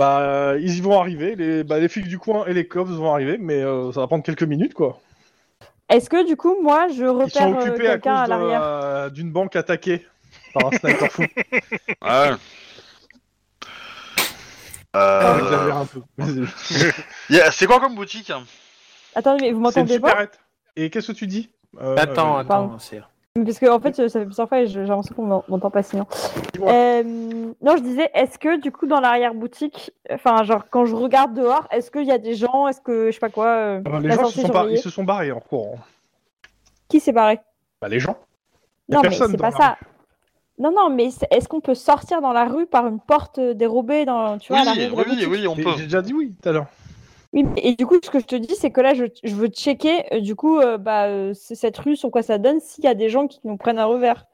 Bah, ils y vont arriver. Les, bah, les flics du coin et les cops vont arriver, mais euh, ça va prendre quelques minutes, quoi.
Est-ce que du coup, moi je
Ils sont
repère euh,
occupés à
quelqu'un à,
cause de-
l'arrière
euh, d'une banque attaquée par un
<laughs>
sniper fou.
Ouais.
Ah,
Euh,
j'exagère un peu.
yeah, c'est quoi comme boutique hein
Attendez, mais vous
C'est une
m'entendez pas
supérette. Et qu'est-ce que tu dis Euh,
Attends,
euh,
attends, c'est...
Parce que en fait, ça fait plusieurs fois et je- j'ai l'impression qu'on m'en- m'entend pas sinon.
Dis-moi.
Euh, non, je disais, est-ce que du coup dans l'arrière boutique, enfin genre quand je regarde dehors, est-ce qu'il y a des gens, est-ce que je sais pas quoi, euh,
Euh, les
la
gens se
sortie
sont, bar-
surveillée
ils se sont barrés en hein. courant.
qui s'est barré
Bah, les gens. Y a
Non, mais
personne
c'est
dans la
pas ça. Non, non, mais c'est- est-ce qu'on peut sortir dans la rue par une porte euh, dérobée dans, tu vois, à
Oui,
l'arrière de la
oui,
boutique
oui, on
Mais
peut.
J'ai déjà dit oui tout à l'heure.
Oui, mais- et du coup, ce que je te dis, c'est que là, je, je veux checker, euh, du coup, euh, bah, euh, c'est cette rue, sur quoi ça donne, s'il y a des gens qui nous prennent à revers.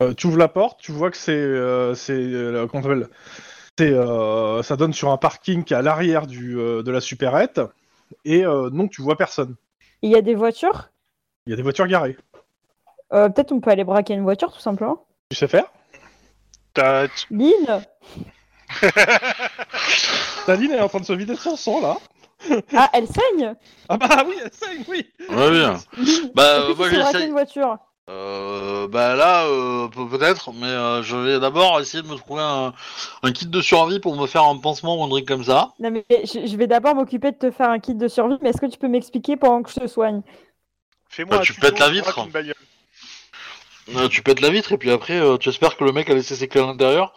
Euh, tu ouvres la porte, tu vois que c'est. euh, c'est euh, comment on appelle c'est, euh, Ça donne sur un parking qui est à l'arrière du, euh, de la supérette. Et euh, non, tu vois personne.
Il y a des voitures.
Il y a des voitures garées.
Euh, Peut-être on peut aller braquer une voiture, tout simplement.
Tu sais faire
T'as-
<laughs>
Lynn
Taline est en train de se vider de son sang là.
Ah, elle saigne
Ah bah oui, elle saigne, oui
Ouais, bien.
Lynn
Bah, euh,
est-ce que
moi
tu sais braquer
j'essaye.
une voiture
Euh, bah là, euh, peut- peut-être, mais euh, je vais d'abord essayer de me trouver un, un kit de survie pour me faire un pansement ou un truc comme ça.
Non, mais je, je vais d'abord m'occuper de te faire un kit de survie, mais est-ce que tu peux m'expliquer pendant que je te soigne
Fais-moi
Bah,
un
tu
tuto
pètes la
pour
vitre. hein.
une bagnole.
Euh, tu pètes la vitre et puis après, euh, tu espères que le mec a laissé ses clés à l'intérieur.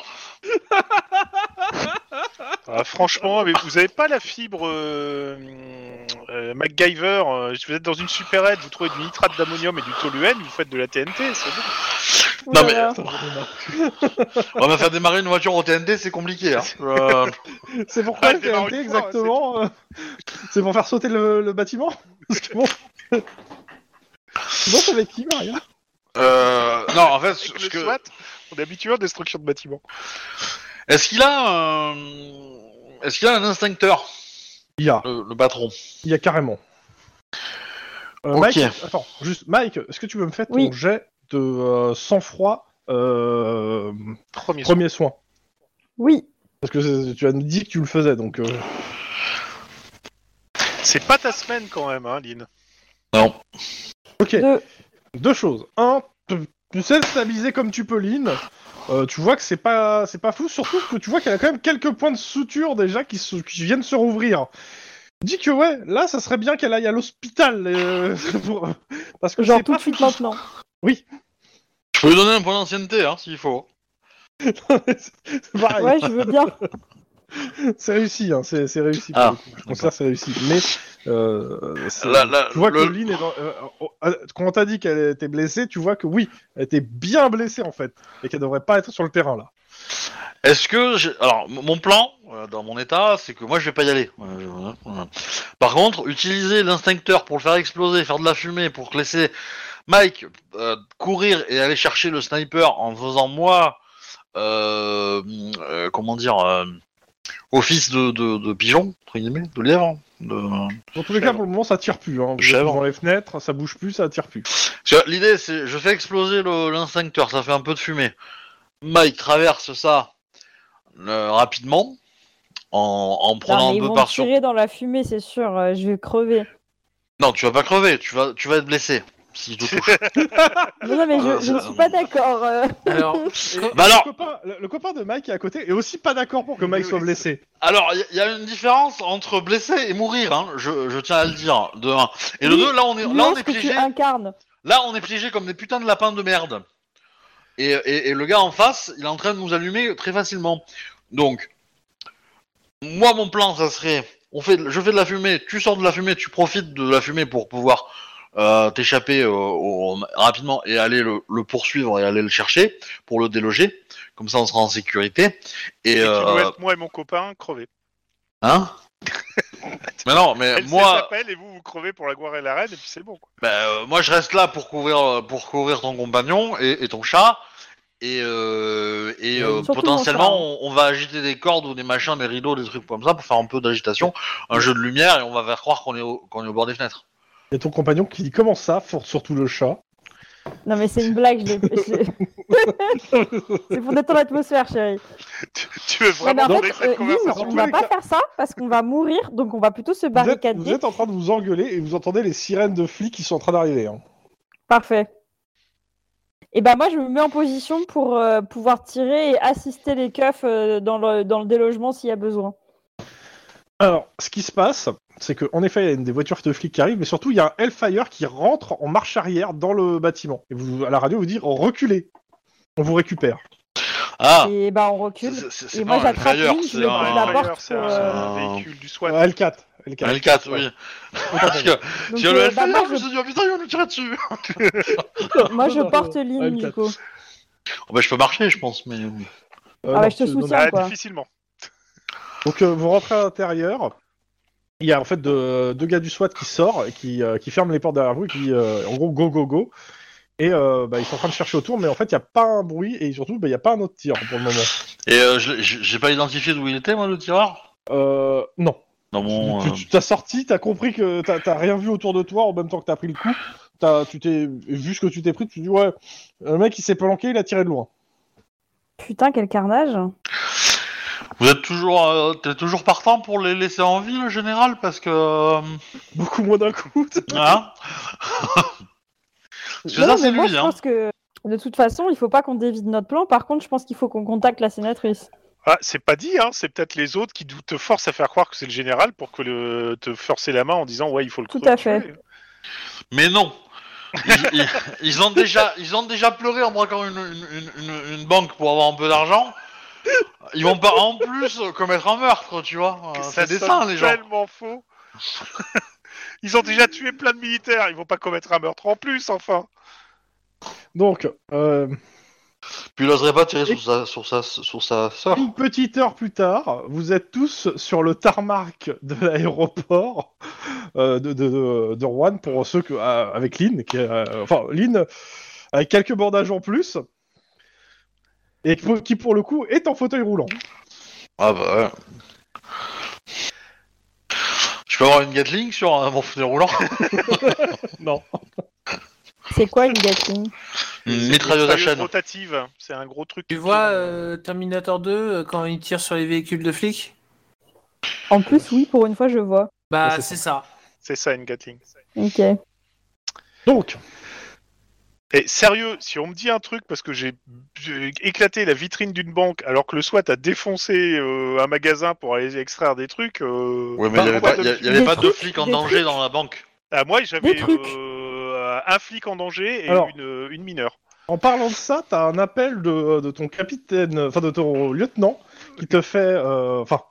Ah, franchement, mais vous avez pas la fibre euh, euh, MacGyver. euh, vous êtes dans une supérette, vous trouvez du nitrate d'ammonium et du toluène, vous faites de la TNT,
<laughs>
c'est bon.
Ouh
Non,
là
mais-
Ah,
là.
On va faire démarrer une voiture au TNT, c'est compliqué. Hein.
<laughs>
Euh,
C'est pourquoi
Ah,
le
elle démarre
TNT
une fois,
exactement euh, C'est pour faire sauter le, le <laughs> bâtiment Parce que bon. Tu danses avec qui, Maria
<laughs> euh, non, en fait, ce
Avec le
que-
SWAT, on est habitué à la destruction de bâtiments.
est-ce qu'il a, un... est-ce qu'il a un instincteur,
Il y a.
le, le patron
Il y a carrément. Euh,
Ok.
Mike, attends, juste, Mike, est-ce que tu peux me faire ton
Oui.
jet de euh, sang-froid euh,
Premier
premier soin
Oui,
Parce que c'est- tu as dit que tu le faisais, donc. euh,
C'est pas ta semaine quand même, hein, Lynn.
Non.
Ok,
Deux.
deux choses. Un, tu- tu sais stabiliser comme tu peux Lynn. Euh, tu vois que c'est pas c'est pas fou, surtout que tu vois qu'elle a quand même quelques points de suture déjà qui, se- qui viennent se rouvrir. Dis que ouais, là ça serait bien qu'elle aille à l'hôpital euh, <laughs> pour- parce que
Genre
c'est
tout
pas
de suite
fou.
maintenant.
Je peux lui donner un point d'ancienneté, hein, s'il faut.
<laughs> C'est pareil.
Ouais, je
<laughs>
veux bien.
C'est réussi, hein, c'est c'est réussi. pour
Ah,
le coup. je considère que c'est réussi. Mais euh, c'est-
La- la-
tu vois
le-
que Lynn est dans- euh, euh, quand on t'a dit qu'elle était blessée, tu vois que oui, elle était bien blessée en fait et qu'elle devrait pas être sur le terrain là.
Est-ce que j'ai- alors m- mon plan euh, dans mon état, c'est que moi je vais pas y aller. Euh, voilà, voilà. Par contre, utiliser l'instincteur pour le faire exploser, faire de la fumée, pour laisser Mike euh, courir et aller chercher le sniper en faisant moi, euh, euh, comment dire, euh, office de, de, de pigeon entre guillemets, de lièvre. hein, de-
Dans tous les cas,
Chèvre.
pour le moment, ça tire plus. Hein. Vous êtes
Chèvre.
Dans les fenêtres, ça bouge plus, ça tire plus.
Parce que L'idée, c'est je fais exploser le- l'instincteur, ça fait un peu de fumée. Mike traverse ça euh, rapidement en, en
Non,
prenant
mais
un
ils
peu
vont me
par surprise.
tirer dans la fumée, c'est sûr. euh, je vais crever.
Non, tu vas pas crever, tu vas, tu vas être blessé. Si je te touche. <laughs>
Non, non, mais
Ah,
je, je ne
ça-
suis pas d'accord. euh.
Alors,
bah alors,
le, copain, le- le copain de Mike qui est à côté est aussi pas d'accord pour que Mike soit blessé.
alors, il y, y a une différence entre blessé et mourir, hein, je, je tiens à le dire, de un. Et de
Oui,
deux, là on est, là on
Nuance
est
que
piégé,
tu incarnes.
là on est piégé comme des putains de lapins de merde. Et, et- et le gars en face, il est en train de nous allumer très facilement. Donc, moi mon plan, ça serait, on fait, je fais de la fumée, tu sors de la fumée, tu profites de la fumée pour pouvoir euh, t'échapper euh, au- rapidement et aller le, le poursuivre et aller le chercher pour le déloger. Comme ça, on sera en sécurité. Et,
Et qui
euh,
doit être moi et mon copain crevé. <laughs>
hein Mais non, mais
Elle
Euh, moi,
s'appelle et vous vous crevez pour la gloire et la reine et puis c'est bon quoi. <laughs>
bah, euh, moi, je reste là pour couvrir, euh, pour couvrir ton compagnon et, et ton chat. Et, euh, et euh,
Surtout mon
potentiellement,
chat.
on, on va agiter des cordes ou des machins, des rideaux, des trucs comme ça pour faire un peu d'agitation, un jeu de lumière, et on va faire croire qu'on est au, qu'on est au bord des fenêtres.
Il y a ton compagnon qui dit Comment ça Force surtout le chat.
Non, mais c'est une blague. je l'ai- je l'ai-
<laughs>
c'est pour détendre l'atmosphère, chérie.
tu tu veux
Non, mais
vraiment
en
tourner
fait, euh,
cette
Lynn,
conversation
on va pas faire ça parce qu'on va mourir, donc on va plutôt se
Vous êtes, vous
barricader.
êtes en train de vous engueuler et vous entendez les sirènes de flics qui sont en train d'arriver. hein.
Parfait. Et ben moi, je me mets en position pour euh, pouvoir tirer et assister les keufs euh, dans, le, dans le délogement s'il y a besoin.
Alors, ce qui se passe, c'est qu'en effet, il y a une des voitures de flics qui arrivent, mais surtout, il y a un Hellfire qui rentre en marche arrière dans le bâtiment. Et vous, à la radio, vous dit Reculez On vous récupère.
Ah
Et ben on recule.
C'est- c'est- c'est
Et moi,
pas un
j'attrape
Hellfire,
Lynn, je
c'est
le prends
un-
dans la
Ouais,
porte
d'ailleurs, c'est
pour,
un,
euh,
véhicule du SWAT.
Euh, L4. L4.
L4, oui. Ah, Parce que
Donc,
si on le
euh,
fait,
bah, moi,
je me suis dit, oh putain, ils vont nous tirer dessus.
je, moi, je porte
Ah,
ligne,
le
du coup.
Oh, bah, je peux marcher, je pense, mais.
Euh,
Ah ouais,
non,
je te
tu- non,
soutiens.
Ah,
quoi.
difficilement.
Donc euh, vous rentrez à l'intérieur. Il y a en fait deux, deux gars du SWAT qui sortent, et qui, euh, qui ferment les portes derrière vous, et qui euh, en gros go go go. Et euh, bah, ils sont en train de chercher autour, mais en fait il n'y a pas un bruit et surtout bah, il n'y a pas un autre tir pour le moment.
Et euh, je l'ai- j'ai j'ai pas identifié d'où il était, moi, le tireur
Euh, non.
Dans mon.
Tu-
euh,
tu t'as sorti, t'as compris que t'as t'as rien vu autour de toi en même temps que t'as pris le coup. T'as- tu t'es vu ce que tu t'es pris, tu dis ouais, le mec il s'est planqué, il a tiré de loin. <laughs>
Putain, quel carnage.
Vous êtes toujours, euh, t'es toujours partant pour les laisser en vie, le général, parce que. euh,
Beaucoup moins d'un coup. <laughs>
<laughs>
hein Parce que
Non,
ça,
non,
c'est
mais moi,
lui,
je
hein.
pense que de toute façon, il faut pas qu'on dévide notre plan. Par contre, je pense qu'il faut qu'on contacte la sénatrice.
Ah, c'est pas dit, hein. c'est peut-être les autres qui dou- te forcent à faire croire que c'est le général pour que le... te forcer la main en disant ouais, il faut le
Tout
cre-
à fait.
tuer.
Mais non. Ils, ils- ils ont déjà, ils ont déjà pleuré en braquant une, une- une- une- une banque pour avoir un peu d'argent. Ils vont pas en plus commettre un meurtre, tu vois. Euh,
Ça
C'est des
sonne
saints, les gens.
tellement faux. <laughs> ils ont déjà tué plein de militaires, ils vont pas commettre un meurtre en plus, enfin.
Donc euh,
Puis il oserait pas tirer sur sa, sur sa, sur sa sœur.
Une petite heure plus tard, vous êtes tous sur le tarmac de l'aéroport euh, de, de, de Rouen pour ceux que, euh, avec Lynn, qui, est, euh, enfin Lynn avec quelques bandages en plus et qui, pour- qui, pour le coup est en fauteuil roulant.
Ah bah ouais. Je peux avoir une Gatling sur un, mon fauteuil <laughs> roulant
Non.
C'est quoi une gatine
Une mitrailleuse à chaîne.
rotative, c'est un gros truc.
tu vois euh, Terminator 2 euh, quand il tire sur les véhicules de flics
En plus, oui, pour une fois, je vois.
Bah,
Ouais,
c'est ça.
C'est ça, une Gatling.
Ok.
Donc,
Et Eh, sérieux, si on me dit un truc parce que j'ai j'ai éclaté la vitrine d'une banque alors que le SWAT a défoncé euh, un magasin pour aller extraire des trucs. euh,
Ouais, mais il n'y avait,
pourquoi
pas, il y a- il y
Des
avait pas
trucs,
deux flics en
des
danger
trucs.
dans la banque.
Ah, moi, j'avais
Des trucs.
euh, un flic en danger et
Alors.
une, euh, une mineure.
en parlant de ça, t'as un appel de, de ton capitaine, enfin de ton lieutenant, qui te fait, euh, enfin,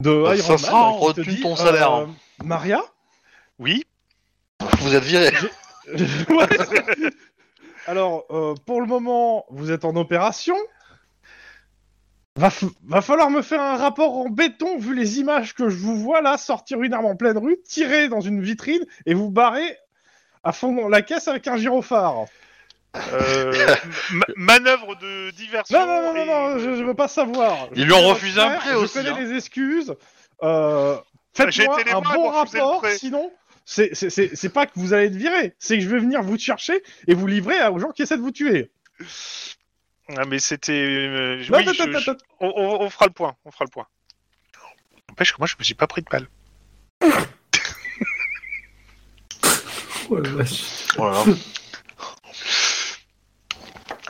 de
Bah,
Iron
ça
Man,
sera,
qui te
retenu
dit,
ton salaire.
euh, Maria,
Oui,
Vous êtes viré.
Ouais. Alors, euh, pour le moment, vous êtes en opération. Va, f- va falloir me faire un rapport en béton vu les images que je vous vois là, sortir une arme en pleine rue, tirer dans une vitrine et vous barrer à fond dans la caisse avec un gyrophare.
<laughs>
euh, ma- manœuvre de diversion.
Non, non, non, non,
et-
non, je, je veux pas savoir.
Ils
Je
lui ont
connais
refusé
votre
un
frère,
prêt
je
aussi,
connais
hein.
les excuses. Euh, Faites-moi
J'ai été les
un
bras
bon
pour refuser le
rapport,
prêt.
sinon, c'est- c'est c'est- c'est pas que vous allez être viré, c'est que je vais venir vous chercher et vous livrer à- aux gens qui essaient de vous tuer.
Ah, mais c'était. euh,
Non,
oui,
non,
je-
non, non,
je-
non.
on, on- on fera le point. On fera le point. N'empêche que moi, je me suis pas pris de balle.
Oh la vache.
Voilà.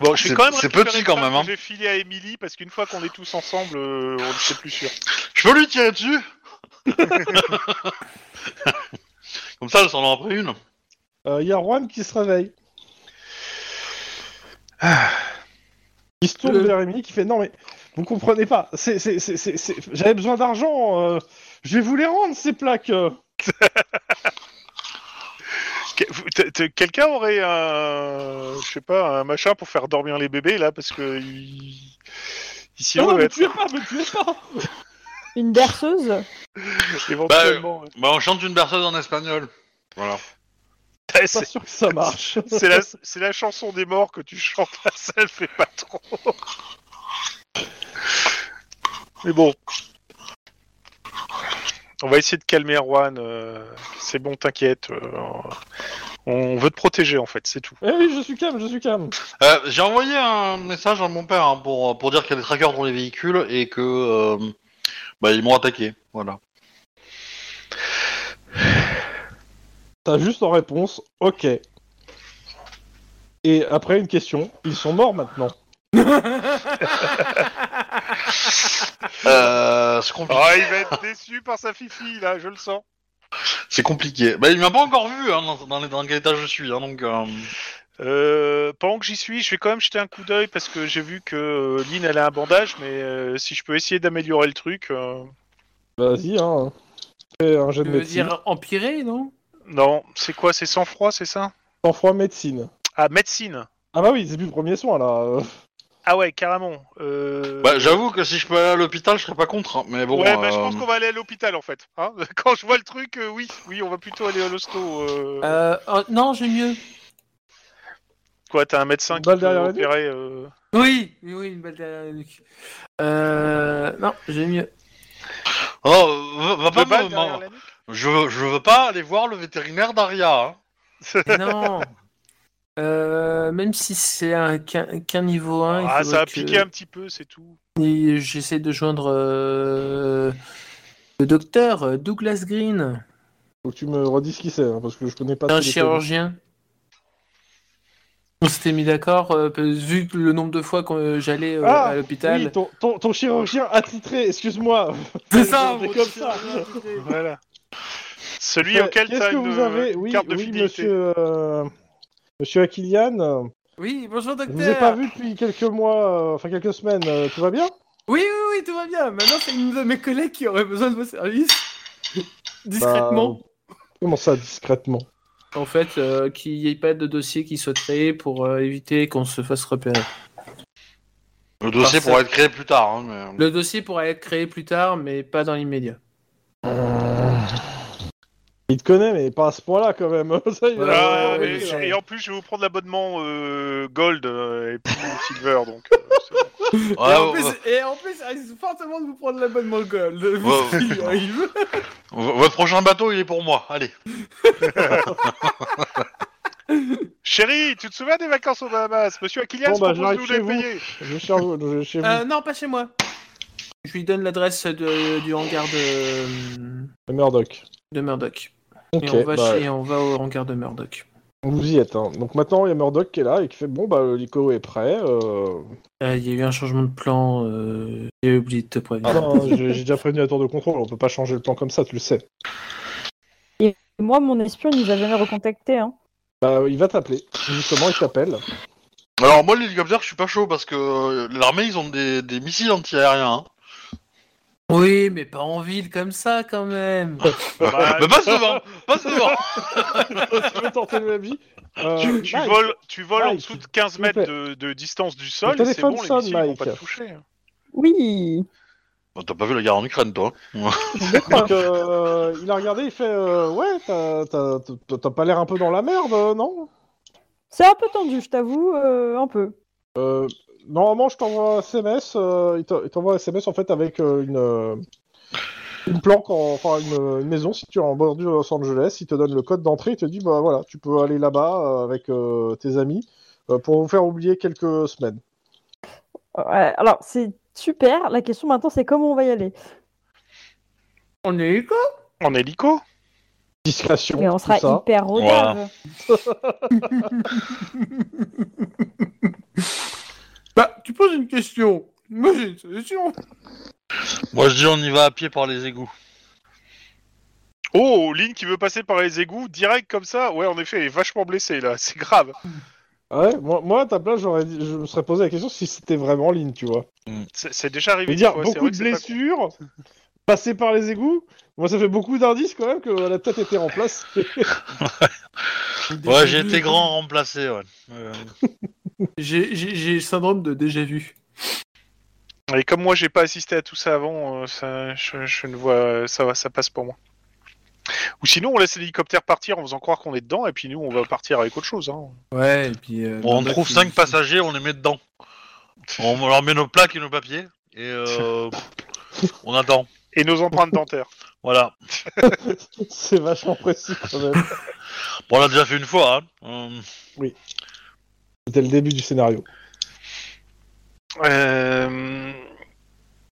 Bon, je suis
C'est-
quand même.
c'est
récupéré
petit
le
quand
crâne
même, hein.
que J'ai filé à Émilie parce qu'une fois qu'on est tous ensemble, euh, on ne sait plus sûr.
Je peux lui tirer dessus <laughs> Comme ça, je s'en aura pris une.
Il Euh, y a Juan qui se réveille. Qui se tourne
Euh.
vers Emily qui fait Non, mais vous comprenez pas. c'est- c'est- c'est- c'est- c'est- J'avais besoin d'argent. euh, Je vais vous les rendre, ces plaques. euh.
Que- vous- t- t- Quelqu'un aurait un. Je sais pas, un machin pour faire dormir les bébés là parce que. Ici,
Non, non,
va
me
être
tuez pas, me tuez pas.
Une berceuse
éventuellement. ouais.
Bah, on chante une berceuse en espagnol. Voilà.
Ah,
Pas
c'est-
sûr que ça marche.
C'est la, c'est la chanson des morts que tu chantes, là, ça le fait pas trop. Mais bon. On va essayer de calmer Erwan. euh, c'est bon, t'inquiète. euh, on veut te protéger, en fait, c'est tout.
Eh oui, je suis calme, je suis calme.
Euh, J'ai envoyé un message à mon père hein, pour, pour dire qu'il y a des trackers dans les véhicules et que. euh, bah, ils m'ont attaqué. Voilà.
T'as juste en réponse Ok. Et après une question, ils sont morts maintenant.
Euh, c'est compliqué.
Ah, il va être déçu par sa fifi, là, je le sens.
C'est compliqué. Bah, il m'a pas encore vu hein, dans, dans les- dans quel état je suis. Hein, donc, euh,
Euh, pendant que j'y suis, je vais quand même jeter un coup d'œil parce que j'ai vu que euh, Lynn, elle a un bandage, mais euh, si je peux essayer d'améliorer le truc. euh,
Vas-y, hein. Fais un jet
Tu
de
veux
médecine.
dire empiré, non
Non, c'est quoi C'est sang-froid, c'est ça
Sans froid médecine.
Ah, médecine
Ah bah oui, c'est plus le premier soin là. euh.
Ah ouais, carrément. Euh...
bah, j'avoue que si je peux aller à l'hôpital, je serais pas contre. hein, mais bon.
ouais, bah, je
euh,
pense qu'on va aller à l'hôpital en fait. hein. <laughs> Quand je vois le truc, euh, oui, oui, on va plutôt aller à l'hosto. euh.
Ah.
euh, oh, Non, j'ai mieux.
Quoi, t'as un médecin qui
Balle
peut
derrière la nuque
opérer euh,
Oui, oui, oui, une balle derrière le nuque. Euh, non, j'ai mieux.
oh, va, va
deux
pas
balles
me-
derrière
me-
la nuque
je, veux- je veux pas aller voir le vétérinaire d'Aria. hein.
Mais non. Euh, même si c'est un- qu'un qu'un niveau 1,
Ah, ça a piqué un petit peu, c'est tout.
j'essaie de joindre euh, le docteur euh, Douglas Green,
Faut que tu me redis ce qui Ah, c'est, hein, parce que je connais pas.
un
tous les
chirurgien. On s'était mis d'accord, euh, vu que le nombre de fois que euh, j'allais euh,
Ah,
à
termes.
l'hôpital.
Oui, ton, ton, ton chirurgien attitré, excuse-moi.
C'est ça,
C'est
mon
comme
chirurgien attitré.
Voilà. Celui
Euh,
auquel
Qu'est-ce
t'as
que
une,
vous avez
une
Oui,
carte de
oui
fidélité.
monsieur, euh, monsieur Akilian, euh,
Oui, bonjour
je
docteur.
vous ai pas vu depuis quelques mois, euh, enfin quelques semaines, euh, tout va bien
Oui, oui, oui, tout va bien. Maintenant, c'est une de mes collègues qui aurait besoin de vos services.
Bah,
Discrètement.
Comment ça, discrètement
En fait, euh, qu'il n'y ait pas de dossier qui soit créé pour euh, éviter qu'on se fasse repérer.
Le dossier
Parce-
pourra être créé plus tard. hein, mais-
Le dossier pourra être créé plus tard, mais pas dans l'immédiat.
Il te connaît, mais pas à ce point-là quand même. <laughs> Ça, il a-
Ah,
Euh,
mais-
oui,
et
oui.
en plus, je vais vous prendre l'abonnement euh, Gold euh, et plus <laughs> Silver, donc. euh, c'est bon.
Ouais,
et, en
ouais,
plus,
ouais.
et en plus, elle risque fortement de vous prendre l'abonnement Gold.
Ouais, ouais.
Il <laughs> arrive.
V- Votre prochain bateau, il est pour moi. Allez.
Chérie, tu te souviens des vacances aux Bahamas Monsieur Akilias
Bon, bah,
propose de
j'arrive
nous
chez
les
vous.
payer.
Je vais chez vous. je vais chez vous.
Euh, non, pas chez moi. Je lui donne l'adresse de- du hangar de,
Murdoch.
de Murdoch.
Ok,
et, on va
bah,
hein. chez- et on va au hangar de Murdoch.
vous y êtes. hein. Donc maintenant, il y a Murdoch qui est là et qui fait Bon, bah, l'hélico est prêt. euh,
Euh, Il y a eu un changement de plan, euh, j'ai oublié de te prévenir.
Ah.
non, hein, j'ai j'ai déjà prévenu la tour de contrôle, on peut pas changer le plan comme ça, tu le sais.
Moi, mon espion, il nous a jamais recontacté. Hein.
Bah, il va t'appeler. Justement, il t'appelle.
Alors moi l'hélicoptère je suis pas chaud parce que euh, l'armée ils ont des, des missiles antiaériens. hein.
Oui, mais pas en ville comme ça quand même.
<laughs>
Bah,
Mais passe
<laughs>
devant, passe devant.
tu veux tenter le même avis Euh,
tu, tu
Mike,
voles, tu voles en
Mike,
dessous de 15
s'il vous
mètres de, de distance du sol
Le
et c'est bon,
téléphone
les
sonne,
missiles vont
Mike.
pas te toucher. hein.
Oui.
Bah, T'as pas vu la guerre en Ukraine toi hein. <laughs>
donc, euh, il a regardé, il fait euh, Ouais, t'as- t'as t'as- t'as pas l'air un peu dans la merde, euh, non
C'est un peu tendu, je t'avoue, euh, un peu.
Euh, Normalement, je t'envoie un SMS. euh, il t'en- il t'envoie un SMS en fait avec euh, une. euh, Une planque, en- enfin une, une maison, si tu es en bordure de Los Angeles, il te donne le code d'entrée, il te dit bah voilà, tu peux aller là-bas euh, avec euh, tes amis euh, pour vous faire oublier quelques semaines.
Ouais, Euh, alors, c'est super. La question maintenant, c'est comment on va y aller.
On est quoi
En hélico
Discrétion,
Mais on
tout
sera
ça.
hyper rodave.
Bah, tu poses une question. Moi j'ai une solution.
Moi je dis on y va à pied par les égouts.
Oh, Lynn qui veut passer par les égouts, direct comme ça Ouais, en effet, elle est vachement blessée là, c'est grave.
Ouais, moi, moi, à ta place, j'aurais dit- je me serais posé la question si c'était vraiment ligne, tu vois.
C'est c'est déjà arrivé.
Je veux
une
dire,
fois, c'est
beaucoup de
vrai que c'est pas
blessures, passer par les égouts, moi ça fait beaucoup d'indices quand même que la tête était en place. <laughs>
Ouais j'ai été grand remplacé. Ouais. Euh,
J'ai j'ai- j'ai le syndrome de déjà vu.
con. Et comme moi, j'ai pas assisté à tout ça avant, euh, ça, je, je ne vois, ça va, ça passe pour moi. Ou sinon, on laisse l'hélicoptère partir en faisant croire qu'on est dedans, et puis nous, on va partir avec autre chose. Hein.
Ouais, et puis. euh,
on
Murdoch,
trouve
il-
cinq passagers, on les met dedans. On leur met nos plaques et nos papiers et euh, on attend.
Et nos empreintes dentaires.
Voilà.
C'est vachement précis quand même.
Bon, on l'a déjà fait une fois. hein. Euh,
C'était le début du scénario.
Euh...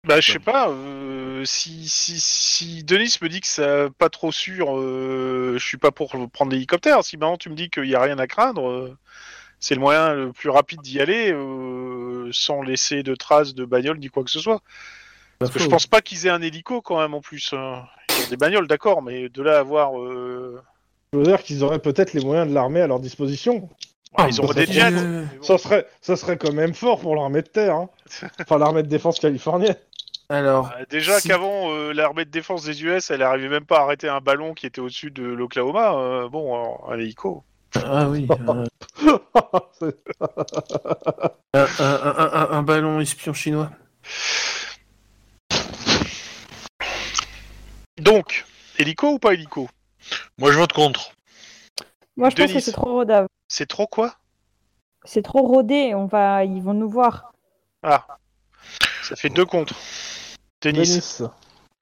Bah, je sais pas. euh, si, si, si Denis me dit que c'est pas trop sûr, euh, je suis pas pour prendre l'hélicoptère. Si maintenant tu me dis qu'il n'y a rien à craindre, euh, c'est le moyen le plus rapide d'y aller euh, sans laisser de traces de bagnole ni quoi que ce soit. Parce que je pense pas qu'ils aient un hélico quand même en plus. hein. Ils ont des bagnoles, d'accord, mais de là à avoir. euh,
Je veux dire qu'ils auraient peut-être les moyens de l'armée à leur disposition.
bah, ils
bah,
ont
ça
des
fait-
jets.
Euh,
mais bon.
Ça serait, ça serait quand même fort pour l'armée de terre. <laughs> hein. Enfin, l'armée de défense <laughs> californienne.
Alors,
Euh, Déjà
Si-
qu'avant, euh, l'armée de défense des US, elle arrivait même pas à arrêter un ballon qui était au-dessus de l'Oklahoma. euh, bon, alors, un hélico.
ah oui, un,
C'est-
un- un- un- un- un ballon espion chinois.
Donc, hélico ou pas hélico
moi je vote contre.
Moi, je pense
Denis.
que c'est trop rodave.
C'est trop quoi
C'est trop rodé. On va... Ils vont nous voir.
Ça fait deux contre. Denis,
Denis.
Ça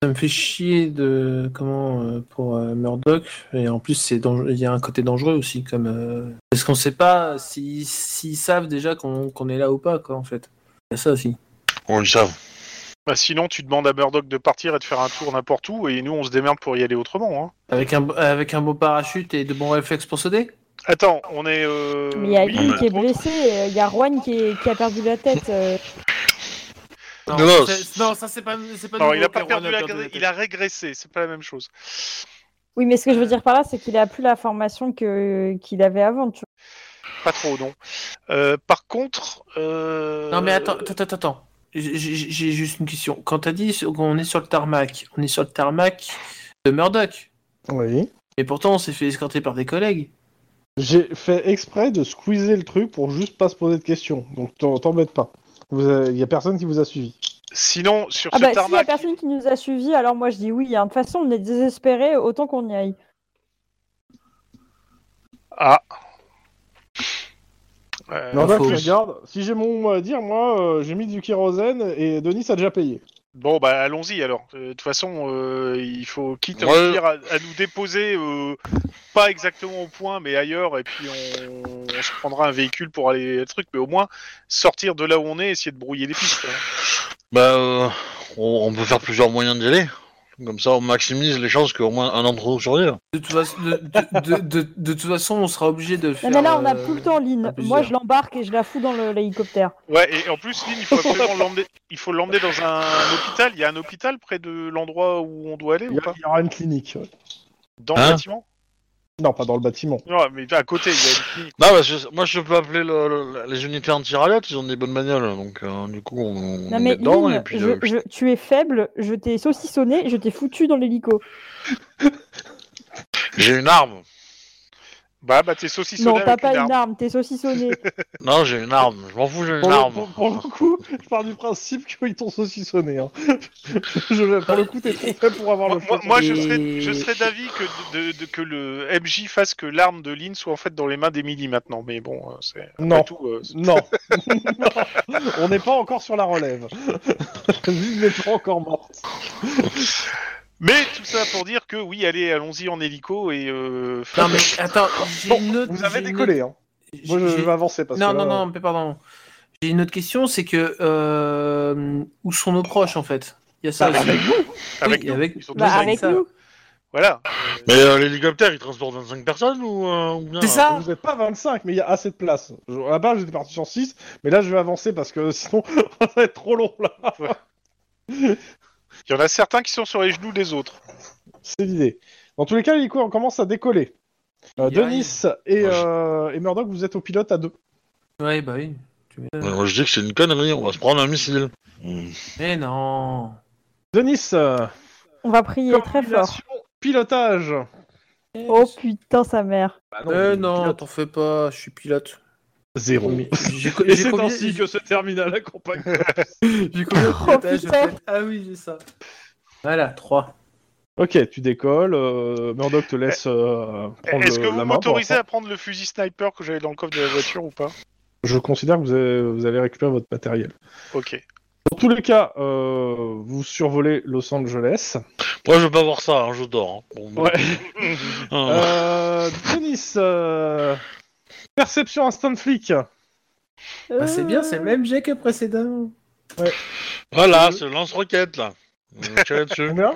me fait chier de comment euh, pour euh, Murdoch et en plus c'est dang- il y a un côté dangereux aussi comme euh, parce qu'on sait pas si s'ils savent déjà qu'on qu'on est là ou pas quoi en fait. Il y a ça aussi.
On le savent.
bah, sinon tu demandes à Murdoch de partir et de faire un tour n'importe où, et nous on se démerde pour y aller autrement. hein.
Avec un avec un beau parachute et de bons réflexes pour sauter.
Attends, on est... euh,
Mais il y a
oui,
lui qui est
contre-
blessé. euh, Il y a Juan qui, est- qui a perdu la tête. euh.
Non,
Non, non,
c'est- non, ça c'est pas c'est pas
Non,
nouveau,
il a pas
Caron
perdu la...
tête.
Il a régressé, c'est pas la même chose.
Oui, mais ce que je veux
Euh.
dire par là, c'est qu'il a plus la formation que... qu'il avait avant. Tu
Pas trop, non. Euh, par contre... euh,
Non mais attends attends attends. attends. J'ai- J'ai j'ai juste une question. Quand t'as dit qu'on est sur le tarmac, on est sur le tarmac de Murdoch.
Oui.
Et pourtant on s'est fait escorter par des collègues.
J'ai fait exprès de squeezer le truc pour juste pas se poser de questions. Donc t'en- t'embête pas. Vous avez- Il y a personne qui vous a suivi.
Sinon, sur
Ah
ce
bah, s'il y a
tarmac...
personne qui nous a suivis, alors moi je dis oui. hein. De toute façon, on est désespérés, autant qu'on y aille.
Ah. Euh,
Non,
faut-
regarde, si j'ai mon mot à dire, moi, euh, j'ai mis du kérosène et Denis a déjà payé.
Bon, bah allons-y alors. Euh, De toute façon, euh, il faut quitte à,
Ouais.
nous dire, à, à nous déposer, euh, pas exactement au point, mais ailleurs, et puis on, on se prendra un véhicule pour aller à truc, mais au moins sortir de là où on est, essayer de brouiller les pistes. hein.
Bah, euh, on, on peut faire plusieurs moyens d'y aller. Comme ça, on maximise les chances qu'au moins un d'entre vous survive.
De toute façon, de, de- de- de- de toute façon, on sera obligé de
Non,
faire.
mais là, on a
euh,
plus le temps, Lynn.
plusieurs.
Moi, je l'embarque et je la fous dans le- l'hélicoptère.
Ouais, et en plus, Lynn, il faut absolument l'emmener. Il faut l'emmener dans un hôpital. Il y a un hôpital près de l'endroit où on doit aller
Il
ou
y, a-
pas
il y aura une clinique. ouais.
Dans
Hein
le bâtiment
Non, pas dans le bâtiment.
Non, mais à côté, il y a une clinique.
Non, parce que moi je peux appeler le- le- les unités anti-ralliot, ils ont des bonnes bagnoles, donc euh, du coup on, on
Non,
est
mais
dedans
Lynn,
et puis.
je-
euh,
je- tu es faible, je t'ai saucissonné, je t'ai foutu dans l'hélico.
J'ai une arme.
Bah, bah, t'es saucissonné
Non, t'as
avec
pas
une arme.
une arme,
<laughs>
t'es saucissonné.
Non, j'ai une arme. Je m'en fous, j'ai
Pour
une
le,
arme.
pour- pour le coup, je pars du principe qu'ils t'ont saucissonné. Hein. <laughs> Je- pour le coup, t'es
<laughs>
trop prêt pour avoir
Moi,
le
moi-
choix.
moi, je
Et-
serais, je serais d'avis que, de, de- que le MJ fasse que l'arme de Lynn soit en fait dans les mains d'Emily maintenant. Mais bon, euh, c'est. après
Non.
tout, euh, c'est-
Non. <laughs> Non. on n'est pas encore sur la relève. <laughs> Lynn n'est pas encore morte.
Mais tout ça pour dire que oui, allez, allons-y en hélico et. euh,
Non, mais attends, j'ai
Bon,
une autre.
Vous avez
j'ai une
décollé. Hein.
autre-
Moi, je, je
j'ai-
vais avancer parce
Non,
que euh, là,
non, non, mais pardon. J'ai une autre question, c'est que euh, où sont nos proches en fait Il y a ça.
Bah,
aussi.
avec vous.
Avec
Oui,
nous.
avec-
Ils sont tous
Bah,
c'est
avec
ça.
nous.
Voilà.
Mais euh, l'hélicoptère il transporte 25 personnes ou. euh, ou bien,
C'est
Ah,
ça
Vous n'êtes pas 25, mais il y a assez de place. Je- À la base, j'étais parti sur 6, mais là, je vais avancer parce que sinon, <laughs> ça va être trop long, là.
Il y en a certains qui sont sur les genoux des autres.
C'est l'idée. Dans tous les cas, l'hélico, on commence à décoller. Euh,
Il
Denis et,
Moi, je-
euh, et Murdoch, vous êtes au pilote à deux.
Ouais, bah oui. Tu m'étonnes.
euh, Moi je dis que c'est une connerie, on va se prendre un missile. Hmm.
Mais non.
Denis, euh,
On va prier très fort.
coordination, pilotage.
Oh putain, sa mère.
Mais non, t'en fais pas, je suis pilote.
Zéro.
Mais J'ai
<laughs>
Et
j'ai
c'est
combien-
ainsi que se termine à la campagne.
J'ai combien
<laughs>
de
Oh,
pilotages,
putain.
en fait Ah oui, j'ai ça. Voilà, 3.
ok, tu décolles. euh, Murdoch te laisse euh, prendre
Est-ce
le-
que
la
vous
main. pour
m'autorisez
l'instant.
à prendre le fusil sniper que j'avais dans le coffre de la voiture ou pas
Je considère que vous avez- vous allez récupérer votre matériel.
Ok.
Dans tous les cas, euh, vous survolez Los Angeles.
Moi je veux pas voir ça, hein, je dors. hein. Bon,
Ouais.
euh,
Euh, Denis, euh, perception instant flic.
Bah, c'est bien, c'est le même jet que précédemment.
<laughs> Voilà,
je-
c'est le lance-roquette là. On tire dessus.
Combien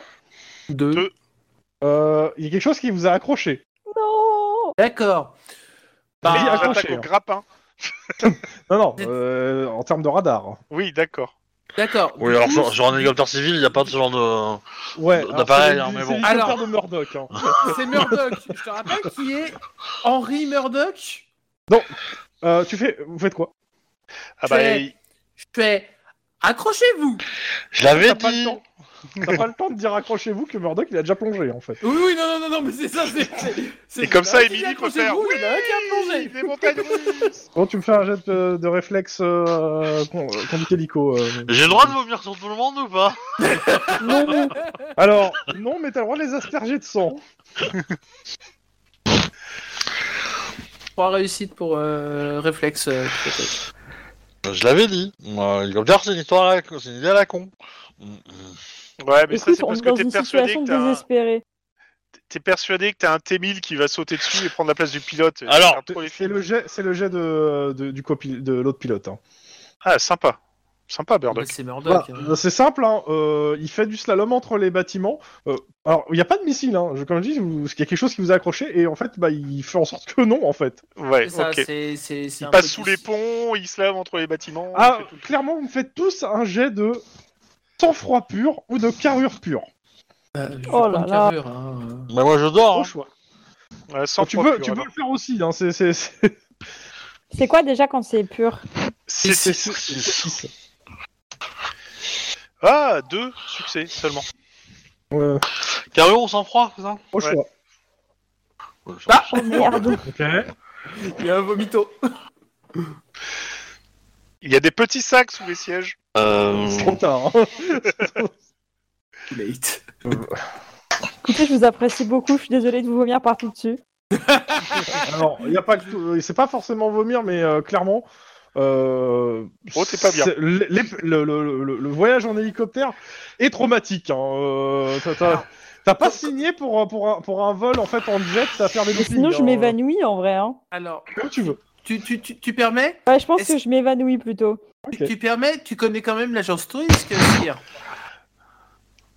2.
Deux.
Euh, Il y a quelque chose qui vous a accroché.
Non
D'accord. Bah,
Mais il y a
J'attaque
accroché,
au
hein.
grappin.
Non, non, euh, en termes de radar.
Oui, d'accord.
D'accord.
Oui,
Du
alors
coup,
sur, sur un hélicoptère civil, il n'y a pas de ce genre de.
Ouais,
Bah,
alors,
pareil,
c'est
hein,
le-
mais
c'est
bon.
l'hélicoptère
Alors-
de Murdoch. hein.
C'est Murdoch. Je te rappelle qui est Henry Murdoch.
Euh, tu fais, vous faites quoi
Ah bah,
C'est- Je fais accrochez-vous.
Je l'avais
T'as pas le
dit
temps. T'as pas le temps de dire accrochez-vous que Murdoch il a déjà plongé en fait.
Oui, oui, non, non, non, non, mais c'est ça. c'est- c'est- c'est-
Et comme ça,
Ah, si,
Émilie peut faire.
accrochez-vous, Il y en a un qui a plongé.
Les montagnes russes
Bon, tu me fais un jet de, de réflexe euh, con- euh, conduite hélico. euh.
J'ai le droit de vomir sur tout le monde ou pas
Non. Alors, non, mais t'as le droit de les asperger de sang.
Trois réussites pour euh, réflexe. euh, peut-être.
Euh, Je l'avais dit. Moi, L'hélicoptère, c'est une histoire à la con. C'est une idée à la con. Mm, mm.
Ouais, mais ça,
Écoute,
c'est
on
parce
est
que
dans
t'es
une
persuadé
situation
que t'as un-
désespérée.
t'es persuadé que t'as un T-1000 qui va sauter dessus et prendre la place du pilote.
Alors,
Regarde trop les
C'est
films.
le jet, c'est le jet de, de- du copil- de l'autre pilote. hein.
Ah, sympa. Sympa,
Bah,
Burdock.
C'est Murdoch.
Voilà.
hein.
C'est simple, hein, euh, il fait du slalom entre les bâtiments. Euh, alors, il n'y a pas de missile, hein, je- comme je dis, vous- il y a quelque chose qui vous a accroché, et en fait, bah, il fait en sorte que non, en fait.
Ouais,
C'est ça,
ok.
c'est- c'est- c'est
Il
un
passe
peu
sous
tout-
les ponts, il se lave entre les bâtiments. il
Ah,
fait tout le-
clairement, vous me faites tous un jet de sang-froid pur ou de carrure pure.
Euh, je vais
Oh là
prendre
là.
carrure, hein.
Mais moi, je
Au
dors. hein.
choix.
Ouais, sans
tu
froid
peux,
pur,
tu peux
alors.
le faire aussi, hein, c'est- c'est- c'est
C'est quoi déjà quand c'est pur
C'est-
c'est-
c'est-
c'est- c'est- c'est-
Ah, deux succès seulement.
euh,
Carrure on s'en froid, c'est ça
au
Ouais.
choix.
Ah
Oh merde
Il y a un vomito.
Il y a des petits sacs sous les sièges.
euh...
C'est trop tard. hein.
Late.
Écoutez, je vous apprécie beaucoup, je suis désolée de vous vomir partout dessus.
Alors, il y a pas que tout- c'est pas forcément vomir, mais euh, clairement. Euh,
Oh, t'es pas bien.
c'est- les- les- le, le- le- le voyage en hélicoptère est traumatique. hein, euh, t'as- T'as t'as pas signé pour, un- pour, un, pour un vol en fait en jet, ça va faire des
Mais sinon, je
m'évanouis
m'évanouis en vrai. Hein.
Alors,
Comme tu veux.
tu, tu, tu, tu permets
Ouais, je pense
Est-ce-
que je m'évanouis plutôt.
Ok.
Tu permets Tu connais quand même l'agence touriste, Sire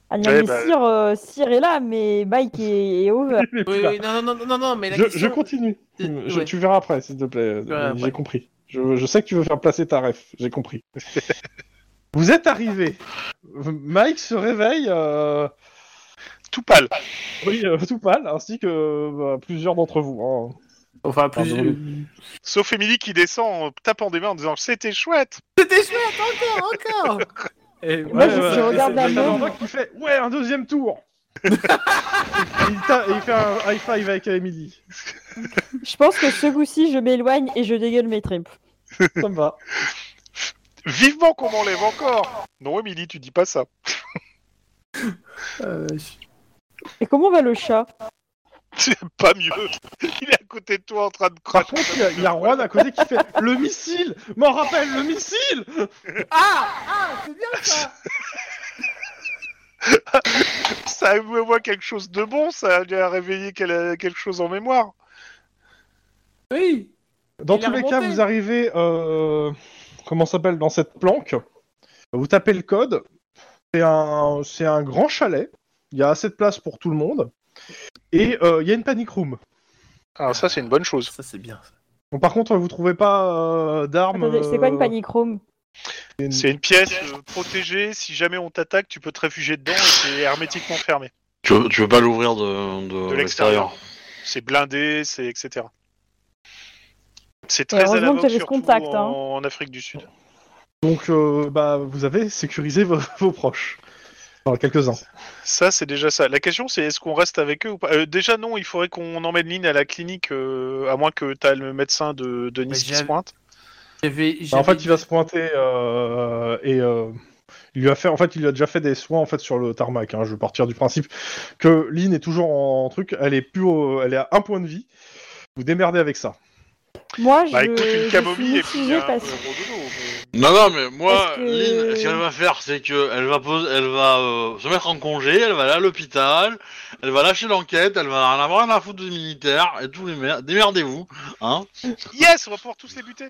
Agnelli,
Eh ben-
Cyr, euh, Cyr est là, mais Mike est,
<laughs>
est over.
Il est plus
Oui,
là.
oui, non, non, non, non, non, mais
<laughs>
la
je,
question...
je continue.
Euh,
Je-
ouais.
Tu verras après, s'il te plaît.
verras
J'ai
après.
compris. Je, je sais que tu veux faire placer ta ref. J'ai
<laughs>
compris. Vous êtes arrivé. Mike se réveille, euh,
Tout pâle.
oui, euh, tout pâle, ainsi que euh, plusieurs d'entre vous. hein.
Enfin, plus...
Pardon.
Sauf Émilie qui descend en tapant des mains en disant C'était chouette
<laughs> C'était chouette, encore, encore <laughs> Et
Moi,
ouais,
je-
ouais,
je
ouais,
regarde
c'est-
la
Et
c'est-
t'as
main.
Jean-Jacques qui fait Ouais, un deuxième tour il, ta- et il fait un high five avec Emily.
Je pense que ce coup-ci, je m'éloigne et je dégueule mes tripes.
Ça me va.
Vivement qu'on m'enlève encore Non, Émilie, tu dis pas ça. <laughs>
Euh,
Et comment va le chat
Pas mieux. Il est à côté de toi en train de
Par
cracher.
contre, il y a- il y, a Juan à côté qui fait Le missile M'en rappelle, le missile
Ah Ah C'est bien ça
Ça évoque quelque chose de bon, ça a réveillé quel- quelque chose en mémoire.
Oui
Dans
Il
tous
a
les
remonté.
cas, vous arrivez, euh, comment ça s'appelle, dans cette planque. Vous tapez le code. C'est un, c'est un grand chalet. Il y a assez de place pour tout le monde. Et euh, il y a une panic room.
Alors Ah, ça, c'est une bonne chose.
Ça, c'est bien. ça.
Bon, par contre, vous trouvez pas euh, d'armes.
Attendez, c'est quoi une
euh,
panic room
une-
C'est une pièce euh, protégée. Si jamais on t'attaque, tu peux te réfugier dedans et c'est hermétiquement fermé.
Tu veux, tu veux pas l'ouvrir de, de,
De l'extérieur.
l'extérieur.
C'est blindé, c'est etc. C'est très
Ouais,
à la
heureusement que
vogue,
j'ai
surtout
contact, hein.
en, en Afrique du Sud.
Donc, euh, bah, vous avez sécurisé vos, <laughs> vos proches. Enfin, quelques-uns.
Ça, c'est déjà ça. La question, c'est est-ce qu'on reste avec eux ou pas Euh, Déjà, non, il faudrait qu'on emmène Lynn à la clinique, euh, à moins que tu le médecin de, de Nice
Mais
qui se
j'ai-
pointe.
J'avais...
Bah, en
j'avais-
fait, il va se pointer euh, et euh, il lui a fait, en fait, il lui a déjà fait des soins en fait sur le tarmac. hein. Je veux partir du principe que Lynn est toujours en, truc. Elle est plus, au- elle est à un point de vie. Vous démerdez avec ça.
Moi, je,
Bah écoute,
je
une camomille et
suis
puis hein, euh,
mitigée
un
parce que...
rhododendron, mais-
Non, non, mais moi,
Parce que-
Lynn, ce qu'elle va faire, c'est que elle va, poser, elle va euh, se mettre en congé, elle va aller à l'hôpital, elle va lâcher l'enquête, elle va en avoir rien à foutre des militaires, et tout, les mer- démerdez-vous. Hein
Yes, on va pouvoir tous les buter.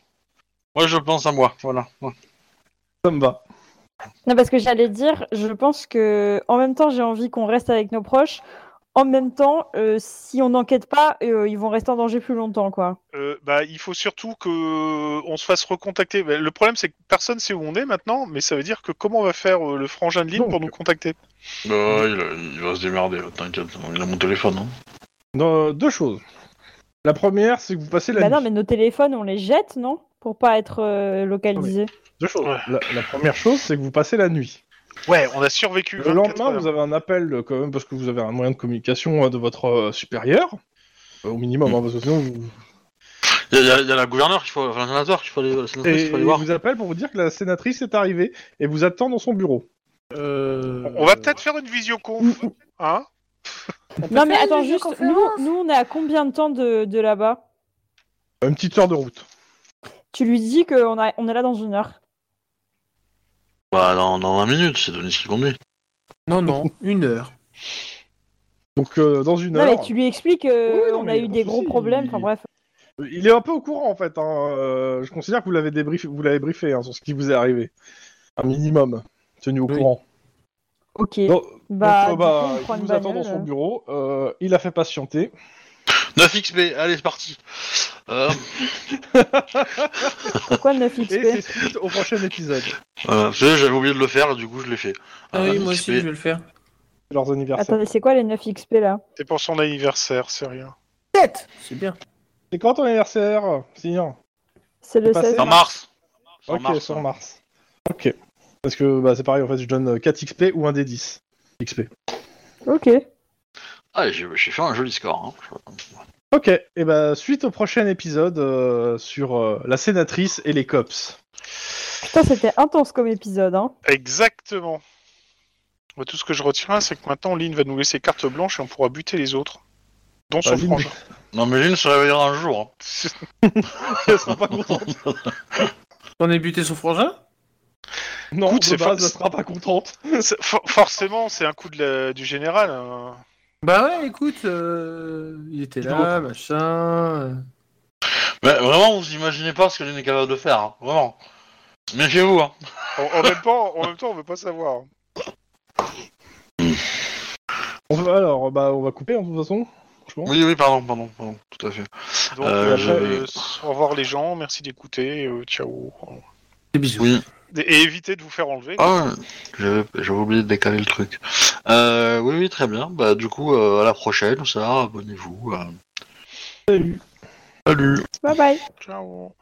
moi, je pense à moi, voilà.
Ça me va.
Non, parce que j'allais dire, je pense que en même temps, j'ai envie qu'on reste avec nos proches. En même temps, euh, si on n'enquête pas, euh, ils vont rester en danger plus longtemps, quoi.
Euh, bah, il faut surtout que euh, on se fasse recontacter. Bah, le problème, c'est que personne sait où on est maintenant, mais ça veut dire que comment on va faire euh, le frangin de Lynn
Donc.
pour nous contacter
Bah, il, a- il va se démerder, t'inquiète, il a mon téléphone. Hein.
Non, euh, deux choses. La première, c'est que vous passez la
Bah
nuit.
non, mais nos téléphones, on les jette, non Pour pas être euh, localisés.
Deux choses. La, la première chose, c'est que vous passez la nuit.
Ouais, Eh, on a survécu.
Le
24
lendemain,
heures.
vous avez un appel euh, quand même parce que vous avez un moyen de communication euh, de votre euh, supérieur, Euh, au minimum, hein, parce que sinon vous,
Il y, a- il y a- il y a la gouverneure qu'il faut, enfin, la sénateur qu'il faut aller, la sénatrice
Et
qu'il faut aller voir.
il vous appelle pour vous dire que la sénatrice est arrivée et vous attend dans son bureau.
Euh,
On va peut-être faire une visioconf, hein
on peut
Non, mais
faire une
attends, juste, nous,
visioconférence
nous, on est à combien de temps de, de là-bas
Une petite heure de route.
Tu lui dis qu'on a- on est là dans une heure.
Bah, dans, dans 20 minutes, c'est Denis qui conduit.
Non,
<laughs>
non, une heure.
Donc euh, dans une
Non,
heure.
mais tu lui expliques euh,
Oui, non,
on
mais
a eu
pas de
des gros
souci,
problèmes,
il-
enfin bref.
Il est un peu au courant en fait. hein, euh, je considère que vous l'avez débriefé, vous l'avez briefé hein, sur ce qui vous est arrivé. Un minimum tenu au
Oui.
courant.
Ok.
Donc,
bah,
donc, euh,
du
bah,
coup, on prend
il
une
vous attend dans
bagnole,
son
euh.
bureau. euh, il a fait patienter.
9 XP, allez, c'est parti. Euh,
Pourquoi 9 XP
Et c'est suite au prochain
<laughs>
épisode.
euh, tu sais, j'avais oublié de le faire, et du coup, je l'ai fait. Euh,
Ah oui,
bah,
9
moi
XP.
aussi, je vais le faire.
C'est Leurs anniversaires.
Attendez, c'est quoi les 9 XP là
C'est pour son anniversaire, c'est rien.
Tête C'est bien.
C'est quand ton anniversaire Signe.
C'est le
C'est passé.
16
C'est En mars. C'est en
Ok,
mars,
c'est en
hein.
mars. Ok. Parce que bah, c'est pareil en fait, je donne euh, 4 XP ou un des 10 XP.
Ok.
Ah, j'ai j'ai fait un joli score. hein.
Ok, et ben suite au prochain épisode euh, sur euh, la sénatrice et les cops.
Putain, c'était intense comme épisode, hein.
Exactement. Bah, tout ce que je retiens, c'est que maintenant Lynn va nous laisser carte blanche et on pourra buter les autres. Dont son
Bah, Lynn-
frangin. <laughs>
Non, mais Lynn se réveillera un jour. hein.
<laughs> Elle sera pas contente.
T'en as buté son frangin
Non,
Écoute,
de
c'est
base,
fa-
elle sera pas contente.
C'est- for- forcément, c'est un coup de la- du général. hein.
Bah ouais, écoute, euh, il était là, machin... euh,
Mais vraiment, vous imaginez pas ce que Lynn est capable de faire. hein. Vraiment. Méfiez-vous. Hein.
En, en même temps, en même temps, on veut pas savoir.
Mm.
On va- alors, bah, on va couper, hein, de toute façon. je pense.
Oui, oui, pardon, pardon, pardon, tout à fait.
Donc,
Euh,
euh,
je vais-
au revoir les gens, merci d'écouter, euh, ciao.
Des bisous.
Oui.
Et évitez de vous faire enlever.
Ah, ouais, j'avais j'avais oublié de décaler le truc. Euh, oui, oui, très bien. Bah, du coup, euh, à la prochaine, ça, abonnez-vous. euh.
Salut.
Salut.
Bye bye.
Ciao.